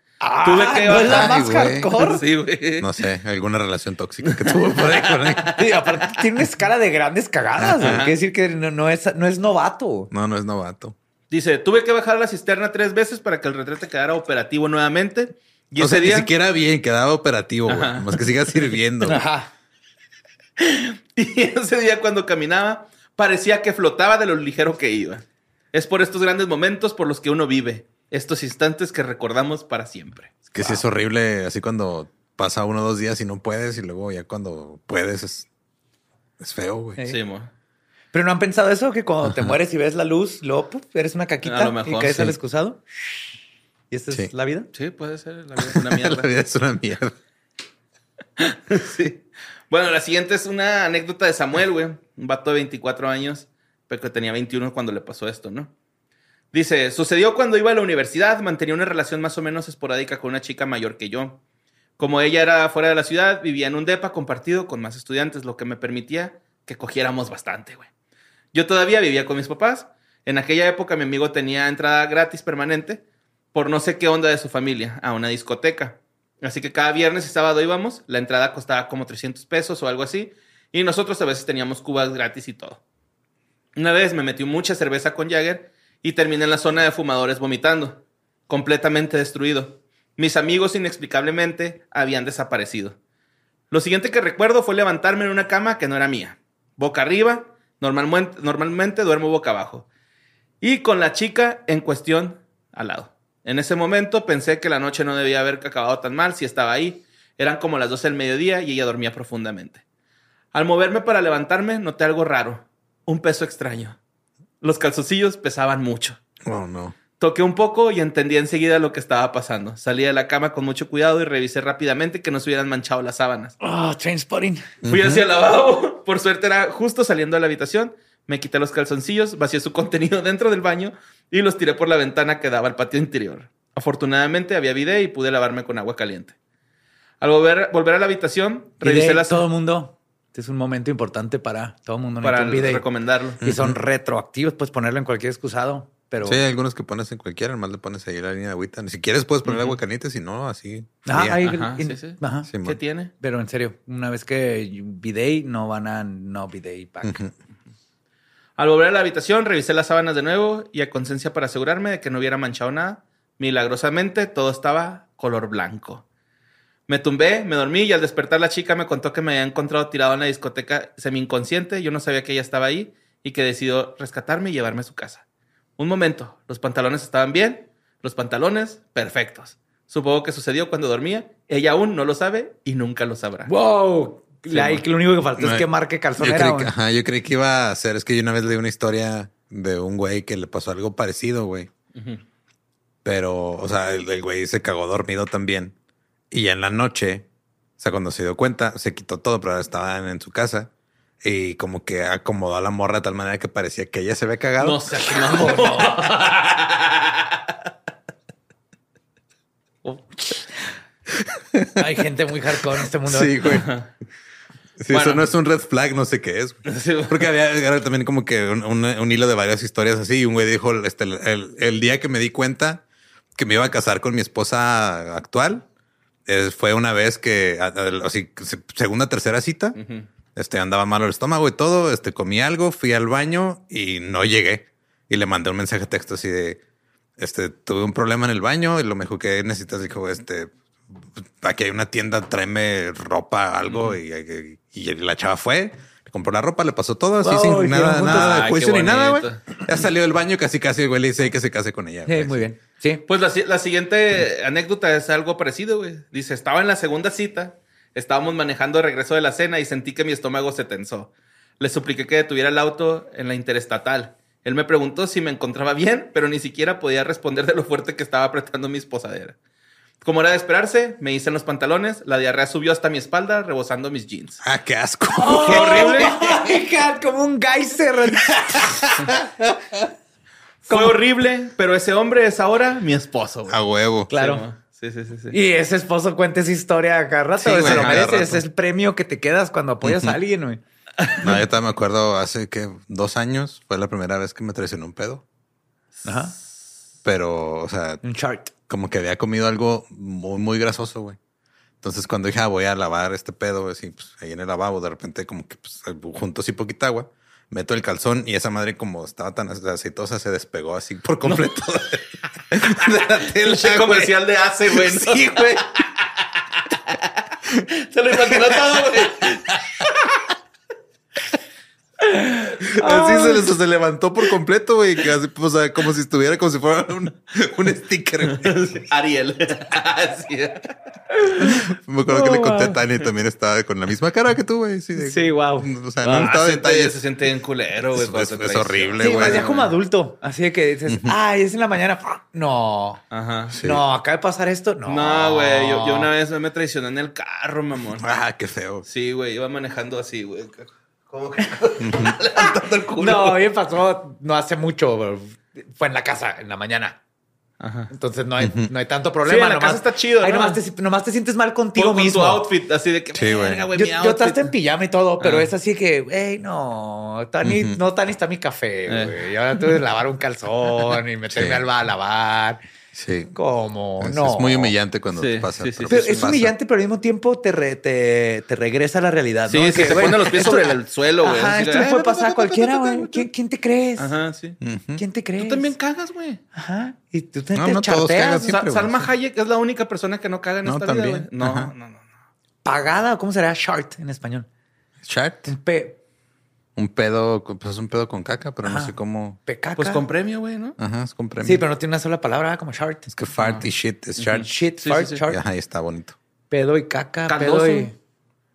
[SPEAKER 3] Tuve que
[SPEAKER 1] no es la
[SPEAKER 3] bajar-
[SPEAKER 2] Ay,
[SPEAKER 1] más
[SPEAKER 2] güey.
[SPEAKER 1] hardcore.
[SPEAKER 3] Sí, güey.
[SPEAKER 2] No sé, alguna relación tóxica que tuvo por ahí con él.
[SPEAKER 1] Sí, aparte, tiene una escala de grandes cagadas. güey.
[SPEAKER 3] Ajá.
[SPEAKER 1] Quiere decir que no, no es, no es novato.
[SPEAKER 2] No, no es novato.
[SPEAKER 3] Dice, tuve que bajar la cisterna tres veces para que el retrete quedara operativo nuevamente. Y
[SPEAKER 2] o
[SPEAKER 3] ese
[SPEAKER 2] sea,
[SPEAKER 3] día,
[SPEAKER 2] ni siquiera bien, quedaba operativo, güey.
[SPEAKER 3] Ajá.
[SPEAKER 2] Más que siga sirviendo. güey.
[SPEAKER 1] Ajá.
[SPEAKER 3] y ese día cuando caminaba, parecía que flotaba de lo ligero que iba. Es por estos grandes momentos por los que uno vive. Estos instantes que recordamos para siempre.
[SPEAKER 2] Es que sí es horrible, así cuando pasa uno o dos días y no puedes, y luego ya cuando puedes es, es feo, güey.
[SPEAKER 1] Sí.
[SPEAKER 3] Sí, mo.
[SPEAKER 1] Pero no han pensado eso, que cuando te mueres y ves la luz, luego puf, eres una caquita
[SPEAKER 3] A lo mejor,
[SPEAKER 1] y caes
[SPEAKER 3] sí.
[SPEAKER 1] al excusado. ¿Y esta
[SPEAKER 2] Sí.
[SPEAKER 1] es la vida?
[SPEAKER 3] Sí, puede ser. La vida es una
[SPEAKER 2] La
[SPEAKER 3] mierda.
[SPEAKER 2] vida es una mierda.
[SPEAKER 3] Sí. Bueno, la siguiente es una anécdota de Samuel, güey. Un vato de 24 años, pero que tenía 21 cuando le pasó esto, ¿no? Dice, sucedió cuando iba a la universidad, mantenía una relación más o menos esporádica con una chica mayor que yo. Como ella era fuera de la ciudad, vivía en un depa compartido con más estudiantes, lo que me permitía que cogiéramos bastante, güey. Yo todavía vivía con mis papás. En aquella época mi amigo tenía entrada gratis permanente por no sé qué onda de su familia a una discoteca. Así que cada viernes y sábado íbamos, la entrada costaba como 300 pesos o algo así, y nosotros a veces teníamos cubas gratis y todo. Una vez me metí mucha cerveza con Jagger y terminé en la zona de fumadores vomitando, completamente destruido. Mis amigos inexplicablemente habían desaparecido. Lo siguiente que recuerdo fue levantarme en una cama que no era mía, boca arriba, normalmente, normalmente duermo boca abajo, y con la chica en cuestión al lado. En ese momento pensé que la noche no debía haber acabado tan mal si estaba ahí. Eran como las 12 del mediodía y ella dormía profundamente. Al moverme para levantarme, noté algo raro, un peso extraño. Los calzoncillos pesaban mucho.
[SPEAKER 2] Oh, no.
[SPEAKER 3] Toqué un poco y entendí enseguida lo que estaba pasando. Salí de la cama con mucho cuidado y revisé rápidamente que no se hubieran manchado las sábanas.
[SPEAKER 1] Ah, Trainspotting.
[SPEAKER 3] Fui hacia el lavabo. Por suerte era justo saliendo de la habitación. Me quité los calzoncillos, vacié su contenido dentro del baño y los tiré por la ventana que daba al patio interior. Afortunadamente había bidet y pude lavarme con agua caliente. Al volver, volver a la habitación, revisé
[SPEAKER 1] Bidet,
[SPEAKER 3] las
[SPEAKER 1] Todo el mundo. Este es un momento importante para todo el mundo.
[SPEAKER 3] para
[SPEAKER 1] necesita un bidet.
[SPEAKER 3] recomendarlo.
[SPEAKER 1] Y son retroactivos, puedes ponerlo en cualquier excusado. Pero
[SPEAKER 2] Sí, hay algunos que pones en cualquiera, más le pones ahí la línea de agüita. Ni siquiera puedes poner agua caliente, si no, así.
[SPEAKER 1] Ah,
[SPEAKER 2] fría.
[SPEAKER 1] hay-
[SPEAKER 3] Ajá,
[SPEAKER 1] in-
[SPEAKER 3] sí, sí.
[SPEAKER 1] ajá.
[SPEAKER 2] Sí,
[SPEAKER 3] ¿Qué
[SPEAKER 2] man.
[SPEAKER 3] tiene?
[SPEAKER 1] Pero en serio, una vez que bidet, no van a no bidet pack.
[SPEAKER 3] Al volver a la habitación, revisé las sábanas de nuevo y a conciencia para asegurarme de que no hubiera manchado nada. Milagrosamente, todo estaba color blanco. Me tumbé, me dormí y al despertar la chica me contó que me había encontrado tirado en la discoteca semi-inconsciente. Yo no sabía que ella estaba ahí y que decidió rescatarme y llevarme a su casa. Un momento, los pantalones estaban bien, los pantalones perfectos. Supongo que sucedió cuando dormía. Ella aún no lo sabe y nunca lo sabrá.
[SPEAKER 1] Wow. La-
[SPEAKER 3] bueno.
[SPEAKER 1] lo único que faltó es
[SPEAKER 2] No,
[SPEAKER 1] que marque
[SPEAKER 2] Yo
[SPEAKER 1] calzonera.
[SPEAKER 2] creí,
[SPEAKER 1] güey.
[SPEAKER 2] que, ajá, yo creí que iba a ser. Es que yo una vez leí una historia de un güey que le pasó algo parecido, güey.
[SPEAKER 3] Ujú.
[SPEAKER 2] Pero, o sea, el, el güey se cagó dormido también. Y ya en la noche, o sea, cuando se dio cuenta, se quitó todo, pero ahora estaban en su casa y como que acomodó a la morra de tal manera que parecía que ella se había cagado.
[SPEAKER 1] No seas mamón. Hay gente muy hardcore en este mundo.
[SPEAKER 2] Sí, güey. Si
[SPEAKER 3] Bueno.
[SPEAKER 2] eso no es un red flag, no sé qué es. güey.
[SPEAKER 3] Sí, güey.
[SPEAKER 2] Porque había era también como que un, un- un hilo de varias historias así. Y un güey dijo, este, el, el- el día que me di cuenta que me iba a casar con mi esposa actual, eh, fue una vez que, a- a- así, se- segunda, tercera cita, este, andaba malo el estómago y todo, este, comí algo, fui al baño y no llegué. Y le mandé un mensaje de texto así de, este, tuve un problema en el baño y lo mejor que necesitas, dijo, este, aquí hay una tienda, tráeme ropa, algo. y, y- y la chava fue, le compró la ropa, le pasó todo, así
[SPEAKER 1] Wow,
[SPEAKER 2] sin
[SPEAKER 1] hicieron
[SPEAKER 2] nada,
[SPEAKER 1] juntos.
[SPEAKER 2] nada de
[SPEAKER 3] Ay,
[SPEAKER 2] juicio
[SPEAKER 3] qué
[SPEAKER 2] ni nada, güey.
[SPEAKER 3] bonito.
[SPEAKER 2] Ya salió del baño, casi, casi, güey, le dice que se case con ella.
[SPEAKER 1] Sí,
[SPEAKER 2] güey.
[SPEAKER 1] muy bien. Sí.
[SPEAKER 3] Pues la, si- la siguiente anécdota es algo parecido, güey. Dice, estaba en la segunda cita, estábamos manejando de regreso de la cena y sentí que mi estómago se tensó. Le supliqué que detuviera el auto en la interestatal. Él me preguntó si me encontraba bien, pero ni siquiera podía responder de lo fuerte que estaba apretando mi esposadera. Como era de esperarse, me hice en los pantalones, la diarrea subió hasta mi espalda, rebosando mis jeans.
[SPEAKER 2] Ah, qué asco.
[SPEAKER 1] Oh.
[SPEAKER 3] ¡Qué horrible!
[SPEAKER 1] my God, como un geyser.
[SPEAKER 3] Fue horrible, pero ese hombre es ahora mi esposo. güey.
[SPEAKER 2] A huevo.
[SPEAKER 1] Claro.
[SPEAKER 3] Sí, sí, sí, sí.
[SPEAKER 1] Y ese esposo cuenta esa historia cada rato.
[SPEAKER 2] Sí,
[SPEAKER 1] güey,
[SPEAKER 2] güey,
[SPEAKER 1] se lo
[SPEAKER 2] cada
[SPEAKER 1] merece.
[SPEAKER 2] rato.
[SPEAKER 1] Ese es el premio que te quedas cuando apoyas a alguien. güey.
[SPEAKER 2] No, yo también me acuerdo hace que dos años fue la primera vez que me traicionó un pedo.
[SPEAKER 1] Ajá.
[SPEAKER 2] Pero, o sea,
[SPEAKER 1] Un chart.
[SPEAKER 2] como que había comido algo muy, muy grasoso, güey. Entonces, cuando dije, ah, voy a lavar este pedo, güey, así, pues, ahí en el lavabo, de repente, como que pues, junto así poquita agua, meto el calzón y esa madre, como estaba tan ace- aceitosa, se despegó así por completo de, de la tela,
[SPEAKER 3] Pinche
[SPEAKER 2] güey.
[SPEAKER 3] comercial de hace, güey. ¿no?
[SPEAKER 2] Sí, güey.
[SPEAKER 3] Se lo imaginó todo, güey.
[SPEAKER 2] Así se, les- se levantó por completo, güey. que así, pues, o sea, como si estuviera, como si fuera un, un sticker, güey.
[SPEAKER 3] Ariel. Sí.
[SPEAKER 2] Me acuerdo que le conté a Tania y también estaba con la misma cara que tú, güey. Sí, de-
[SPEAKER 1] Sí, wow.
[SPEAKER 2] O sea, no estaba
[SPEAKER 3] se,
[SPEAKER 2] detalles.
[SPEAKER 3] se siente bien culero, güey.
[SPEAKER 2] Ah, Es-
[SPEAKER 3] cuando
[SPEAKER 2] es-
[SPEAKER 3] te
[SPEAKER 2] es
[SPEAKER 3] traicionan.
[SPEAKER 2] horrible.
[SPEAKER 1] Sí,
[SPEAKER 2] güey.
[SPEAKER 1] más ya como adulto. Así de que dices, ay, es en la mañana. No.
[SPEAKER 3] Ajá.
[SPEAKER 1] No, acaba de pasar esto. No.
[SPEAKER 3] No, güey. Yo, yo una vez me traicioné en el carro, mamón.
[SPEAKER 2] Ah, qué feo.
[SPEAKER 3] Sí, güey. Iba manejando así, güey. Como que levantando el culo.
[SPEAKER 1] No, a
[SPEAKER 3] güey.
[SPEAKER 1] mí me pasó no hace mucho. pero Fue en la casa, en la mañana.
[SPEAKER 3] Ajá.
[SPEAKER 1] Entonces no hay, no hay tanto
[SPEAKER 3] Sí,
[SPEAKER 1] problema.
[SPEAKER 3] en la
[SPEAKER 1] nomás-
[SPEAKER 3] casa está chido,
[SPEAKER 1] Ay,
[SPEAKER 3] ¿no?
[SPEAKER 1] nomás, te, nomás te sientes mal contigo
[SPEAKER 3] Con- con
[SPEAKER 1] mismo.
[SPEAKER 3] tu outfit, así de que.
[SPEAKER 2] Sí, güey.
[SPEAKER 3] "Verga,
[SPEAKER 1] yo,
[SPEAKER 3] mi
[SPEAKER 1] yo
[SPEAKER 3] outfit".
[SPEAKER 1] hasta este en pijama y todo, pero
[SPEAKER 3] Ah.
[SPEAKER 1] es así que, hey, no, Tani, no, Tani está mi café,
[SPEAKER 3] Eh.
[SPEAKER 1] güey. Y ahora tuve que lavar un calzón y meterme
[SPEAKER 2] Sí.
[SPEAKER 1] al ba- a lavar.
[SPEAKER 2] Sí.
[SPEAKER 1] ¿Cómo?
[SPEAKER 2] Es,
[SPEAKER 1] no.
[SPEAKER 2] es muy humillante cuando
[SPEAKER 3] Sí,
[SPEAKER 2] te pasa.
[SPEAKER 3] sí, sí,
[SPEAKER 2] pero pues
[SPEAKER 1] Pero
[SPEAKER 3] sí.
[SPEAKER 2] sí
[SPEAKER 1] es
[SPEAKER 2] pasa.
[SPEAKER 1] humillante, pero al mismo tiempo te, re- te, te regresa a la realidad.
[SPEAKER 3] Sí,
[SPEAKER 1] ¿no?
[SPEAKER 3] se
[SPEAKER 1] Que,
[SPEAKER 3] te
[SPEAKER 1] güey,
[SPEAKER 3] ponen los pies
[SPEAKER 1] esto-
[SPEAKER 3] sobre el suelo, güey.
[SPEAKER 1] Ajá,
[SPEAKER 3] Así
[SPEAKER 1] esto
[SPEAKER 3] de,
[SPEAKER 1] le puede
[SPEAKER 3] "Eh,
[SPEAKER 1] pasar a cualquiera, güey. ¿Qui- ¿Quién te crees?
[SPEAKER 3] Ajá, sí.
[SPEAKER 1] ¿Quién te crees?
[SPEAKER 3] Tú también cagas, güey.
[SPEAKER 1] Ajá. Y tú te,
[SPEAKER 2] No,
[SPEAKER 1] te
[SPEAKER 2] no todos
[SPEAKER 1] charteas,
[SPEAKER 2] cagan
[SPEAKER 1] o sea,
[SPEAKER 2] siempre.
[SPEAKER 3] Sa-
[SPEAKER 2] güey,
[SPEAKER 3] Salma
[SPEAKER 2] sí.
[SPEAKER 3] Hayek es la única persona que no caga en
[SPEAKER 2] No,
[SPEAKER 3] esta
[SPEAKER 2] también.
[SPEAKER 3] vida, güey. No,
[SPEAKER 2] Ajá.
[SPEAKER 3] no, no, no.
[SPEAKER 1] pagada, ¿cómo será? Shart en español.
[SPEAKER 2] Chat.
[SPEAKER 1] Un pe,
[SPEAKER 2] Un pedo, con- pues es un pedo con caca, pero no sé cómo.
[SPEAKER 1] pecaca.
[SPEAKER 3] Pues con premio, güey, ¿no?
[SPEAKER 2] Ajá, es con premio.
[SPEAKER 1] Sí, pero no tiene una sola palabra como shart.
[SPEAKER 2] Es que fart y shit es chat.
[SPEAKER 1] Shit,
[SPEAKER 3] Sí,
[SPEAKER 1] fart,
[SPEAKER 3] sí, sí.
[SPEAKER 1] shart.
[SPEAKER 2] Ajá, ahí está bonito.
[SPEAKER 1] Pedo y caca,
[SPEAKER 3] Caldoso.
[SPEAKER 1] pedo y...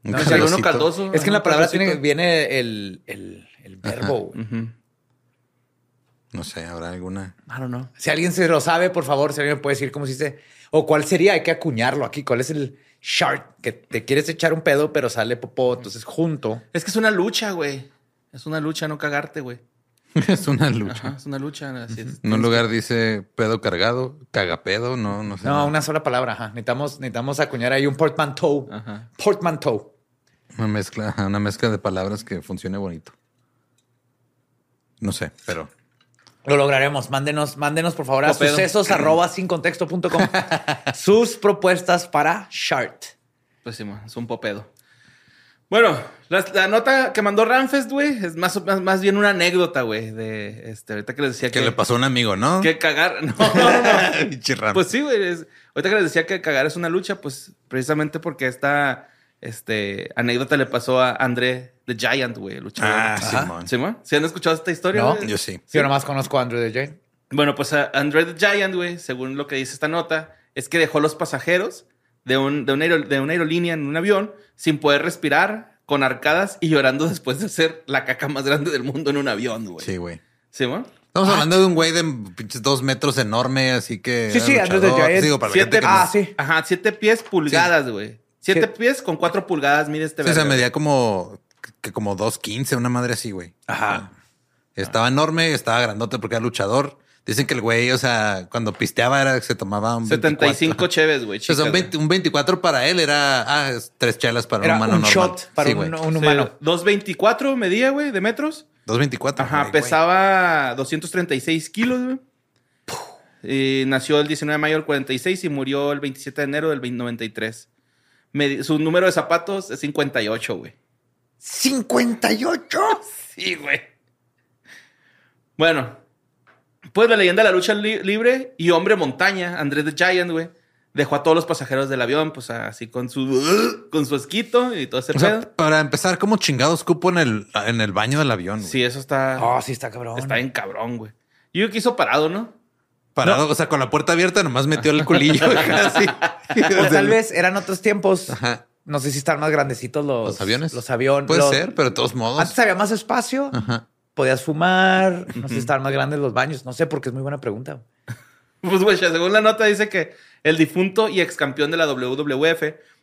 [SPEAKER 2] Un
[SPEAKER 3] No, si hay uno
[SPEAKER 2] calorcito.
[SPEAKER 3] caldoso.
[SPEAKER 1] Es que en la
[SPEAKER 3] un
[SPEAKER 1] palabra
[SPEAKER 3] calorcito.
[SPEAKER 1] tiene, viene el, el, el verbo. güey.
[SPEAKER 3] Ujú.
[SPEAKER 2] No sé, habrá alguna.
[SPEAKER 1] Ah,
[SPEAKER 3] I don't know.
[SPEAKER 1] Si alguien se lo sabe, por favor, si alguien me puede decir cómo se dice. O cuál sería, hay que acuñarlo aquí. ¿Cuál es el shart? Que te quieres echar un pedo, pero sale popó. Entonces, junto.
[SPEAKER 3] Es que es una lucha, güey. Es una lucha no cagarte, güey.
[SPEAKER 2] es una lucha.
[SPEAKER 3] Ajá, es una lucha. Así es.
[SPEAKER 2] En un lugar dice pedo cargado, cagapedo, no, no sé.
[SPEAKER 1] No, una sola palabra. Ajá. Necesitamos, necesitamos acuñar ahí un portmanteau.
[SPEAKER 3] Ajá.
[SPEAKER 1] Portmanteau.
[SPEAKER 2] Una mezcla, ajá, una mezcla de palabras que funcione bonito. No sé, pero
[SPEAKER 1] Lo lograremos. Mándenos, mándenos por favor, a
[SPEAKER 3] O pedo.
[SPEAKER 1] sucesos arroba sin contexto punto com sus propuestas para shart.
[SPEAKER 3] Pues sí, ma, es un popedo. Bueno, la, la nota que mandó Ramfest, güey, es más, más, más bien una anécdota, güey, de este, ahorita que les decía
[SPEAKER 2] que
[SPEAKER 3] que,
[SPEAKER 2] le pasó a un amigo, ¿no?
[SPEAKER 3] que cagar. No, no, no.
[SPEAKER 2] Pinche Ram.
[SPEAKER 3] Pues sí, güey. es- Ahorita que les decía que cagar es una lucha, pues precisamente porque esta este, anécdota le pasó a André the Giant, güey, luchador.
[SPEAKER 2] Ah,
[SPEAKER 3] Ajá.
[SPEAKER 2] Simón.
[SPEAKER 3] Simón. ¿Sí han escuchado esta historia?
[SPEAKER 1] No,
[SPEAKER 3] güey?
[SPEAKER 2] yo sí.
[SPEAKER 1] Yo nomás conozco a Andrew de Jane.
[SPEAKER 3] Bueno, pues a André the Giant, güey, según lo que dice esta nota, es que dejó los pasajeros de, un, de, una, aerol- de una aerolínea en un avión sin poder respirar, con arcadas y llorando después de hacer la caca más grande del mundo en un avión, güey.
[SPEAKER 2] Sí, güey.
[SPEAKER 3] ¿Simón?
[SPEAKER 2] Estamos
[SPEAKER 1] Ah.
[SPEAKER 2] hablando de un güey de pinches dos metros enorme, así que.
[SPEAKER 1] Sí,
[SPEAKER 2] era
[SPEAKER 1] sí, Andrés the
[SPEAKER 2] luchador.
[SPEAKER 1] Giant.
[SPEAKER 2] Digo, para la
[SPEAKER 3] Siete-
[SPEAKER 2] gente que no-
[SPEAKER 1] Ah, sí.
[SPEAKER 3] Ajá, siete pies pulgadas, güey. Siete
[SPEAKER 1] Sí.
[SPEAKER 3] pies con cuatro pulgadas, mire este
[SPEAKER 2] Sí, o sea,
[SPEAKER 3] verga.
[SPEAKER 2] medía como que como 2.15, una madre así, güey.
[SPEAKER 1] Ajá.
[SPEAKER 2] Estaba enorme, estaba grandote porque era luchador. Dicen que el güey, o sea, cuando pisteaba era que se tomaba un
[SPEAKER 3] 75
[SPEAKER 2] chelas.
[SPEAKER 3] cheves, güey.
[SPEAKER 2] O sea,
[SPEAKER 3] chicas,
[SPEAKER 2] un, 20 un 24 para él era ah, es tres chelas para
[SPEAKER 1] Era
[SPEAKER 2] un
[SPEAKER 1] un
[SPEAKER 2] humano normal.
[SPEAKER 1] shot para
[SPEAKER 2] sí,
[SPEAKER 1] un,
[SPEAKER 2] güey.
[SPEAKER 1] un
[SPEAKER 3] güey.
[SPEAKER 1] humano.
[SPEAKER 3] Sí, 224 medía, güey, de metros.
[SPEAKER 2] 2.24.
[SPEAKER 3] Ajá,
[SPEAKER 2] güey,
[SPEAKER 3] pesaba 236 kilos, güey. Y nació el 19 de mayo del 46 y murió el 27 de enero del 93. Medi- su número de zapatos es 58, güey.
[SPEAKER 1] ¡58!
[SPEAKER 3] Sí, güey. Bueno, pues la leyenda de la lucha li- libre y hombre montaña, Andrés the Giant, güey, dejó a todos los pasajeros del avión, pues así con su con su esquito y todo ese
[SPEAKER 2] O
[SPEAKER 3] pedo.
[SPEAKER 2] sea, para empezar, ¿cómo chingados cupo en el, en el baño del avión? güey?
[SPEAKER 3] sí, eso está
[SPEAKER 1] Oh,
[SPEAKER 2] Ah,
[SPEAKER 1] sí, está cabrón.
[SPEAKER 3] está bien cabrón, güey. Yo creo que hizo parado, ¿no?
[SPEAKER 2] Parado, o sea, con la puerta abierta, nomás metió el culillo casi.
[SPEAKER 1] O tal vez eran otros tiempos.
[SPEAKER 2] Pues Ajá.
[SPEAKER 1] No sé si están más grandecitos los,
[SPEAKER 2] Los aviones.
[SPEAKER 1] Los aviones.
[SPEAKER 2] Puede
[SPEAKER 1] Los-
[SPEAKER 2] ser, pero de todos modos.
[SPEAKER 1] Antes había más espacio.
[SPEAKER 2] Ajá.
[SPEAKER 1] Podías fumar. No sé si estaban más grandes los baños. No sé porque es muy buena pregunta.
[SPEAKER 3] Pues, güey, según la nota dice que el difunto y ex campeón de la WWF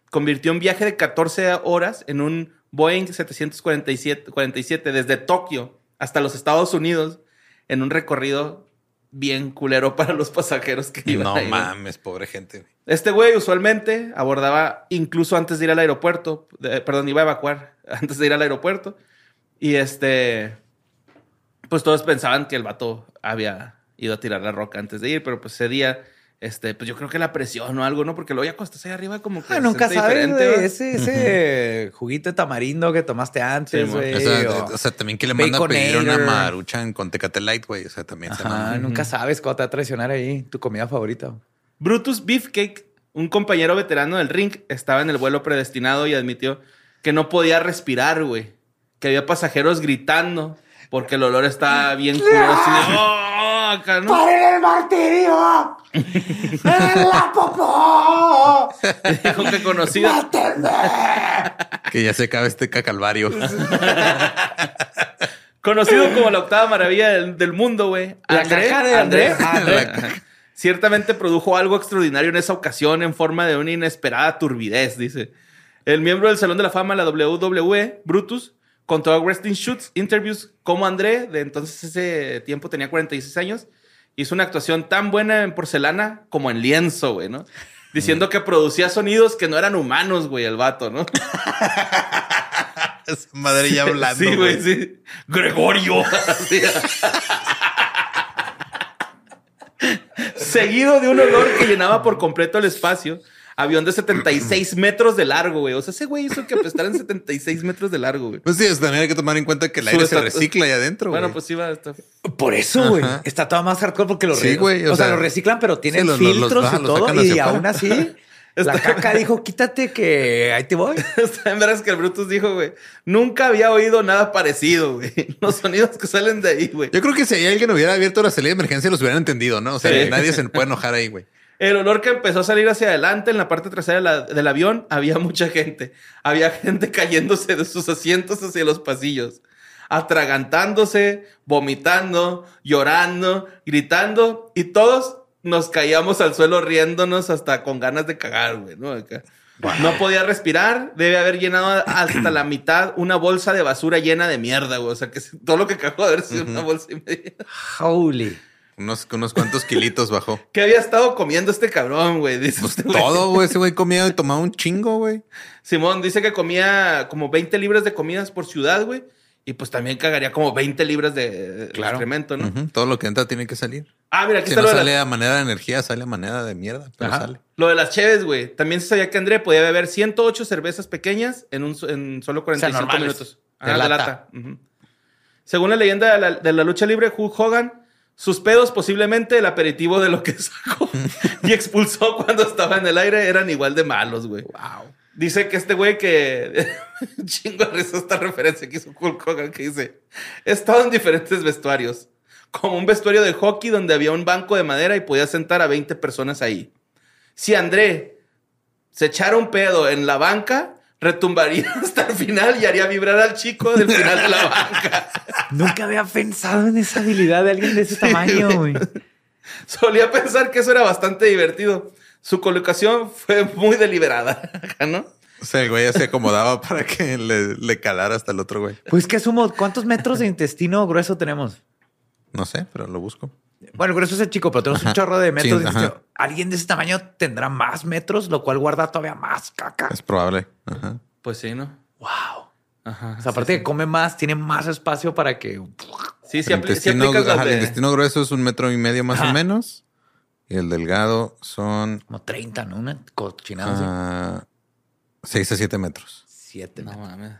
[SPEAKER 3] convirtió un viaje de 14 horas en un Boeing 747 47 desde Tokio hasta los Estados Unidos en un recorrido bien culero para los pasajeros que iban
[SPEAKER 2] No
[SPEAKER 3] ahí, güey.
[SPEAKER 2] mames, pobre gente. güey.
[SPEAKER 3] Este güey usualmente abordaba incluso antes de ir al aeropuerto, de- perdón, iba a evacuar antes de ir al aeropuerto y este pues todos pensaban que el vato había ido a tirar la roca antes de ir, pero pues ese día este pues yo creo que la presión o algo, ¿no? Porque luego ya cuando estás ahí arriba como que
[SPEAKER 1] Ah,
[SPEAKER 3] se
[SPEAKER 1] nunca
[SPEAKER 3] siente
[SPEAKER 1] sabes,
[SPEAKER 3] diferente,
[SPEAKER 1] güey.
[SPEAKER 3] ¿va?
[SPEAKER 1] Ese, ese juguito de tamarindo que tomaste antes,
[SPEAKER 3] Sí, mo.
[SPEAKER 1] güey.
[SPEAKER 2] O sea,
[SPEAKER 1] o-
[SPEAKER 2] o sea, también que le manda a pedir
[SPEAKER 1] Baconator.
[SPEAKER 2] una maruchan con Tecate Light, güey. O sea, también se
[SPEAKER 1] Ajá,
[SPEAKER 2] mama.
[SPEAKER 1] nunca sabes cuándo te va a traicionar ahí. Tu comida favorita.
[SPEAKER 3] Brutus Beefcake, un compañero veterano del ring, estaba en el vuelo predestinado y admitió que no podía respirar, güey. Que había pasajeros gritando porque el olor estaba bien curioso. ¡Oh! acá, ¿no?
[SPEAKER 1] el martirio! ¡En la popó!
[SPEAKER 3] Dijo que conocía,
[SPEAKER 2] Que ya se acaba este cacalvario.
[SPEAKER 3] conocido como la octava maravilla del, del mundo, güey.
[SPEAKER 1] La caca de André. Ah,
[SPEAKER 3] André, Ciertamente produjo algo extraordinario en esa ocasión en forma de una inesperada turbidez, dice. El miembro del Salón de la Fama, la WWE, Brutus, contó a Wrestling Shoots Interviews como André, de entonces ese tiempo tenía 46 años, hizo una actuación tan buena en porcelana como en lienzo, güey, ¿no?
[SPEAKER 1] Mm.
[SPEAKER 3] Diciendo que producía sonidos que no eran humanos, güey, el vato, ¿no?
[SPEAKER 2] Esa madre ya hablando.
[SPEAKER 3] Sí, güey, sí. Gregorio. Así. Seguido de un olor que llenaba por completo el espacio. Avión de 76 metros de largo, güey. O sea, ese güey hizo que apestaran 76 metros de largo, güey.
[SPEAKER 2] Pues sí, es también hay que tomar en cuenta que el
[SPEAKER 3] Su
[SPEAKER 2] aire se
[SPEAKER 3] estatus-
[SPEAKER 2] recicla ahí adentro.
[SPEAKER 3] Bueno,
[SPEAKER 2] güey.
[SPEAKER 3] pues iba hasta...
[SPEAKER 1] Por eso, güey. Está todo más hardcore porque lo
[SPEAKER 2] Sí,
[SPEAKER 1] re-
[SPEAKER 2] güey,
[SPEAKER 1] O,
[SPEAKER 2] o
[SPEAKER 1] sea,
[SPEAKER 2] sea,
[SPEAKER 1] lo reciclan, pero tienen
[SPEAKER 2] sí, los- los- los
[SPEAKER 1] filtros
[SPEAKER 2] bajan,
[SPEAKER 1] y
[SPEAKER 2] los sacan
[SPEAKER 1] todo. Y
[SPEAKER 2] hacia
[SPEAKER 1] aún
[SPEAKER 2] afuera.
[SPEAKER 1] así, la caca dijo, quítate que ahí te voy.
[SPEAKER 3] En verdad es que el Brutus dijo, güey, nunca había oído nada parecido, güey. Los sonidos que salen de ahí, güey.
[SPEAKER 2] Yo creo que si ahí alguien hubiera abierto la salida de emergencia, los hubieran entendido, ¿no? O sea,
[SPEAKER 3] Sí.
[SPEAKER 2] nadie se puede enojar ahí, güey.
[SPEAKER 3] El olor que empezó a salir hacia adelante en la parte trasera de la- del avión, había mucha gente. Había gente cayéndose de sus asientos hacia los pasillos, atragantándose, vomitando, llorando, gritando, y todos nos caíamos al suelo riéndonos hasta con ganas de cagar, güey. ¿no? Acá. No podía respirar, debe haber llenado hasta la mitad una bolsa de basura llena de mierda, güey. O sea, que todo lo que cagó haber sido una bolsa y media.
[SPEAKER 1] Holy.
[SPEAKER 2] Unos, unos cuantos kilitos bajó.
[SPEAKER 3] ¿Qué había estado comiendo este cabrón, güey? Dice
[SPEAKER 2] Pues
[SPEAKER 3] este güey.
[SPEAKER 2] todo, güey. Ese güey comía y tomaba un chingo, güey.
[SPEAKER 3] Simón dice que comía como 20 libras de comidas por ciudad, güey. Y pues también cagaría como 20 libras de
[SPEAKER 1] Claro.
[SPEAKER 3] excremento, ¿no?
[SPEAKER 2] Ujú, Todo lo que entra tiene que salir.
[SPEAKER 3] Ah, mira, aquí
[SPEAKER 2] Si
[SPEAKER 3] está
[SPEAKER 2] no
[SPEAKER 3] lo, de
[SPEAKER 2] sale
[SPEAKER 3] la-
[SPEAKER 2] a manera de energía, sale a manera de mierda, pero
[SPEAKER 1] Ajá.
[SPEAKER 2] sale.
[SPEAKER 3] lo de las cheves, güey. También se sabía que André podía beber 108 cervezas pequeñas en, un, so- en solo 45
[SPEAKER 1] normales.
[SPEAKER 3] minutos.
[SPEAKER 1] De
[SPEAKER 3] Ah, de
[SPEAKER 1] lata.
[SPEAKER 3] lata. Ujú. Según la leyenda de la, de la lucha libre, Hulk Hogan, sus pedos posiblemente el aperitivo de lo que sacó y expulsó cuando estaba en el aire eran igual de malos, güey.
[SPEAKER 1] Wow.
[SPEAKER 3] Dice que este güey que. Chingo de risa esta referencia que hizo Hulk Hogan, que dice: He estado en diferentes vestuarios. Como un vestuario de hockey donde había un banco de madera y podía sentar a 20 personas ahí. Si André se echara un pedo en la banca, retumbaría hasta el final y haría vibrar al chico del final de la banca.
[SPEAKER 1] Nunca había pensado en esa habilidad de alguien de ese tamaño, güey.
[SPEAKER 3] Solía pensar que eso era bastante divertido. Su colocación fue muy deliberada, ¿no?
[SPEAKER 2] O sea, el güey ya se acomodaba para que le, le calara hasta el otro güey.
[SPEAKER 1] Pues que asumo, ¿cuántos metros de intestino grueso tenemos?
[SPEAKER 2] No sé, pero lo busco.
[SPEAKER 1] Bueno, grueso es el chico, pero tenemos un
[SPEAKER 2] Ajá.
[SPEAKER 1] chorro de metros
[SPEAKER 2] Sí,
[SPEAKER 1] de
[SPEAKER 2] ajá.
[SPEAKER 1] intestino. Alguien de ese tamaño tendrá más metros, lo cual guarda todavía más caca.
[SPEAKER 2] Es probable. Ajá.
[SPEAKER 3] Pues sí, ¿no?
[SPEAKER 1] Wow.
[SPEAKER 3] Ajá.
[SPEAKER 1] O sea, aparte que come más, tiene más espacio para que
[SPEAKER 3] Sí, sí,
[SPEAKER 2] el,
[SPEAKER 3] apli- sí
[SPEAKER 2] intestino,
[SPEAKER 3] aplicas las
[SPEAKER 2] ajá, el
[SPEAKER 3] de-
[SPEAKER 2] intestino grueso es un metro y medio más
[SPEAKER 1] Ajá.
[SPEAKER 2] o menos. Y el delgado son
[SPEAKER 1] como 30, ¿no? Una cochinada.
[SPEAKER 2] ah, seis a siete metros.
[SPEAKER 1] 7.
[SPEAKER 3] No mames.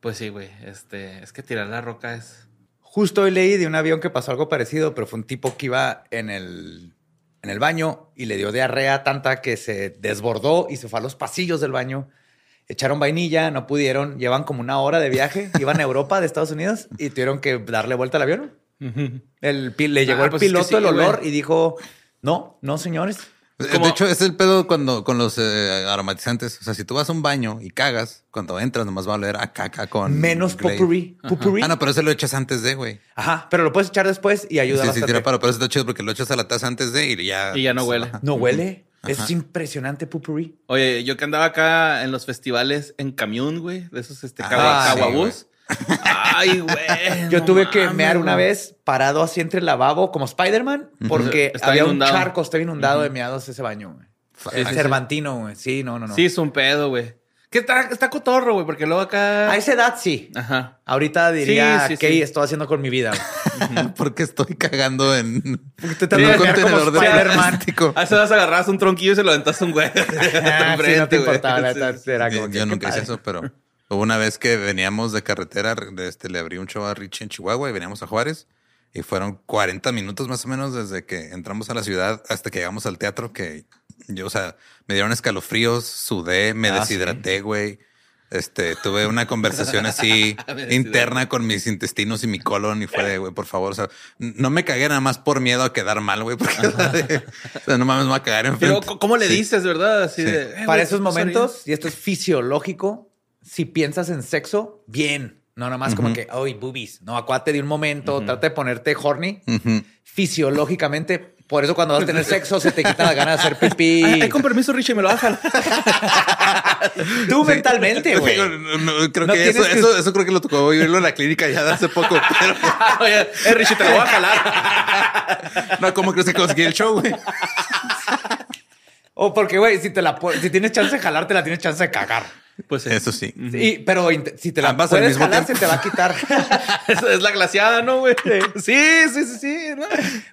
[SPEAKER 3] Pues sí, güey. Este, es que tirar la roca es.
[SPEAKER 1] Justo hoy leí de un avión que pasó algo parecido, pero fue un tipo que iba en el, en el baño y le dio diarrea tanta que se desbordó y se fue a los pasillos del baño. Echaron vainilla, no pudieron, llevan como una hora de viaje, iban a Europa de Estados Unidos y tuvieron que darle vuelta al avión. El, pi- le llegó
[SPEAKER 3] Ah,
[SPEAKER 1] el
[SPEAKER 3] pues es que
[SPEAKER 1] piloto
[SPEAKER 3] sí,
[SPEAKER 1] el olor
[SPEAKER 3] güey.
[SPEAKER 1] y dijo, no, no señores.
[SPEAKER 2] Eh,
[SPEAKER 3] Como-
[SPEAKER 2] De hecho, es el pedo cuando con los eh, aromatizantes. O sea, si tú vas a un baño y cagas, cuando entras nomás va a oler a caca con
[SPEAKER 1] Menos
[SPEAKER 2] Glade.
[SPEAKER 1] potpourri. Potpourri.
[SPEAKER 2] Ah, no, pero ese lo echas antes de, güey.
[SPEAKER 1] Ajá, pero lo puedes echar después y ayuda
[SPEAKER 2] Sí, sí,
[SPEAKER 1] bastante.
[SPEAKER 2] tira paro, pero eso está chido porque lo echas a la taza antes de y ya.
[SPEAKER 3] Y ya no huele.
[SPEAKER 2] Ajá.
[SPEAKER 1] No huele. Eso es impresionante, Pupurri.
[SPEAKER 3] Oye, yo que andaba acá en los festivales en camión, güey, de esos este
[SPEAKER 2] Ah,
[SPEAKER 3] cagua-
[SPEAKER 1] sí,
[SPEAKER 3] caguabús. Ay, güey.
[SPEAKER 1] Yo
[SPEAKER 3] no
[SPEAKER 1] tuve que
[SPEAKER 3] mames,
[SPEAKER 1] mear una
[SPEAKER 3] güey.
[SPEAKER 1] vez parado así entre el lavabo como Spider-Man porque
[SPEAKER 3] Está
[SPEAKER 1] había
[SPEAKER 3] inundado.
[SPEAKER 1] un charco, estaba inundado de meados ese baño. güey.
[SPEAKER 2] Fuck.
[SPEAKER 3] Sí, sí, sí.
[SPEAKER 1] Cervantino, güey. Sí, no, no, no.
[SPEAKER 3] Sí, es un pedo, güey. Que está, está cotorro, güey, porque luego acá.
[SPEAKER 1] A esa edad sí.
[SPEAKER 3] Ajá.
[SPEAKER 1] Ahorita diría,
[SPEAKER 3] Sí, sí,
[SPEAKER 1] ¿qué
[SPEAKER 3] sí.
[SPEAKER 1] estoy haciendo con mi vida? güey?"
[SPEAKER 2] Porque estoy cagando en,
[SPEAKER 1] te
[SPEAKER 2] en
[SPEAKER 1] de
[SPEAKER 2] un
[SPEAKER 1] mear como
[SPEAKER 2] contenedor de
[SPEAKER 1] Spider-Man.
[SPEAKER 2] plástico.
[SPEAKER 3] A esa edad agarrabas un tronquillo y se lo aventaste a un güey.
[SPEAKER 1] Ah, sí, no te
[SPEAKER 3] Enfrente, güey.
[SPEAKER 1] importaba. la
[SPEAKER 3] Sí,
[SPEAKER 1] verdad, era como
[SPEAKER 2] Yo-
[SPEAKER 1] que,
[SPEAKER 2] yo
[SPEAKER 1] qué
[SPEAKER 2] nunca hice
[SPEAKER 1] padre.
[SPEAKER 2] eso, pero hubo una vez que veníamos de carretera, este, le abrí un show a Richie en Chihuahua y veníamos a Juárez. Y fueron 40 minutos más o menos desde que entramos a la ciudad hasta que llegamos al teatro, que yo, o sea, me dieron escalofríos, sudé, me
[SPEAKER 1] Ah,
[SPEAKER 2] deshidraté, güey. Este, tuve una conversación así
[SPEAKER 3] deshidraté.
[SPEAKER 2] interna con mis intestinos y mi colon y fue de, güey, por favor, o sea, n- no me cagué nada más por miedo a quedar mal, güey, porque o sea, de- o sea, no mames, me voy a cagar en
[SPEAKER 3] Pero, ¿cómo le dices, verdad? Así
[SPEAKER 2] Sí.
[SPEAKER 3] de, eh, güey,
[SPEAKER 1] Para esos
[SPEAKER 3] sorry.
[SPEAKER 1] momentos, y esto es fisiológico, si piensas en sexo, bien. No, nada más como que, ¡ay, boobies! No, acuérdate de un momento, trata de ponerte horny fisiológicamente. Por eso cuando vas a tener sexo se te quita la gana de hacer pipí.
[SPEAKER 3] Ay, ay, con permiso, Richie, me lo bajan.
[SPEAKER 1] Tú mentalmente, güey.
[SPEAKER 2] Digo, no, no, creo
[SPEAKER 1] No
[SPEAKER 2] que eso,
[SPEAKER 1] tienes que-
[SPEAKER 2] eso, eso creo que lo tocó vivirlo en la clínica ya de hace poco. Pero
[SPEAKER 1] Ah,
[SPEAKER 3] Oye, eh, Richie, te lo voy a jalar.
[SPEAKER 2] no, ¿cómo crees que conseguí el show, güey?
[SPEAKER 1] O porque, güey, si te la pu- si tienes chance de jalar, te la tienes chance de cagar.
[SPEAKER 3] Pues sí.
[SPEAKER 2] Eso sí.
[SPEAKER 1] Y- pero int- si te la
[SPEAKER 2] Ambas al
[SPEAKER 1] puedes
[SPEAKER 2] mismo
[SPEAKER 1] jalar,
[SPEAKER 2] tiempo.
[SPEAKER 1] se te va a quitar.
[SPEAKER 3] Es, es la glaciada, ¿no, güey? Sí, sí, sí, sí. ¿no?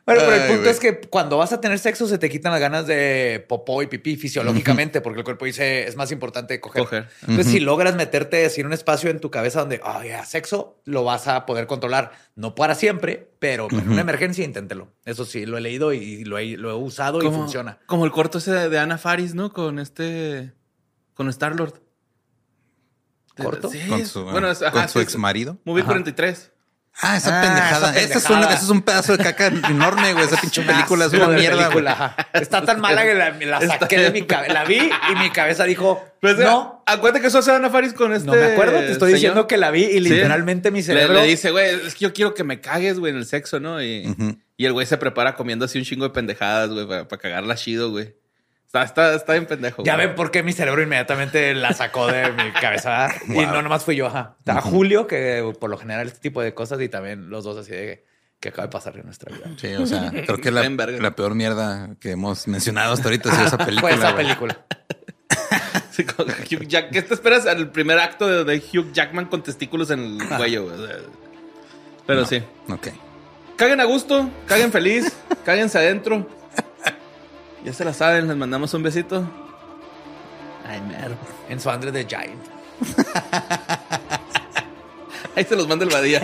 [SPEAKER 1] bueno, pero el
[SPEAKER 2] Ay,
[SPEAKER 1] punto
[SPEAKER 2] güey.
[SPEAKER 1] es que cuando vas a tener sexo se te quitan las ganas de popó y pipí fisiológicamente, porque el cuerpo dice es más importante coger.
[SPEAKER 3] Coger.
[SPEAKER 1] Entonces, si logras meterte sin un espacio en tu cabeza donde, oh, ya, sexo, lo vas a poder controlar. No para siempre, pero en una emergencia inténtelo. Eso sí, lo he leído y lo he, lo he usado y funciona.
[SPEAKER 3] Como el corto ese de, de Ana Faris, ¿no? Con este. Con Star-Lord.
[SPEAKER 1] ¿Corto?
[SPEAKER 3] Sí.
[SPEAKER 2] Con su, ah,
[SPEAKER 3] bueno, es-
[SPEAKER 2] con
[SPEAKER 3] ajá,
[SPEAKER 2] su
[SPEAKER 3] sí,
[SPEAKER 2] ex marido.
[SPEAKER 3] Movie
[SPEAKER 1] Ajá.
[SPEAKER 3] 43.
[SPEAKER 2] Ah, esa
[SPEAKER 1] Ah,
[SPEAKER 2] pendejada.
[SPEAKER 1] esa
[SPEAKER 2] Esa es
[SPEAKER 1] pendejada.
[SPEAKER 2] una- eso es un pedazo de caca enorme, güey. Esa pinche película es
[SPEAKER 1] asco
[SPEAKER 2] una
[SPEAKER 1] de
[SPEAKER 2] mierda, güey.
[SPEAKER 1] película, ajá. Está tan mala que la, la saqué de mi cabeza. La vi y mi cabeza dijo,
[SPEAKER 3] Pues,
[SPEAKER 1] no,
[SPEAKER 3] eh, Acuérdate que eso hace Ana Faris con este.
[SPEAKER 1] no me acuerdo. Te estoy
[SPEAKER 3] señor.
[SPEAKER 1] diciendo que la vi y
[SPEAKER 3] Sí.
[SPEAKER 1] literalmente mi
[SPEAKER 3] Le-
[SPEAKER 1] cerebro...
[SPEAKER 3] Le, dice, güey, es que yo quiero que me cagues, güey, en el sexo, ¿no? Y,
[SPEAKER 2] Ujú.
[SPEAKER 3] y el güey se prepara comiendo así un chingo de pendejadas, güey, para, para cagarla chido, güey. Está, está, está bien pendejo.
[SPEAKER 1] Ya
[SPEAKER 3] güey.
[SPEAKER 1] ven por qué mi cerebro inmediatamente la sacó de mi cabeza. Y no nomás fui yo, ajá. A Julio, que por lo general este tipo de cosas y también los dos así de que acaba de pasar en nuestra vida.
[SPEAKER 2] Sí, o sea, creo que la,
[SPEAKER 3] Bien verga.
[SPEAKER 2] la peor mierda que hemos mencionado hasta ahorita ha sido esa película.
[SPEAKER 1] Fue esa
[SPEAKER 2] güey.
[SPEAKER 1] película.
[SPEAKER 3] Sí, con Hugh Jack- ¿Qué te esperas al primer acto de, de Hugh Jackman con testículos en
[SPEAKER 1] Ah.
[SPEAKER 3] el cuello? güey? O sea, Pero sí.
[SPEAKER 2] Ok.
[SPEAKER 3] Caguen a gusto, caguen feliz, cáguense adentro. Ya se la saben, les mandamos un besito. Ay, mero.
[SPEAKER 1] En su Andrés de Giant.
[SPEAKER 3] Ahí se los manda el Badía.